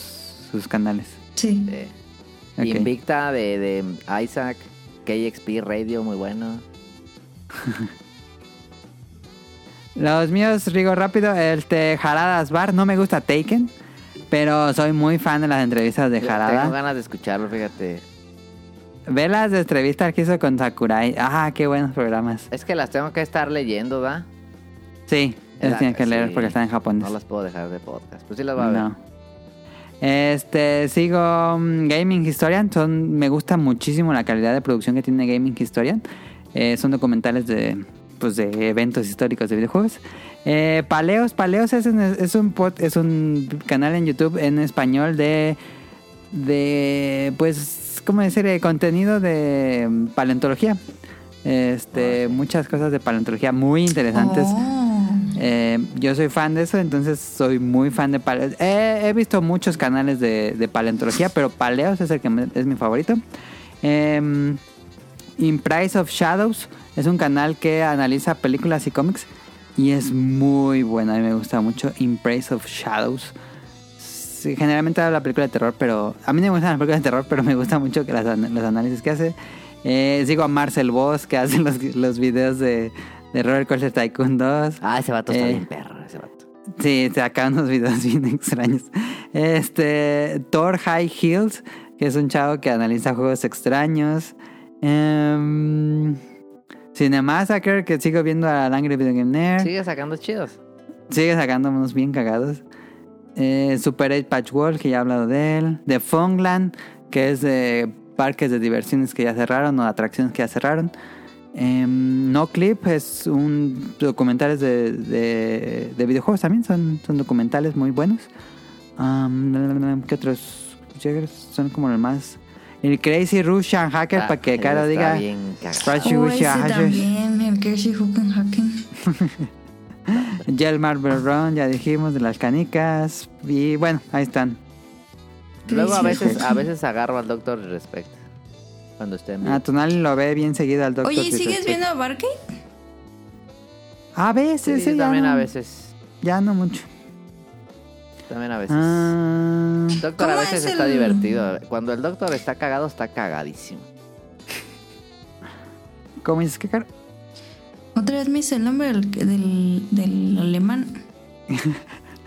S2: sus canales.
S1: Sí.
S3: Sí.
S2: Ok.
S3: Invicta de, de Isaac, KXP Radio, muy bueno.
S2: Los míos, Rigo Rápido, este Jaradas Bar. No me gusta Taken, pero soy muy fan de las entrevistas de
S3: Yo
S2: Jarada.
S3: Tengo ganas de escucharlo, fíjate.
S2: Ve las entrevistas que hizo con Sakurai. Ah, qué buenos programas.
S3: Es que las tengo que estar leyendo, ¿da?
S2: Sí,
S3: Era-
S2: las tienes que leer
S3: sí.
S2: porque están en japonés.
S3: No las puedo dejar de podcast. Pues sí las va a ver.
S2: No. Este, sigo mm, Gaming Historian. Son, me gusta muchísimo la calidad de producción que tiene Gaming Historian. Eh, son documentales de, pues, de eventos históricos de videojuegos. Eh, Paleos, Paleos es un, es, un pod- es un canal en YouTube en español de, de pues, ¿cómo decir? Eh, contenido de mm, paleontología. Este,
S3: Ah,
S2: muchas cosas de paleontología muy interesantes.
S1: Oh.
S2: Eh, yo soy fan de eso, entonces soy muy fan de paleos. Eh, he visto muchos canales de, de paleontología, pero paleos es el que me- es mi favorito. Eh, In Price of Shadows es un canal que analiza películas y cómics y es muy buena, a mí me gusta mucho. In Price of Shadows. Sí, generalmente habla de película de terror, pero a mí no me gustan las películas de terror, pero me gusta mucho que las an- los análisis que hace. Eh, sigo a Marcel Voss, que hace los, los videos de, de Roller Coaster Tycoon 2.
S3: Ah, ese vato está
S2: Eh.
S3: bien perro, ese vato.
S2: Sí, te acaban unos videos bien extraños. Este, Thor High Heels, que es un chavo que analiza juegos extraños. Em, Cinemassacre, que sigo viendo a Angry Video Game Nerd.
S3: Sigue sacando chidos.
S2: Sigue sacando unos bien cagados. Eh, Super 8 Patchwork, que ya he hablado de él. De Fongland, que es de parques de diversiones que ya cerraron o atracciones que ya cerraron. Em, no Clip es un documentales de, de, de videojuegos también, son, son documentales muy buenos. Am, ¿Qué otros? Son como los más. El Crazy Russian Hacker,
S3: Ah,
S2: para que Caro diga. Crazy
S1: Oh, ese
S2: Russian Hacker.
S1: también, el Kershi Hooken Haken.
S2: Gel Marble Run, ya dijimos, de las canicas. Y bueno, ahí están.
S3: Luego a
S1: Crazy
S3: veces, a
S1: Hooken.
S3: veces agarro al doctor respecto. Cuando esté en vivo.
S2: A Tonali lo ve bien seguido al doctor.
S1: Oye, ¿y ¿sigues
S2: Disrespect.
S1: viendo a Barkey?
S2: A veces,
S3: Sí,
S2: sí, ya
S3: también
S2: no-
S3: a veces.
S2: Ya no mucho.
S3: También a veces.
S2: Ah,
S3: Doctor a
S1: ¿Cómo
S3: veces
S1: es
S3: está
S1: el-
S3: divertido. Cuando el doctor está cagado, está cagadísimo.
S2: ¿Cómo dices que Caro?
S1: Otra vez me hice el nombre del, del, del alemán.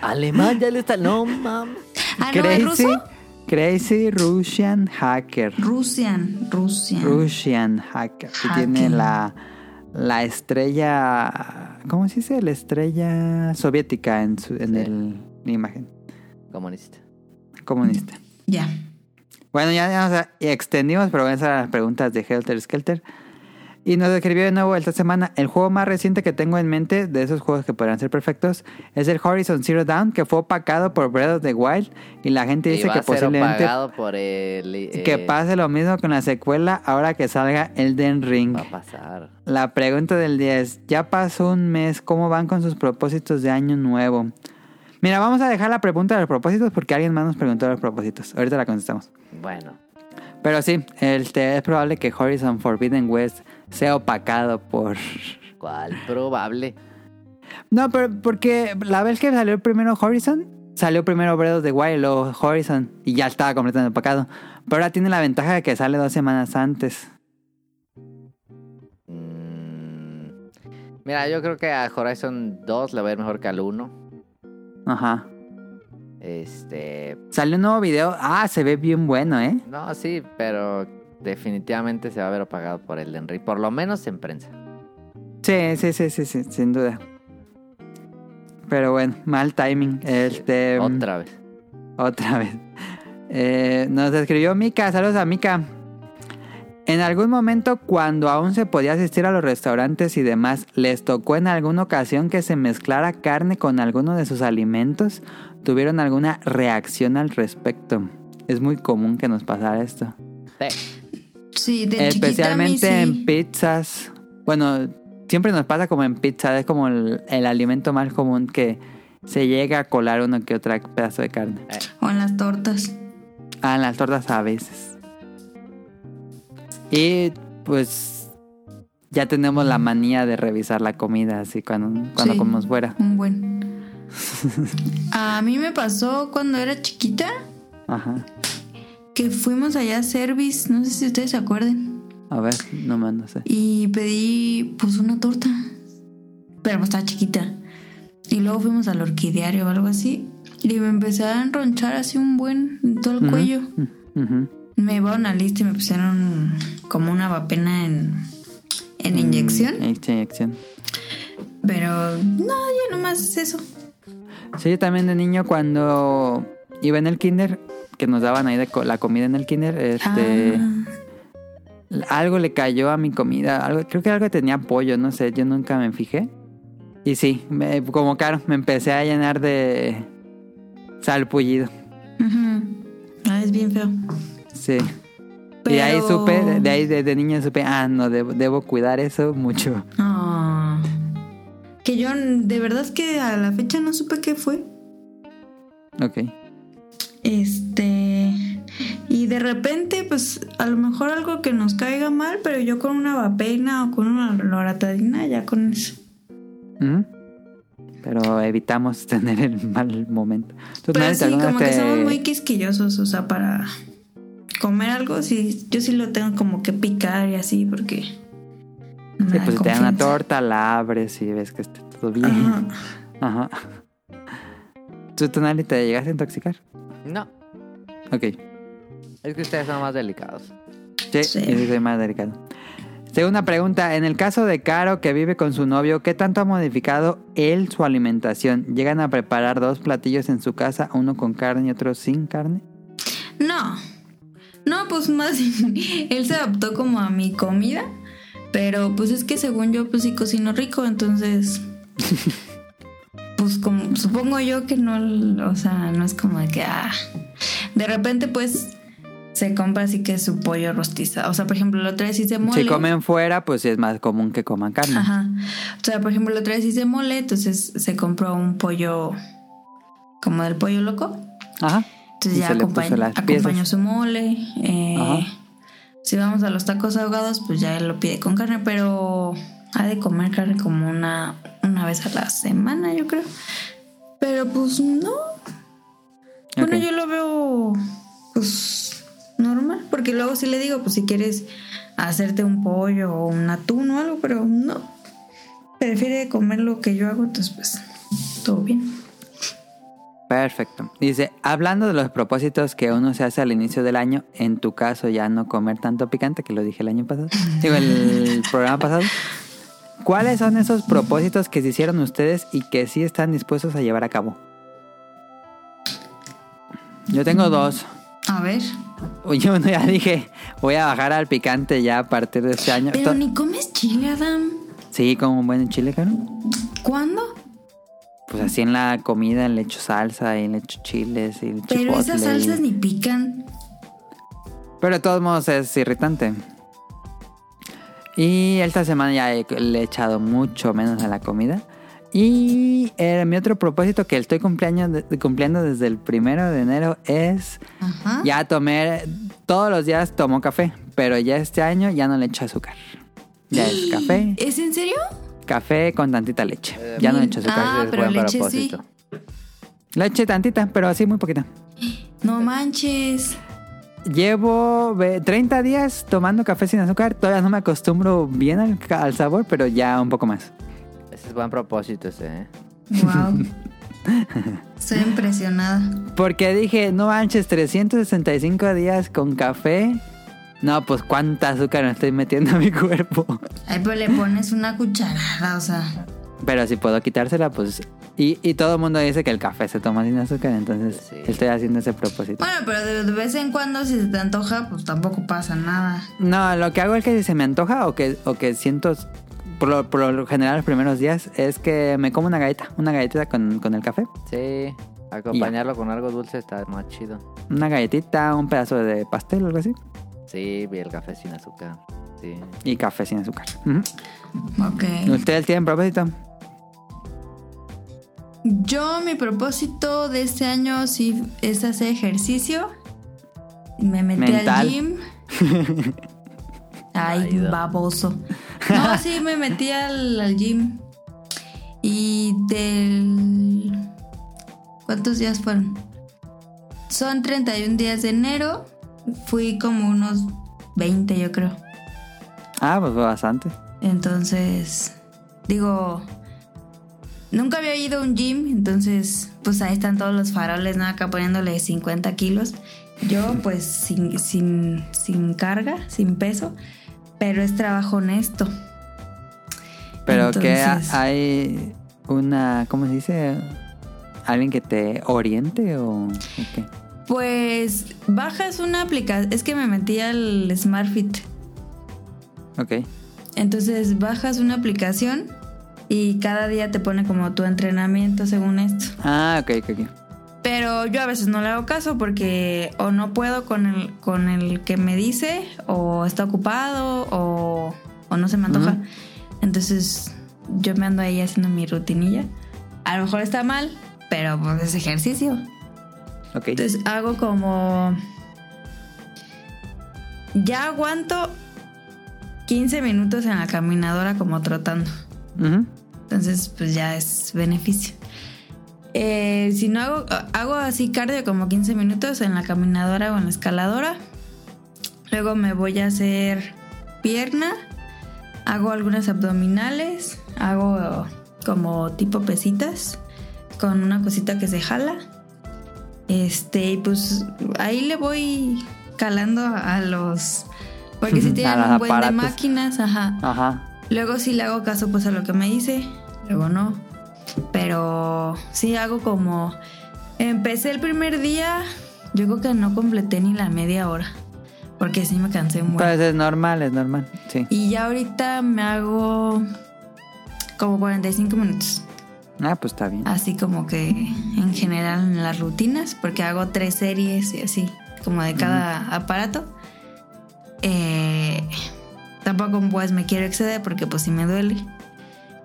S3: Alemán, ya le está. No mames.
S1: Ah, no, ¿es ruso?
S2: Crazy Russian Hacker.
S1: Rusian, Rusian.
S2: Russian Hacker. Que tiene
S1: Hacking.
S2: la, la estrella. ¿Cómo se dice? La estrella soviética en, su, en
S3: Sí.
S2: el- la imagen
S3: Comunista.
S2: comunista.
S1: Ya.
S2: Bueno, ya, ya nos extendimos, pero esas eran las preguntas de Helter Skelter. Y nos escribió de nuevo esta semana. El juego más reciente que tengo en mente de esos juegos que podrían ser perfectos es el Horizon Zero Dawn, que fue opacado por Breath of the Wild. Y la gente
S3: Y
S2: dice
S3: va
S2: que
S3: a ser
S2: posiblemente
S3: pagado por el. eh,
S2: que pase lo mismo con la secuela ahora que salga Elden Ring.
S3: Va a pasar.
S2: La pregunta del día es, ya pasó un mes, ¿cómo van con sus propósitos de año nuevo? Mira, vamos a dejar la pregunta de los propósitos porque alguien más nos preguntó de los propósitos. Ahorita la contestamos.
S3: Bueno.
S2: Pero sí, este, es probable que Horizon Forbidden West sea opacado por...
S3: ¿Cuál probable?
S2: No, pero porque la vez que salió primero Horizon, salió primero Breath of the Wild, luego Horizon, y ya estaba completamente opacado. Pero ahora tiene la ventaja de que sale dos semanas antes.
S3: Mm, Mira, yo creo que a Horizon 2 le va a ir mejor que al 1.
S2: Ajá.
S3: Este.
S2: Salió un nuevo video. Ah, se ve bien bueno, ¿eh?
S3: No, sí, pero definitivamente se va a ver apagado por el Henry. Por lo menos en prensa.
S2: Sí, sí, sí, sí, sí, sin duda. Pero bueno, mal timing. Este, mm,
S3: Otra vez.
S2: Otra vez. Eh, nos escribió Mika, saludos a Mika. En algún momento, cuando aún se podía asistir a los restaurantes y demás, ¿les tocó en alguna ocasión que se mezclara carne con alguno de sus alimentos? ¿Tuvieron alguna reacción al respecto? Es muy común que nos pasara esto.
S3: Sí.
S1: Sí, de
S2: Especialmente
S1: chiquita a mí sí.
S2: en pizzas. Bueno, siempre nos pasa como en pizza, es como el, el alimento más común que se llega a colar uno que otro pedazo de carne.
S1: O en las tortas.
S2: Ah, en las tortas a veces. Y pues ya tenemos la manía de revisar la comida así cuando, cuando
S1: Sí.
S2: comemos fuera.
S1: Un buen. A mí me pasó cuando era chiquita
S2: Ajá.
S1: que fuimos allá a Service, no sé si ustedes se acuerden,
S2: A ver, no más no sé.
S1: y pedí pues una torta, pero pues, estaba chiquita. Y luego fuimos al orquidiario o algo así y me empecé a enronchar así un buen en todo el cuello.
S2: Ujú.
S1: Me llevaron a lista y me pusieron como una vapena en,
S2: Mm.
S1: en inyección,
S2: Inyección.
S1: pero no, ya nomás eso.
S2: Sí, yo también de niño cuando iba en el kinder, que nos daban ahí de co- la comida en el kinder, este...
S1: Ah.
S2: Algo le cayó a mi comida. Algo, creo que algo tenía pollo, no sé. Yo nunca me fijé. Y sí, me- como caro, me empecé a llenar de salpullido.
S1: Ujú. Ah, es bien feo.
S2: Sí. Y de ahí
S1: Pero-
S2: supe, de- de ahí desde niño supe, ah, no, debo, debo cuidar eso mucho.
S1: Ah. Que yo de verdad es que a la fecha no supe qué fue.
S2: Ok.
S1: Este. Y de repente, pues a lo mejor algo que nos caiga mal, pero yo con una vapena o con una loratadina, ya con eso.
S2: Ujú. Pero evitamos tener el mal momento. ¿Tú
S1: Pero
S2: Nel,
S1: sí,
S2: alguna
S1: como que
S2: Pues te-
S1: somos muy quisquillosos, o sea, para comer algo, sí, yo sí lo tengo como que picar y así, porque.
S2: Sí, pues si te dan una
S1: torta
S2: torta, la abres y ves que está todo bien.
S1: Ajá.
S2: Ajá. ¿Tú, Tonali, te llegaste a intoxicar?
S3: No.
S2: Ok.
S3: Es que ustedes son más delicados.
S2: Sí,
S1: Sí.
S2: yo sí soy más delicado. Segunda pregunta, en el caso de Caro que vive con su novio, ¿qué tanto ha modificado él su alimentación? ¿Llegan a preparar dos platillos en su casa, uno con carne y otro sin carne?
S1: No. No, pues más él se adaptó como a mi comida, pero pues es que según yo pues sí cocino rico, entonces pues como, supongo yo que no, o sea, no es como de que ah. de repente pues se compra así que su pollo rostizado. O sea, por ejemplo, la otra vez hice mole.
S2: Si comen fuera, pues es más común que coman carne.
S1: Ajá. O sea, por ejemplo, la otra vez hice mole, entonces se compró un pollo como del pollo loco.
S2: Ajá.
S1: Entonces
S2: Y
S1: ya
S2: se le
S1: acompañ-
S2: puso las
S1: acompañó
S2: piezas.
S1: su mole. eh,
S2: Ajá.
S1: si vamos a los tacos ahogados, pues ya lo pide con carne, pero ha de comer carne como una, una vez a la semana, yo creo. Pero pues no. Bueno,
S2: Ok.
S1: yo lo veo pues normal, porque luego sí le digo, pues si quieres hacerte un pollo o un atún o algo, pero no. Prefiere comer lo que yo hago, entonces pues todo bien.
S2: Perfecto. Dice, hablando de los propósitos que uno se hace al inicio del año, en tu caso ya no comer tanto picante, que lo dije el año pasado, digo, el programa pasado. ¿Cuáles son esos propósitos que se hicieron ustedes y que sí están dispuestos a llevar a cabo? Yo tengo
S1: Mm.
S2: dos.
S1: A ver.
S2: Oye, uno ya dije, voy a bajar al picante ya a partir de este año.
S1: Pero
S2: To-
S1: ni comes chile, Adam.
S2: Sí, como un buen chile, claro.
S1: ¿Cuándo?
S2: Pues así en la comida le echo salsa y le echo chiles y el
S1: Pero
S2: chipotle.
S1: esas salsas ni pican.
S2: Pero de todos modos es irritante. Y esta semana ya he- le he echado mucho menos a la comida. Y eh, mi otro propósito que estoy cumpleaños de- cumpliendo desde el primero de enero es
S1: Ajá.
S2: ya tomar, todos los días tomo café, pero ya este año ya no le echo azúcar. Ya es café,
S1: ¿Es en serio?
S2: café con tantita leche. Ya no le echo azúcar.
S1: Ah,
S3: es
S1: pero
S3: buen
S1: leche
S3: propósito.
S2: Leche tantita, pero así muy poquita.
S1: sí. No manches.
S2: Llevo ve- 30 días tomando café sin azúcar. Todavía no me acostumbro bien al, ca- al sabor, pero ya un poco más.
S3: Ese es buen propósito ese, ¿eh?
S1: Wow. Estoy impresionada.
S2: Porque dije, no manches, 365 días con café. No, pues cuánta azúcar me estoy metiendo a mi cuerpo.
S1: Ay, pues le pones una cucharada, o sea.
S2: Pero si puedo quitársela, pues... Y, y todo el mundo dice que el café se toma sin azúcar, entonces
S3: Sí.
S2: estoy haciendo ese propósito.
S1: Bueno, pero de, de vez en cuando si se te antoja, pues tampoco pasa nada.
S2: No, lo que hago es que si se me antoja o que, o que siento, por lo, por lo general los primeros días, es que me como una galleta, una galletita con, con el café.
S3: Sí, acompañarlo con algo dulce está más chido.
S2: Una galletita, un pedazo de pastel o algo así.
S3: Sí, y el café sin azúcar. Sí.
S2: Y café sin azúcar. Ujú.
S1: Ok.
S2: ¿Ustedes tienen propósito?
S1: Yo, mi propósito de este año sí es hacer ejercicio. Me metí
S2: Mental.
S1: al gym. Ay,
S3: Válido.
S1: baboso. No, sí, me metí al, al gym. Y del. ¿Cuántos días fueron? Son 31 días de enero. Fui como unos 20, yo creo.
S2: Ah, pues bastante.
S1: Entonces, digo, nunca había ido a un gym, entonces, pues ahí están todos los faroles, ¿no? Acá poniéndole 50 kilos. Yo, pues, sin, sin, sin carga, sin peso, pero es trabajo honesto.
S2: Pero
S1: Entonces-
S2: que ha- hay una, ¿cómo se dice? ¿Alguien que te oriente o, o qué?
S1: Pues bajas una aplicación, es que me metí al SmartFit.
S2: Ok.
S1: Entonces bajas una aplicación y cada día te pone como tu entrenamiento según esto.
S2: Ah, ok, ok, ok.
S1: Pero yo a veces no le hago caso porque o no puedo con el, con el que me dice, o está ocupado, o, o no se me antoja.
S2: Ujú.
S1: Entonces yo me ando ahí haciendo mi rutinilla. A lo mejor está mal, pero pues es ejercicio.
S2: Ok.
S1: Entonces hago como... Ya aguanto 15 minutos en la caminadora como trotando.
S2: Ujú.
S1: Entonces, pues ya es beneficio. Eh, si no hago, hago así cardio como 15 minutos en la caminadora o en la escaladora. Luego me voy a hacer pierna. Hago algunas abdominales. Hago como tipo pesitas con una cosita que se jala. Este, y pues ahí le voy calando a los Porque si
S2: A los
S1: tienen un buen de
S2: aparatos.
S1: máquinas, ajá.
S2: Ajá.
S1: Luego sí le hago caso pues a lo que me dice, luego no. Pero sí hago como... Empecé el primer día, yo creo que no completé ni la media hora, porque sí me cansé mucho.
S2: Entonces Pues es normal, es normal. Sí.
S1: Y ya ahorita me hago como 45 minutos,
S2: Ah, pues está bien.
S1: así como que en general en las rutinas, porque hago tres series y así, como de cada aparato. Eh, tampoco pues me quiero exceder porque pues sí me duele.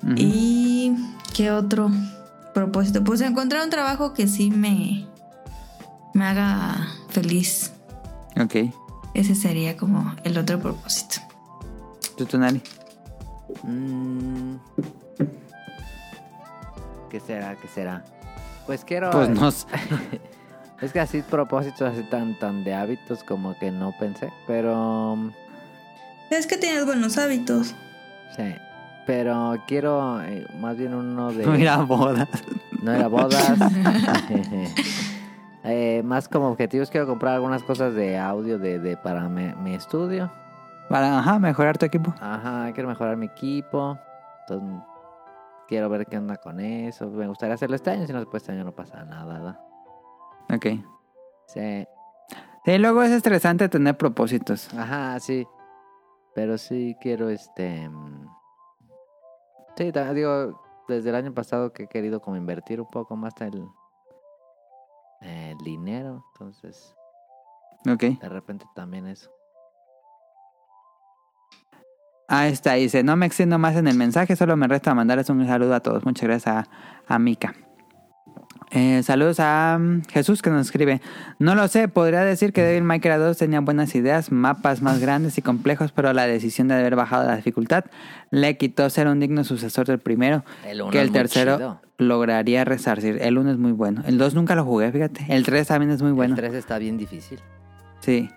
S2: Ujú.
S1: ¿Y qué otro propósito? Pues encontrar un trabajo que sí me, me haga feliz.
S2: Ok.
S1: Ese sería como el otro propósito.
S2: Tú, Tonali.
S3: Mm. ¿Qué será? ¿Qué será? Pues quiero.
S2: Pues no sé.
S3: Es que así propósitos así tan tan de hábitos como que no pensé, pero mm,
S1: Es que tienes buenos hábitos.
S3: sí. Pero quiero eh, más bien uno de
S2: Mira, bodas.
S3: no era bodas. Eh, más como objetivos quiero comprar algunas cosas de audio de, de para mi, mi estudio.
S2: Para, ajá, mejorar tu equipo.
S3: Ajá, quiero mejorar mi equipo. Entonces, quiero ver qué onda con eso. Me gustaría hacerlo este año, si no después este año no pasa nada, ¿verdad?
S2: Ok.
S3: Sí.
S2: Sí, luego es estresante tener propósitos.
S3: Ajá, sí. Pero sí quiero este. mm, Sí, ta- digo, desde el año pasado que he querido como invertir un poco más el, el dinero. Entonces,
S2: Ok.
S3: de repente también eso.
S2: Ah, está. Dice, no me extiendo más en el mensaje, solo me resta mandarles un saludo a todos. Muchas gracias a, a Mika. Eh, saludos a mm, Jesús que nos escribe. No lo sé, podría decir que Devil May Cry 2 tenía buenas ideas, mapas más grandes y complejos, pero la decisión de haber bajado la dificultad le quitó ser un digno sucesor del primero,
S3: El uno
S2: que
S3: es
S2: el
S3: muy
S2: tercero
S3: chido.
S2: lograría resarcir. El uno es muy bueno. El 2 nunca lo jugué, fíjate. El 3 también es muy bueno.
S3: El 3 está bien difícil.
S2: Sí.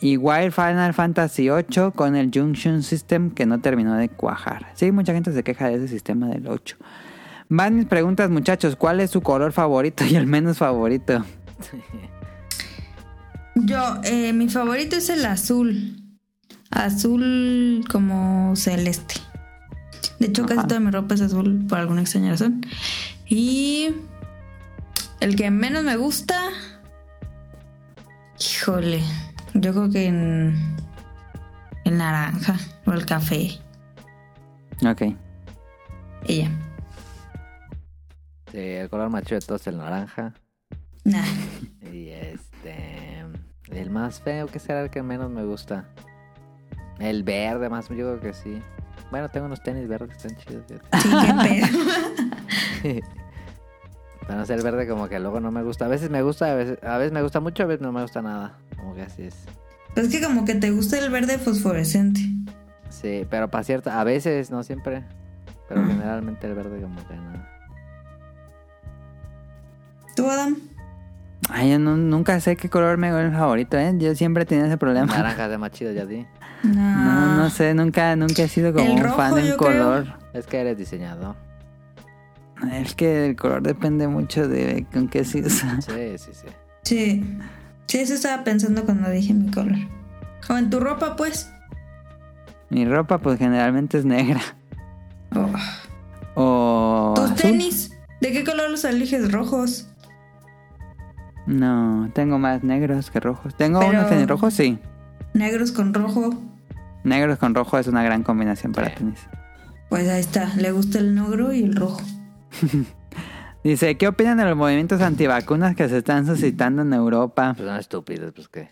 S2: Igual Final Fantasy VIII con el Junction System que no terminó de cuajar. Sí, mucha gente se queja de ese sistema del 8. Van mis preguntas, muchachos. ¿Cuál es su color favorito y el menos favorito?
S1: Yo, eh, mi favorito es el azul. Azul como celeste. De hecho,
S2: Ajá.
S1: casi toda mi ropa es azul por alguna extraña razón. Y el que menos me gusta... Híjole, yo creo que en, el naranja o el café.
S2: Ok.
S1: Ella.
S3: Sí, el color más chido de todos es el naranja.
S1: Nah.
S3: Y este. El más feo, que será el que menos me gusta? El verde, más yo creo que sí. Bueno, tengo unos tenis verdes que están chidos. fíjate.
S1: Sí, qué pedo.
S3: Para no ser verde, como que luego no me gusta. A veces me gusta, a veces, a veces me gusta mucho, a veces no me gusta nada. Como que así es.
S1: Pues que como que te gusta el verde fosforescente.
S3: Sí, pero para cierta, a veces, no siempre.
S1: Mm.
S3: Pero generalmente el verde, como que nada.
S1: ¿Tú, Adam?
S2: Ay, yo nu- nunca sé qué color me es el favorito, ¿eh? Yo siempre tenía ese problema.
S3: Naranja es de más chido, ya di.
S2: No, no sé, nunca, nunca he sido como
S1: El
S2: un
S1: rojo,
S2: fan de un
S1: yo creo.
S2: color.
S3: Es que eres diseñador.
S2: Es que el color depende mucho de con qué se usa.
S3: Sí, sí, sí.
S1: Sí. Sí, eso estaba pensando cuando dije mi color. O en tu ropa, pues.
S2: Mi ropa, pues generalmente es negra.
S1: Oh.
S2: O.
S1: ¿Tus
S2: azul.
S1: tenis? ¿De qué color los eliges? ¿Rojos?
S2: No, tengo más negros que rojos. Tengo
S1: Pero-
S2: unos tenis rojos, sí.
S1: ¿Negros con rojo?
S2: Negros con rojo es una gran combinación para tenis.
S1: Pues ahí está. Le gusta el negro y el rojo.
S2: Dice, ¿qué opinan de los movimientos antivacunas que se están suscitando en Europa?
S3: Pues son estúpidos, pues qué.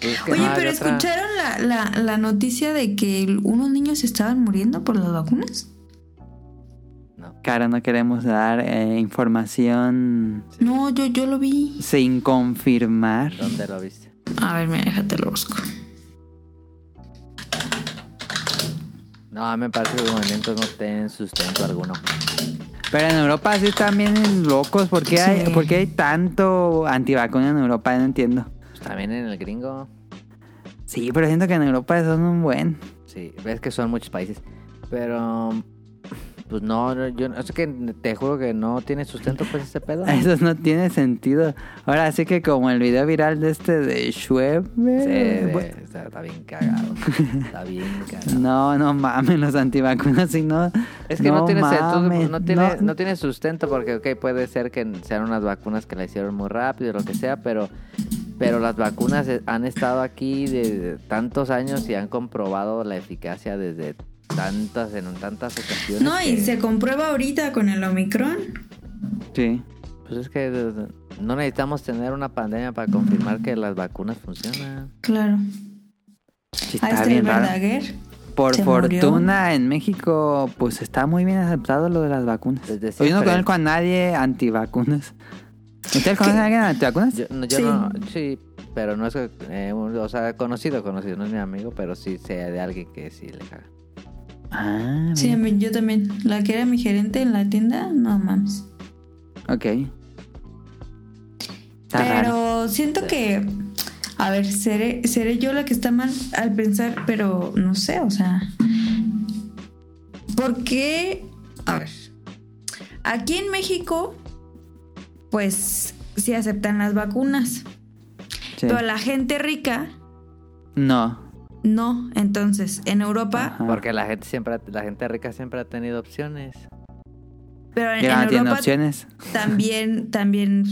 S3: Pues
S2: Ah,
S3: que
S1: Oye,
S3: no hay
S1: pero
S3: otra.
S1: ¿escucharon la, la- la noticia de que el- unos niños estaban muriendo por las vacunas?
S2: Claro, no queremos dar eh, información
S1: No, yo, yo lo vi.
S2: sin confirmar.
S3: ¿Dónde lo viste?
S1: A ver, mira, déjate lo busco.
S3: No, a mí me parece que los movimientos no tienen sustento alguno.
S2: Pero en Europa sí están bien locos. ¿Por qué, hay,
S1: Sí.
S2: por qué hay tanto antivacuna en Europa? No entiendo.
S3: Pues también en el gringo,
S2: Sí, pero siento que en Europa son un buen.
S3: sí, ves que son muchos países. Pero pues no, no, yo no- es que te juro que no tiene sustento pues este pedo.
S2: Eso no tiene sentido. Ahora sí que como el video viral de este de Schweb.
S3: Sí,
S2: eh, bu-
S3: sí, está, está bien cagado. Está bien cagado.
S2: No, no mames, los antivacunas, si no.
S3: Es que no, tiene, sustento,
S2: mames,
S3: no, tiene, no tiene sustento porque, ok, puede ser que sean unas vacunas que la hicieron muy rápido, lo que sea, pero, pero las vacunas eh, han estado aquí de, de tantos años y han comprobado la eficacia desde tantas, en tantas ocasiones.
S1: No, y
S3: que-
S2: Este
S1: se comprueba ahorita con el Omicron.
S2: Sí.
S3: Pues es que de- de- no necesitamos tener una pandemia para confirmar que las vacunas funcionan.
S1: Claro.
S2: Sí,
S1: Ahí
S2: está
S1: está el
S2: bien raro.
S1: Verdaguer.
S2: Por
S1: Se
S2: fortuna en México, pues está muy bien aceptado lo de las vacunas.
S3: Desde
S2: Yo no
S3: siempre.
S2: conozco a nadie antivacunas. ¿Ustedes conocen a alguien antivacunas?
S3: Yo, no, yo
S1: Sí.
S3: no, sí, pero no es que, eh, un- o sea, conocido, conocido, no es mi amigo, pero sí sé de alguien que sí le caga.
S2: Ah,
S1: Sí, a
S2: mira.
S1: mí- yo también. La que era mi gerente en la tienda, no mames.
S2: Ok. Está raro.
S1: Pero siento que, a ver, seré, seré yo la que está mal al pensar, pero no sé, o sea, ¿por qué? A ver, aquí en México, pues sí aceptan las vacunas,
S2: Sí.
S1: pero la gente rica
S2: No.
S1: no. Entonces, en Europa,
S2: Ah.
S3: Porque la gente siempre, ha- la gente rica siempre ha tenido opciones.
S1: pero en,
S2: Ya
S1: en
S2: no tiene
S1: Europa
S2: opciones.
S1: también, también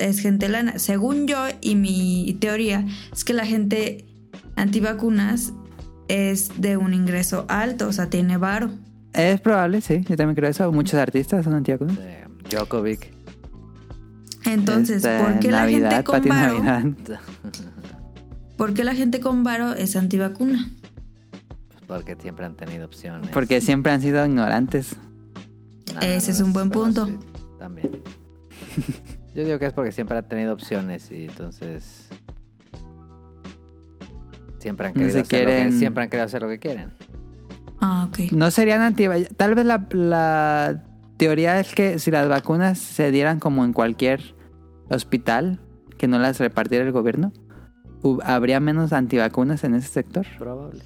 S1: es gente lana. Según yo y mi teoría, es que la gente antivacunas es de un ingreso alto, o sea, tiene varo.
S2: Es probable, sí. Yo también creo eso. Muchos artistas son antivacunas.
S3: Eh, Djokovic.
S1: Entonces,
S2: Este,
S1: ¿por qué la gente con
S2: Pati
S1: varo?
S2: Navidad.
S1: ¿Por qué la gente con varo es antivacuna?
S3: Porque siempre han tenido opciones.
S2: Porque siempre han sido ignorantes.
S3: Nada
S1: Ese es un buen
S3: pero
S1: punto.
S3: sí, también. Yo digo que es porque siempre ha tenido opciones y entonces siempre han
S2: No
S3: querido
S2: se
S3: hacer lo que,
S2: quieren-
S3: siempre han querido hacer lo que quieren.
S1: Ah, ok.
S2: No serían antivacunas. Tal vez la, la teoría es que si las vacunas se dieran como en cualquier hospital, que no las repartiera el gobierno, hu- habría menos antivacunas en ese sector.
S3: Probable.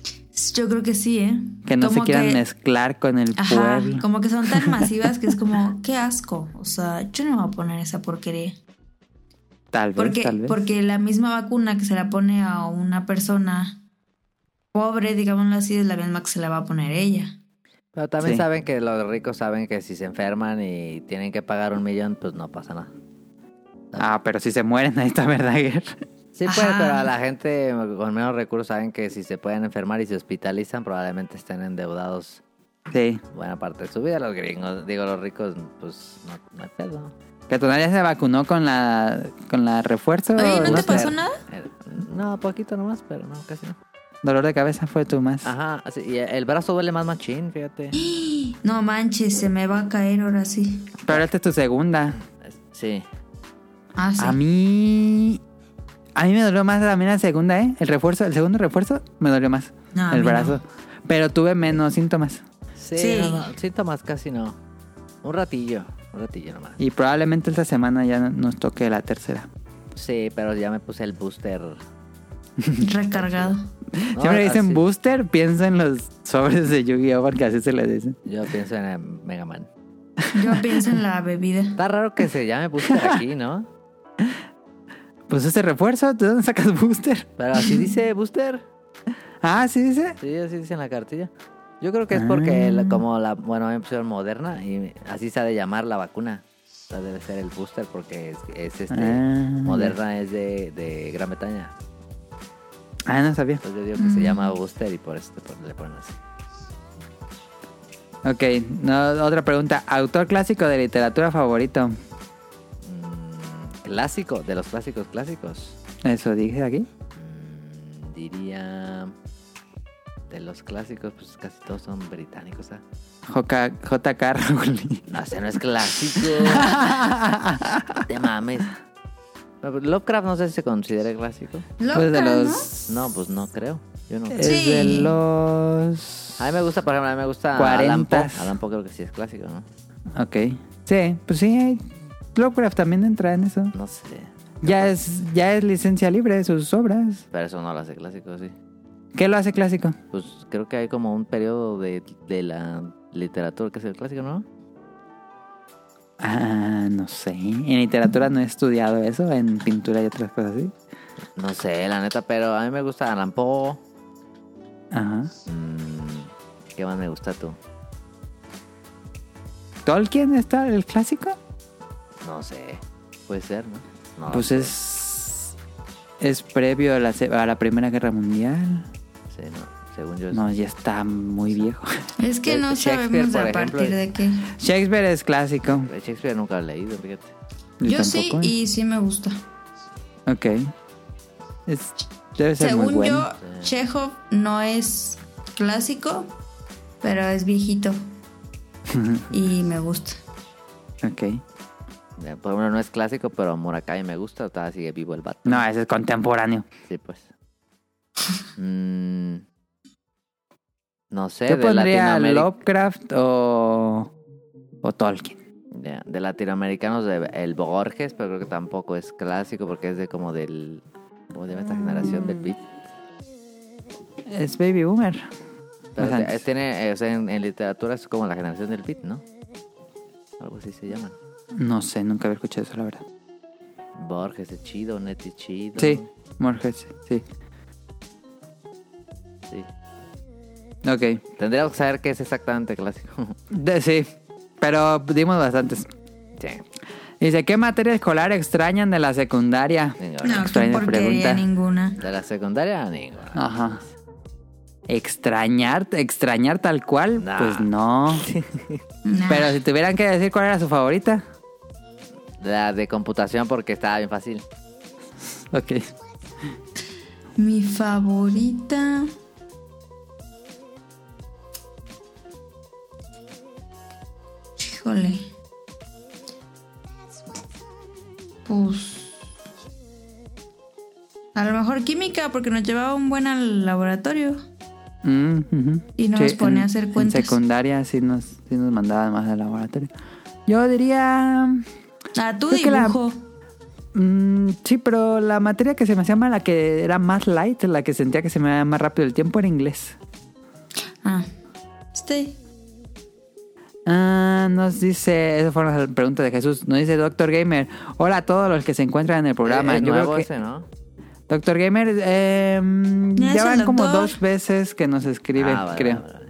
S1: Yo creo que sí, ¿eh?
S2: Que no se
S1: Como
S2: quieran
S1: que-
S2: mezclar con el
S1: Ajá,
S2: pueblo.
S1: como que son tan masivas que es como, qué asco. O sea, yo no me voy a poner esa porquería.
S2: Tal vez,
S1: Porque,
S2: Pues, tal vez.
S1: porque la misma vacuna que se la pone a una persona pobre, digámoslo así, es la misma que se la va a poner ella.
S3: Pero también
S2: Sí.
S3: saben que los ricos saben que si se enferman y tienen que pagar un millón, pues no pasa nada.
S2: Ah, pero si se mueren, ahí está Verdaguer.
S3: Sí, pues,
S1: Ajá.
S3: pero a la gente con menos recursos saben que si se pueden enfermar y se hospitalizan, probablemente estén endeudados
S2: Sí.
S3: buena parte de su vida. Los gringos, digo, los ricos, pues no, no hay pedo.
S2: Que Tonali se vacunó con la con la refuerzo.
S1: Oye, ¿no
S2: Ah, ¿no?
S1: te pasó
S3: sé.
S1: nada?
S3: Eh, No, poquito nomás, pero no, casi no.
S2: Dolor de cabeza fue tu más.
S3: Ajá, sí, y el brazo duele más machín, fíjate.
S1: No manches, se me va a caer ahora sí.
S2: Pero esta es tu segunda.
S3: Sí.
S1: Ah, sí.
S2: A mí. A mí me dolió más también la segunda, ¿eh? El refuerzo, el segundo refuerzo me dolió más.
S1: No, a
S2: el
S1: mí no.
S2: brazo. Pero tuve menos síntomas.
S3: Sí,
S1: Sí.
S3: no, no, síntomas casi no. Un ratillo, un ratillo nomás.
S2: Y probablemente esta semana ya no- nos toque la tercera.
S3: Sí, pero ya me puse el booster. No,
S1: Recargado.
S2: Siempre dicen
S3: así-
S2: booster, pienso en los sobres de Yu-Gi-Oh! porque así se les dice.
S3: Yo pienso en el Mega Man.
S1: Yo pienso en la bebida.
S3: Está raro que se llame booster aquí, ¿no?
S2: Pues ese refuerzo, ¿de dónde sacas booster?
S3: Pero así dice booster.
S2: Ah, sí dice.
S3: Sí, así dice en la cartilla. Yo creo que es porque la- como la, bueno, a mí me pusieron moderna y así se ha de llamar la vacuna. O sea, debe ser el booster porque es, es este,
S2: Ah,
S3: moderna es de, de Gran Bretaña.
S2: Ah, no sabía.
S3: Entonces yo digo que se llama booster y por eso te pon- le ponen así.
S2: Ok, no, otra pregunta. ¿Autor clásico de literatura favorito?
S3: Mm, clásico, de los clásicos clásicos.
S2: Eso dije aquí.
S3: Mm, diría... De los clásicos, pues casi todos son británicos, ¿ah?
S2: J.K. J.K. Rowling.
S3: No, ese no es clásico. Te mames. Lovecraft no sé si se considera clásico.
S2: Pues
S1: Loca,
S2: de
S1: ¿no?
S2: los.
S3: No, pues no creo. Yo no.
S2: Es de los.
S3: A mí me gusta, por ejemplo, a mí me gusta Alan Poe.
S2: Cuarentas.
S3: Alan Poe creo que sí es clásico, ¿no?
S2: Ok. Sí, pues sí. Lovecraft también entra en eso.
S3: No sé.
S2: Ya es, ya es licencia libre de sus obras.
S3: Pero eso no lo hace clásico, sí.
S2: ¿Qué lo hace clásico?
S3: Pues creo que hay como un periodo de, de la literatura, que es el clásico, ¿no?
S2: Ah, no sé. En literatura no he estudiado eso, en pintura y otras cosas así.
S3: No sé, la neta, pero a mí me gusta Alan Poe.
S2: Ajá.
S3: Mm, ¿Qué más me gusta tú?
S2: ¿Tolkien está el clásico?
S3: No sé. Puede ser, ¿no? No,
S2: Pues es. Es previo a la, se- a la Primera Guerra Mundial.
S3: sí, no. Según yo, es-
S2: No, ya está muy viejo.
S1: Es que no sabemos
S3: Shakespeare, por
S1: a
S3: ejemplo,
S1: partir de qué.
S2: Shakespeare es clásico.
S3: Shakespeare nunca lo he leído, fíjate.
S1: Yo sí
S2: tampoco,
S1: y sí me gusta.
S2: ¿eh? Ok. Es, debe ser muy
S1: Según
S2: bueno.
S1: yo, Chekhov no es clásico, pero es viejito. y me gusta.
S2: Ok.
S3: Eh, Por ejemplo, no es clásico, pero Murakami me gusta. Todavía sigue vivo el vato.
S2: No, ese es contemporáneo.
S3: Sí, pues. Mm, no sé,
S2: Yo
S3: de
S2: pondría
S3: Latinoamérica.
S2: Lovecraft o, o Tolkien.
S3: Ya, de latinoamericanos, de- el Borges, pero creo que tampoco es clásico porque es de como del. ¿Cómo se llama esta generación del beat?
S2: Es Baby Boomer.
S3: Pero
S2: Pues
S3: te-
S2: antes.
S3: tiene, eh, o sea, en, en literatura es como la generación del beat, ¿no? Algo así se llaman.
S2: este, No sé, nunca había escuchado eso, la verdad.
S3: Borges es chido, Neti es chido.
S2: Sí, Borges, sí.
S3: Sí.
S2: Ok.
S3: Tendríamos que saber qué es exactamente clásico.
S2: De- sí, pero dimos bastantes.
S3: sí.
S2: Dice, ¿qué materia escolar extrañan de la secundaria?
S3: Ninguna.
S1: No, qué
S2: Extraña pregunta.
S1: porquería ninguna.
S3: De la secundaria, ninguna.
S2: Ajá. ¿Extrañar, extrañar tal cual?
S3: Nah.
S2: Pues no.
S1: Nah.
S2: Pero si tuvieran que decir cuál era su favorita.
S3: La de computación porque estaba bien fácil.
S2: Ok.
S1: Mi favorita. Híjole. Pues. A lo mejor química, porque nos llevaba un buen al laboratorio.
S2: Mm, ujú.
S1: Y no nos pone
S2: en-
S1: a hacer cuentas.
S2: En secundaria sí nos, sí nos mandaban más al laboratorio. Yo diría...
S1: Ah, tu
S2: Creo que la-
S1: dibujo.
S2: mm, sí, pero la materia que se me hacía más, la que era más light, la que sentía que se me daba más rápido el tiempo era inglés.
S1: Ah. Este.
S2: Ah, nos dice, esa fue la pregunta de Jesús, nos dice Doctor Gamer, hola a todos los que se encuentran en el programa.
S3: Es
S2: Eh, Yo creo
S3: nuevo
S2: que-
S3: ese, ¿no?
S2: Doctor Gamer, eh,
S1: es
S2: ya van
S1: el
S2: como
S1: doctor.
S2: dos veces que nos escribe,
S3: Ah, vale,
S2: creo.
S3: vale, vale.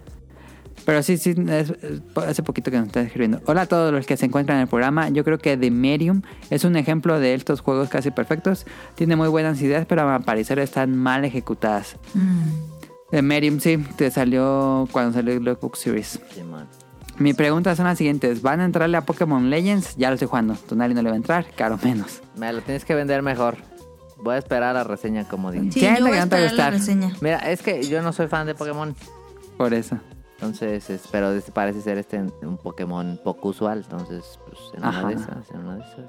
S2: Pero sí, sí, es- es- hace poquito que nos está escribiendo. Hola a todos los que se encuentran en el programa. Yo creo que Demerium es un ejemplo de estos juegos casi perfectos. Tiene muy buenas ideas, pero a mi parecer están mal ejecutadas. Mm, Demerium, sí, te salió cuando salió el Xbox Series.
S3: Sí, man.
S2: Mi pregunta son las siguientes. ¿Van a entrarle a Pokémon Legends? Ya lo estoy jugando. Tonali no le va a entrar, caro menos.
S3: Me lo tienes que vender mejor. Voy a esperar la reseña como dije.
S1: Sí,
S2: Siento
S1: yo voy
S2: que
S1: a
S2: no te va a
S1: esperar la
S2: gustar.
S1: reseña.
S3: Mira, es que yo no soy fan de Pokémon.
S2: Por eso.
S3: Entonces, es- pero este parece ser este un Pokémon poco usual. Entonces, pues en una
S2: Ajá.
S3: de esas, en una de esas.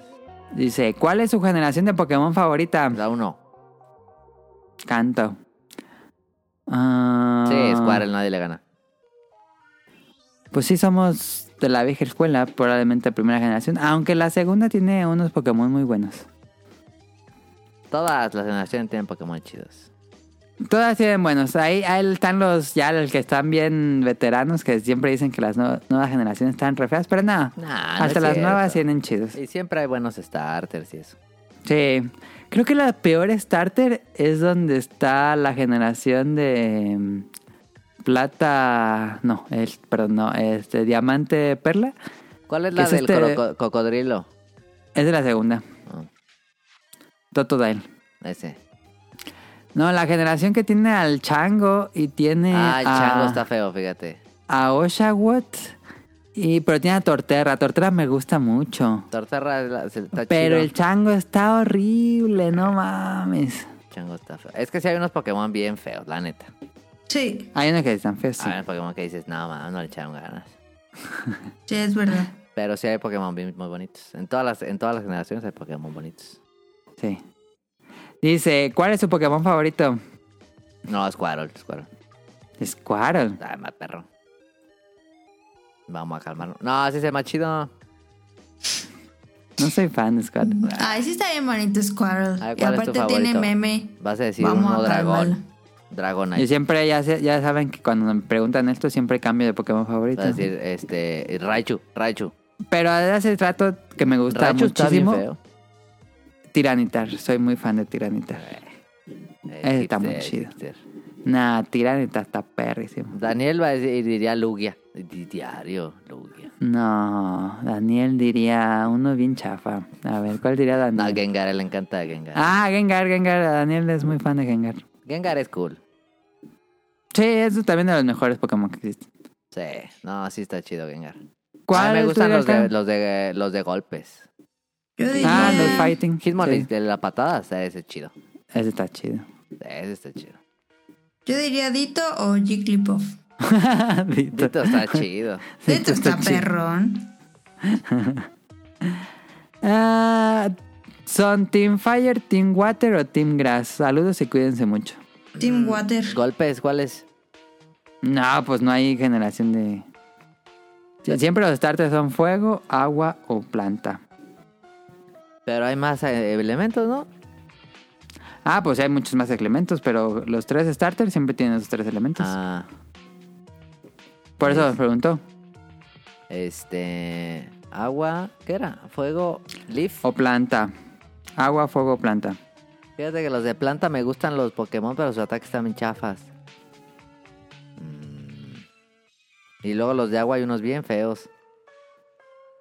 S2: Dice, ¿cuál es su generación de Pokémon favorita?
S3: La 1.
S2: Canto. Ah,
S3: Sí, Squirtle nadie le gana.
S2: Pues sí, somos de la vieja escuela, probablemente primera generación. Aunque la segunda tiene unos Pokémon muy buenos.
S3: Todas las generaciones tienen Pokémon chidos.
S2: Todas tienen buenos. Ahí, ahí están los ya los que están bien veteranos, que siempre dicen que las nue- nuevas generaciones están re feas, pero nada.
S3: Nah, Ah, no
S2: hasta
S3: es
S2: las
S3: cierto.
S2: nuevas tienen chidos.
S3: Y siempre hay buenos starters y eso.
S2: Sí. Creo que la peor starter es donde está la generación de mm, plata. No, es, perdón, no, este diamante perla.
S3: ¿Cuál es
S2: ¿Qué
S3: la
S2: es
S3: del
S2: este?
S3: coro- co- cocodrilo?
S2: Es de la segunda.
S3: Ah.
S2: Totodile.
S3: Ese.
S2: No, la generación que tiene al Chango y tiene
S3: ah, el
S2: a,
S3: chango está feo, fíjate.
S2: a Oshawott. Y, pero tiene a Torterra. Torterra me gusta mucho.
S3: Torterra es la- se- está
S2: pero
S3: chido.
S2: el Chango está horrible, no mames.
S3: chango está feo. Es que sí hay unos Pokémon bien feos, la neta.
S1: Sí,
S2: Hay unos que están feos, sí.
S3: Hay unos Pokémon que dices, no, man, no le echaron ganas.
S1: sí, es verdad.
S3: Pero sí hay Pokémon bien- muy bonitos. En todas las, en todas las generaciones hay Pokémon bonitos.
S2: Sí. Dice, ¿cuál es su Pokémon favorito?
S3: No, Squirtle, Squirtle.
S2: Squirtle.
S3: Ay, más perro. Vamos a calmarnos. No, sí es el más chido.
S2: No soy fan de
S3: Mm.
S2: Squirtle.
S1: Ay, sí está bien bonito Squirrel.
S3: Ay,
S1: Y
S2: Ah,
S3: ¿cuál es tu
S1: aparte tiene
S3: favorito?
S1: meme.
S3: Vas a decir
S1: Vamos
S3: uno
S1: a
S3: dragón.
S1: calmarlo.
S3: Dragonite.
S2: Yo siempre, ya, sé- ya saben que cuando me preguntan esto, siempre cambio de Pokémon favorito.
S3: Va a decir, este, Raichu, Raichu.
S2: Pero de ese trato que me gusta
S3: Raichu está bien
S2: muchísimo,
S3: feo.
S2: Tiranitar. Soy muy fan de
S3: Eh.
S2: Tiranitar. Ese Eh, está muy chido. Nah, Tiranitar está perrísimo.
S3: Daniel va a decir, diría Lugia. Di- Diario, Lugia.
S2: No, Daniel diría uno bien chafa. A ver, ¿cuál diría
S3: No,
S2: Daniel?
S3: Gengar, le encanta Gengar.
S2: Mm. ah, Gengar, Gengar. Daniel es muy fan de Gengar.
S3: Gengar es cool.
S2: Sí, es también de los mejores Pokémon que existen.
S3: Sí, no, sí está chido Gengar.
S2: ¿Cuál
S3: a mí me
S2: es
S3: gustan
S2: tu
S3: los de,
S2: acá?
S3: los, de, los de golpes.
S1: Yo diría-
S2: Ah, los Fighting.
S3: Hitmonlee,
S2: Sí,
S3: de la patada, está ese es chido.
S2: ese está chido.
S3: Ese está chido.
S1: Yo diría Dito o Jigglypuff.
S2: Dito.
S3: Dito está chido.
S1: Dito está
S2: chido.
S1: perrón.
S2: Ah, ¿Son Team Fire, Team Water o Team Grass? Saludos y cuídense mucho. Mm,
S1: Team Water.
S3: ¿Golpes cuáles?
S2: No, pues no hay generación de... Sie- Siempre los starters son fuego, agua o planta.
S3: Pero hay más eh, elementos, ¿no?
S2: Ah, pues hay muchos más elementos, pero los tres starters siempre tienen esos tres elementos.
S3: Ah,
S2: Por eso los preguntó.
S3: este. Agua, ¿qué era? Fuego, leaf.
S2: O planta. Agua, fuego, o planta.
S3: Fíjate que los de planta me gustan los Pokémon, pero sus ataques están bien chafas. Mm. Y luego los de agua hay unos bien feos.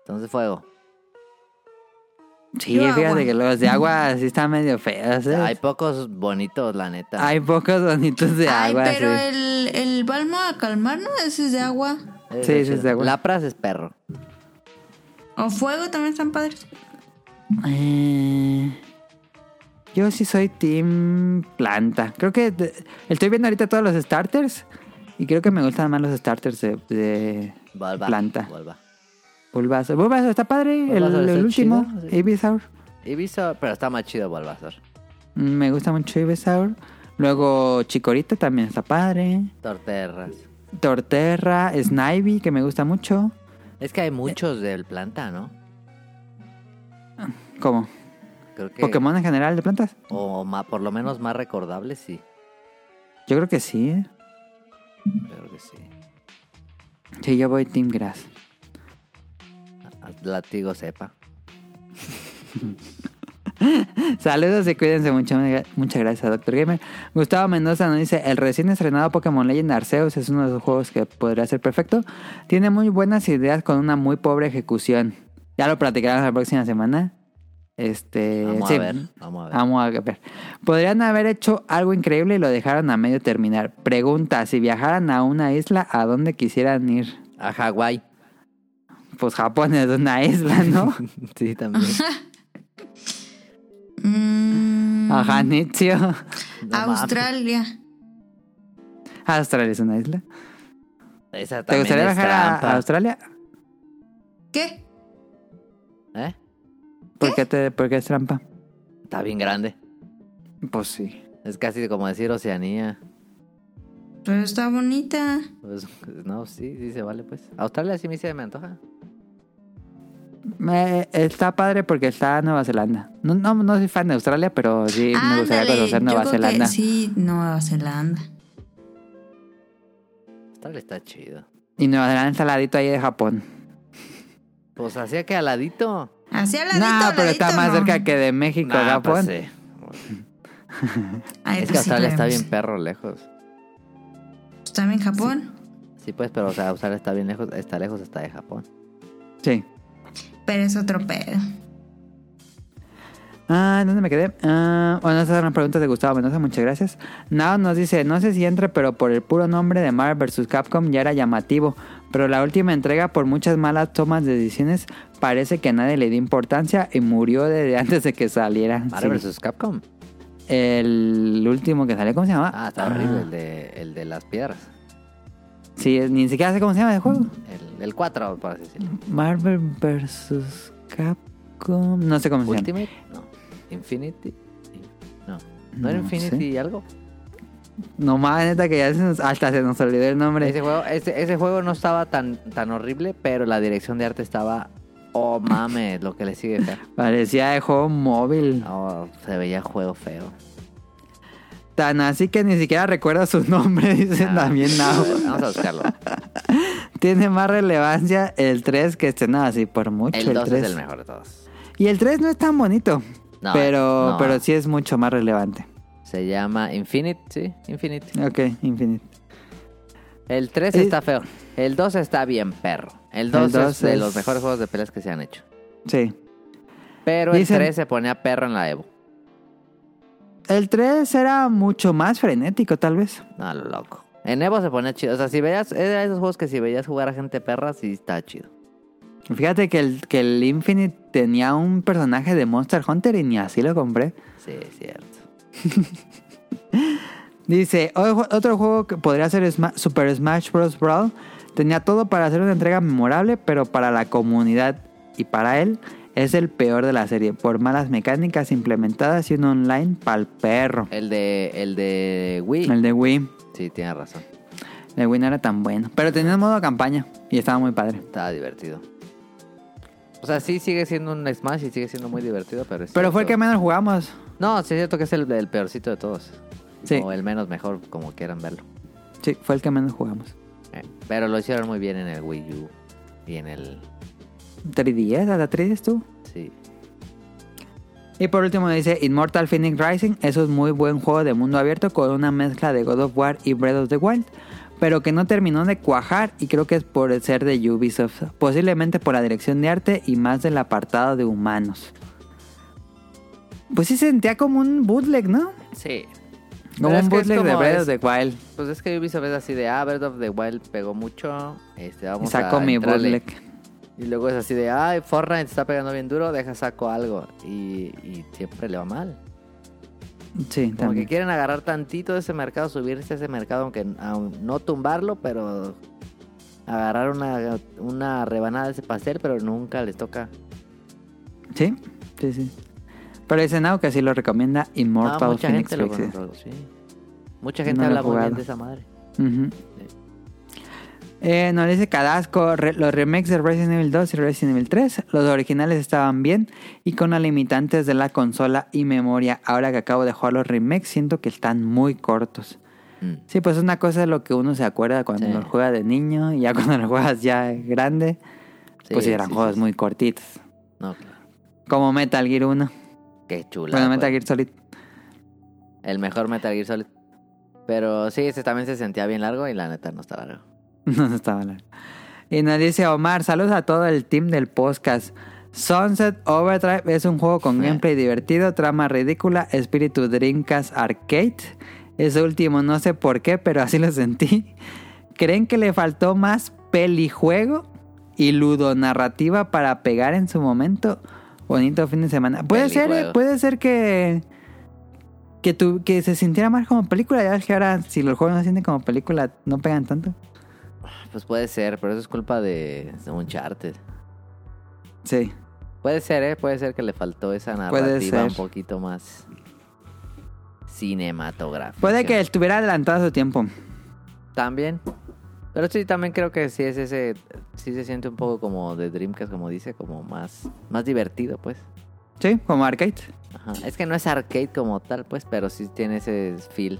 S3: Entonces, fuego.
S2: Sí,
S1: Yo
S2: fíjate
S1: agua.
S2: que los de agua sí están medio feos. ¿eh?
S3: Hay pocos bonitos, la neta.
S2: Hay pocos bonitos de
S1: Ay,
S2: agua.
S1: pero
S2: sí.
S1: el, el balmo a calmar, ¿no? Ese es de agua.
S2: Sí,
S3: Ese es
S2: sí, es
S3: chido.
S2: de agua.
S3: Lapras es perro.
S1: O fuego también están padres.
S2: Eh, Yo sí soy team planta. Creo que de- estoy viendo ahorita todos los starters y creo que me gustan más los starters de, de
S3: Volva.
S2: planta.
S3: Volva.
S2: Bulbasaur. Bulbasaur está padre, el-
S3: Bulbasaur
S2: el,
S3: está
S2: último.
S3: chido, sí.
S2: Ibisaur.
S3: Ibiza, pero está más chido Bulbasaur.
S2: Mm, Me gusta mucho Ibisaur. Luego Chikorita también está padre.
S3: Torterras.
S2: Torterra, Snivy, que me gusta mucho.
S3: Es que hay muchos del planta, ¿no?
S2: ¿Cómo?
S3: Creo que.
S2: ¿Pokémon en general de plantas?
S3: O ma- por lo menos más recordables, sí.
S2: Yo creo que sí. ¿eh?
S3: Creo que sí.
S2: Sí, yo voy Team Grass.
S3: Latigo sepa.
S2: Saludos y cuídense mucho. Muchas gracias, Doctor Gamer. Gustavo Mendoza nos dice: El recién estrenado Pokémon Legend Arceus es uno de los juegos que podría ser perfecto. Tiene muy buenas ideas con una muy pobre ejecución. Ya lo platicaremos la próxima semana. Este.
S3: Vamos
S2: sí.
S3: a ver. Vamos a ver.
S2: Vamos a ver. Podrían haber hecho algo increíble y lo dejaron a medio terminar. Pregunta: si viajaran a una isla, ¿a dónde quisieran ir?
S3: A Hawái.
S2: Pues Japón es una isla, ¿no?
S3: Sí, también.
S1: Mm,
S2: Ajá, Nietzsche.
S3: No
S1: Australia.
S2: Australia es una isla.
S3: mames. Esa
S2: ¿Te
S3: también
S2: gustaría
S3: es
S2: viajar a-
S3: trampa.
S2: a Australia?
S1: ¿Qué?
S3: ¿Eh?
S2: ¿Por qué, te, ¿Por qué es trampa?
S3: Está bien grande.
S2: Pues sí.
S3: Es casi como decir Oceanía.
S1: Pero está bonita.
S3: Pues, no, sí, sí se vale, pues. Australia sí me dice, me antoja.
S2: está padre porque está Nueva Zelanda. No, no, no soy fan de Australia, pero sí me gustaría
S1: Ándale,
S2: conocer
S1: yo
S2: Nueva
S1: creo que
S2: Zelanda.
S1: sí, Nueva Zelanda.
S3: Australia está chido.
S2: Y Nueva Zelanda está al ladito ahí de Japón.
S3: Pues hacía que aladito.
S1: Hacia al
S2: no,
S1: ladito, al
S2: pero está
S1: ladito,
S2: más
S1: no.
S2: cerca que de México a
S3: Nah,
S2: Japón.
S3: pues, sí.
S1: Ay,
S3: Es que
S1: pues sí,
S3: Australia está
S1: creemos.
S3: bien perro lejos.
S1: Pues también Japón.
S3: Sí, pues, pero o sea, Australia está bien lejos, está lejos hasta de Japón.
S2: sí.
S1: Pero es otro pedo.
S2: Ah, ¿dónde me quedé? Ah, bueno, esas eran las preguntas de Gustavo Mendoza, muchas gracias. Nao nos dice, no sé si entra, pero por el puro nombre de Marvel vs. Capcom ya era llamativo, pero la última entrega por muchas malas tomas de decisiones parece que nadie le dio importancia y murió desde antes de que saliera.
S3: Marvel
S2: Sí.
S3: vs. Capcom.
S2: El último que salió, ¿cómo se llama?
S3: Ah, está horrible el de, el de las piedras.
S2: Sí, ni siquiera sé cómo se llama el juego.
S3: El, el 4, por así decirlo.
S2: Marvel vs. Capcom, no sé cómo se llama.
S3: Ultimate, no. Infinity. No. ¿No era
S2: No
S3: Infinity
S2: sé.
S3: y algo?
S2: No más, neta que ya se nos- hasta se nos olvidó el nombre.
S3: Ese juego, ese, ese juego no estaba tan, tan horrible, pero la dirección de arte estaba. Oh mames, lo que le sigue feo.
S2: Parecía de juego móvil.
S3: Oh, se veía juego feo.
S2: Tan así que ni siquiera recuerda su nombre, dicen
S3: Ah,
S2: también
S3: a
S2: Nao.
S3: ver, Vamos a buscarlo.
S2: Tiene más relevancia el 3 que este. No, así por mucho.
S3: El 2
S2: 3.
S3: es el mejor de todos.
S2: Y el 3 no es tan bonito.
S3: No, eh,
S2: pero,
S3: no.
S2: pero sí es mucho más relevante.
S3: Se llama Infinite, sí, Infinite.
S2: Ok, Infinite.
S3: El 3
S2: Eh.
S3: está feo. El 2 está bien perro. El 2 es
S2: dos
S3: de
S2: es-
S3: los mejores juegos de peleas que se han hecho.
S2: Sí.
S3: Pero
S2: Dicen-
S3: el 3 se ponía perro en la Evo.
S2: El 3 era mucho más frenético, tal vez.
S3: No, lo loco. En Evo se ponía chido. O sea, si veías... Era de esos juegos que si veías jugar a gente perra, sí está chido.
S2: Fíjate que el, que el Infinite tenía un personaje de Monster Hunter y ni así lo compré.
S3: Sí, es cierto.
S2: Dice, "O- otro juego que podría ser Sma- Super Smash Bros. Brawl. Tenía todo para hacer una entrega memorable, pero para la comunidad y para él es el peor de la serie, por malas mecánicas implementadas y un online pa'l perro.
S3: El de... El de Wii.
S2: El de Wii,
S3: Sí, tienes razón.
S2: el de Wii no era tan bueno, pero tenía un modo campaña y estaba muy padre.
S3: Estaba divertido. O sea, sí sigue siendo un Smash y sigue siendo muy divertido, pero... es
S2: Pero fue el que
S3: cierto.
S2: menos jugamos.
S3: No, sí es cierto que es el, el peorcito de todos.
S2: Sí.
S3: O el menos mejor, como quieran verlo.
S2: Sí, fue el que menos jugamos.
S3: Eh, Pero lo hicieron muy bien en el Wii U y en el...
S2: 3DS, hasta 3DS tú.
S3: Sí.
S2: Y por último dice Immortal Phoenix Rising, eso es muy buen juego de mundo abierto con una mezcla de God of War y Breath of the Wild, pero que no terminó de cuajar y creo que es por el ser de Ubisoft, posiblemente por la dirección de arte y más del apartado de humanos. Pues sí sentía como un bootleg, ¿no?
S3: Sí. Pero
S2: Como
S3: es
S2: un
S3: que es
S2: bootleg de
S3: como
S2: Breath
S3: es-
S2: of the Wild.
S3: Pues es que Ubisoft es así de, ah, Breath of the Wild pegó mucho, este,
S2: Y
S3: vamos
S2: saco
S3: a
S2: mi
S3: entrarle".
S2: bootleg.
S3: Y luego es así de, ay, Fortnite está pegando bien duro, deja saco algo. Y, y siempre le va mal.
S2: Sí,
S3: Como que
S2: también.
S3: quieren agarrar tantito de ese mercado, subirse a ese mercado, aunque aun- no tumbarlo, pero agarrar una, una rebanada de ese pastel, pero nunca les toca.
S2: Sí, sí, sí. Pero dice Nao que sí lo recomienda
S3: No,
S2: Immortal
S3: Ah, mucha
S2: Phoenix
S3: gente lo
S2: Rising.
S3: compró, sí. Mucha gente
S2: No lo he
S3: habla muy bien
S2: jugado.
S3: de esa madre.
S2: Ujú. Eh, nos dice Cadasco, re- los remakes de Resident Evil 2 y Resident Evil 3, los originales estaban bien y con las limitantes de la consola y memoria. Ahora que acabo de jugar los remakes, siento que están muy cortos.
S3: Mm.
S2: Sí, pues una cosa es lo que uno se acuerda cuando
S3: Sí.
S2: lo juega de niño y ya cuando lo juegas ya grande,
S3: Sí,
S2: pues eran
S3: sí,
S2: juegos
S3: sí, sí.
S2: muy cortitos.
S3: No, claro.
S2: Como Metal Gear 1,
S3: Qué chula.
S2: bueno,
S3: güey.
S2: Metal Gear Solid.
S3: El mejor Metal Gear Solid. Pero sí, ese también se sentía bien largo y la neta no está largo.
S2: No, no estaba largo. Y nos dice Omar, saludos a todo el team del podcast. Sunset Overdrive es un juego con
S3: Eh.
S2: gameplay divertido, trama ridícula, espíritu Dreamcast Arcade. Ese último no sé por qué, pero así lo sentí. ¿Creen que le faltó más pelijuego y ludonarrativa para pegar en su momento? Bonito fin de semana. Puede ser, eh,
S3: Pelijuego.
S2: puede ser que que, tu- que se sintiera más como película. Ya ves que ahora si los juegos no se sienten como película, no pegan tanto.
S3: Pues puede ser, pero eso es culpa de, de Uncharted.
S2: Sí.
S3: Puede ser, ¿eh? Puede ser que le faltó esa
S2: Puede
S3: narrativa
S2: ser.
S3: un poquito más cinematográfica.
S2: Puede que estuviera adelantado a su tiempo.
S3: También. Pero sí, también creo que sí es ese... Sí se siente un poco como de Dreamcast, como dice, como más, más divertido, pues.
S2: Sí, como arcade.
S3: Ajá. Es que no es arcade como tal, pues, pero sí tiene ese feel.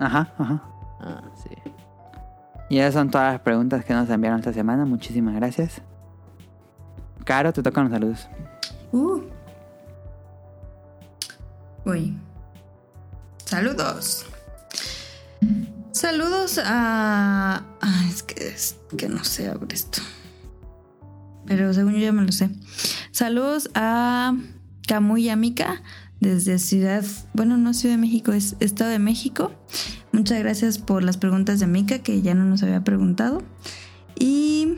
S2: Ajá, ajá.
S3: Ah, sí.
S2: Y esas son todas las preguntas que nos enviaron esta semana. Muchísimas gracias. Caro, te tocan los saludos.
S1: Uh. Uy. Saludos. Saludos a. Ah, es que, es que no sé abre esto. Pero según yo ya me lo sé. Saludos a Camuy Amica desde Ciudad. Bueno, no Ciudad de México, es Estado de México. Muchas gracias por las preguntas de Mica que ya no nos había preguntado. Y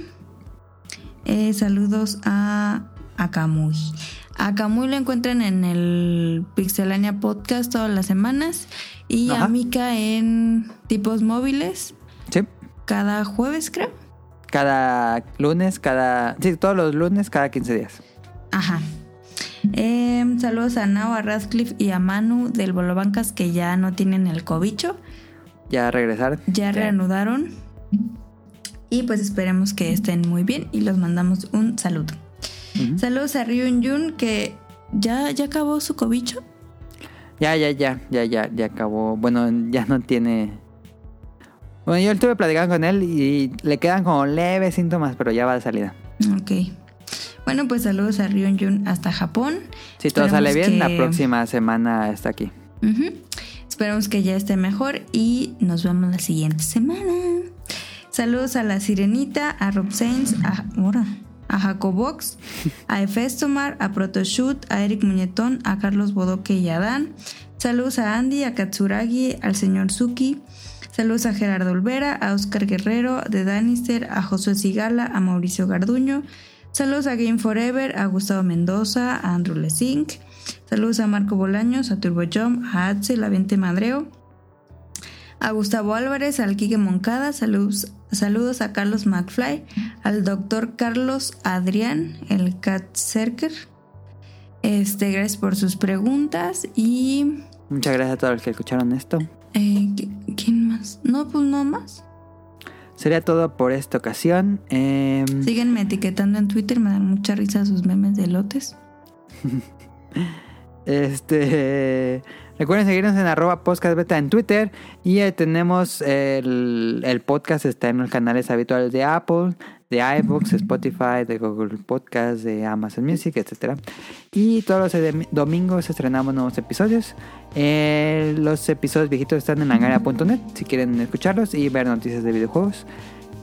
S1: eh, saludos a Akamuy. A Camuy lo encuentran en el Pixelania Podcast todas las semanas y
S2: Ajá.
S1: a Mika en tipos móviles
S2: Sí.
S1: cada jueves, creo.
S2: Cada lunes, cada. Sí, todos los lunes, cada 15 días.
S1: Ajá. Eh, saludos a Nao, a Radcliffe y a Manu del Bolobancas que ya no tienen el cobicho,
S2: Ya regresar.
S1: ya
S3: Sí.
S1: reanudaron. Y pues esperemos que estén muy bien y los mandamos un saludo.
S2: Ujú.
S1: Saludos a Ryun Yun que ya, ya acabó su cobicho.
S2: Ya, ya, ya, ya, ya, ya acabó. Bueno, ya no tiene. Bueno, yo estuve platicando con él y le quedan como leves síntomas, pero ya va de salida.
S1: Ok. Bueno, pues saludos a Ryun Jun hasta Japón.
S2: Si todo sale bien,
S1: Esperemos
S2: la
S1: que-
S2: próxima semana está aquí.
S1: Ujú. Esperamos que ya esté mejor y nos vemos la siguiente semana. Saludos a la Sirenita, a Rob Sainz, a, ahora, a Jacobox, a Efestomar, a Protoshoot, a Eric Muñetón, a Carlos Bodoque y Adán. Saludos a Andy, a Katsuragi, al señor Suki. Saludos a Gerardo Olvera, a Oscar Guerrero, de Danister, a Josué Sigala, a Mauricio Garduño. Saludos a Game Forever, a Gustavo Mendoza, a Andrew Lesink. Saludos a Marco Bolaños, a Turbo Jump, a Axel, a Vente Madreo, a Gustavo Álvarez, al Quique Moncada. Saludos, saludos a Carlos McFly, al doctor Carlos Adrián, el Cat Cerker. Este, gracias por sus preguntas y...
S2: Muchas gracias a todos los que escucharon esto.
S1: eh, ¿qui- ¿Quién más? No, pues no más.
S2: Sería todo por esta ocasión. Eh,
S1: Síguenme etiquetando en Twitter, me dan mucha risa sus memes de lotes.
S2: Este. Recuerden seguirnos en arroba podcast beta en Twitter. Y eh, tenemos el, el podcast, está en los canales habituales de Apple, de iBooks, Spotify, de Google Podcast, de Amazon Music, etcétera Y todos los edem- domingos estrenamos nuevos episodios. Eh, los episodios viejitos están en langara.net si quieren escucharlos y ver noticias de videojuegos.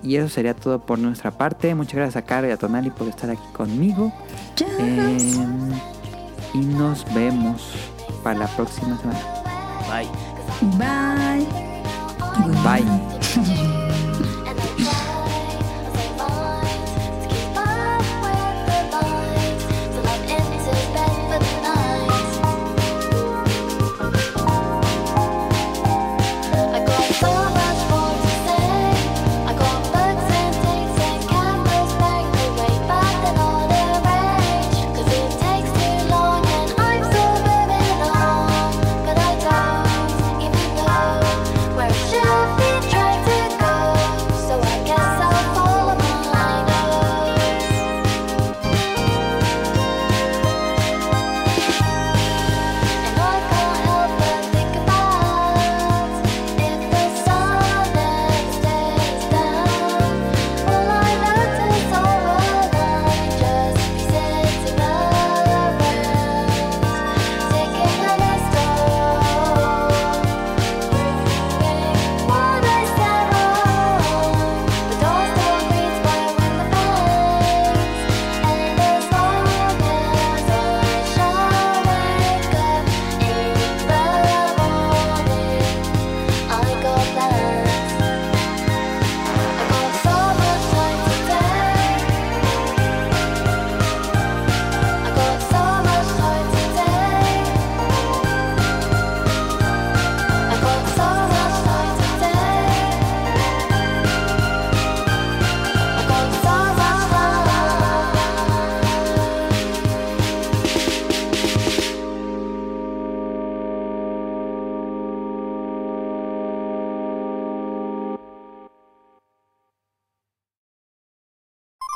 S2: Y eso sería todo por nuestra parte. Muchas gracias a Caro y a Tonali por estar aquí conmigo. Eh, y nos vemos para la próxima semana.
S3: Bye.
S1: Bye.
S2: Bye.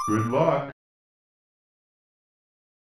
S8: Good luck.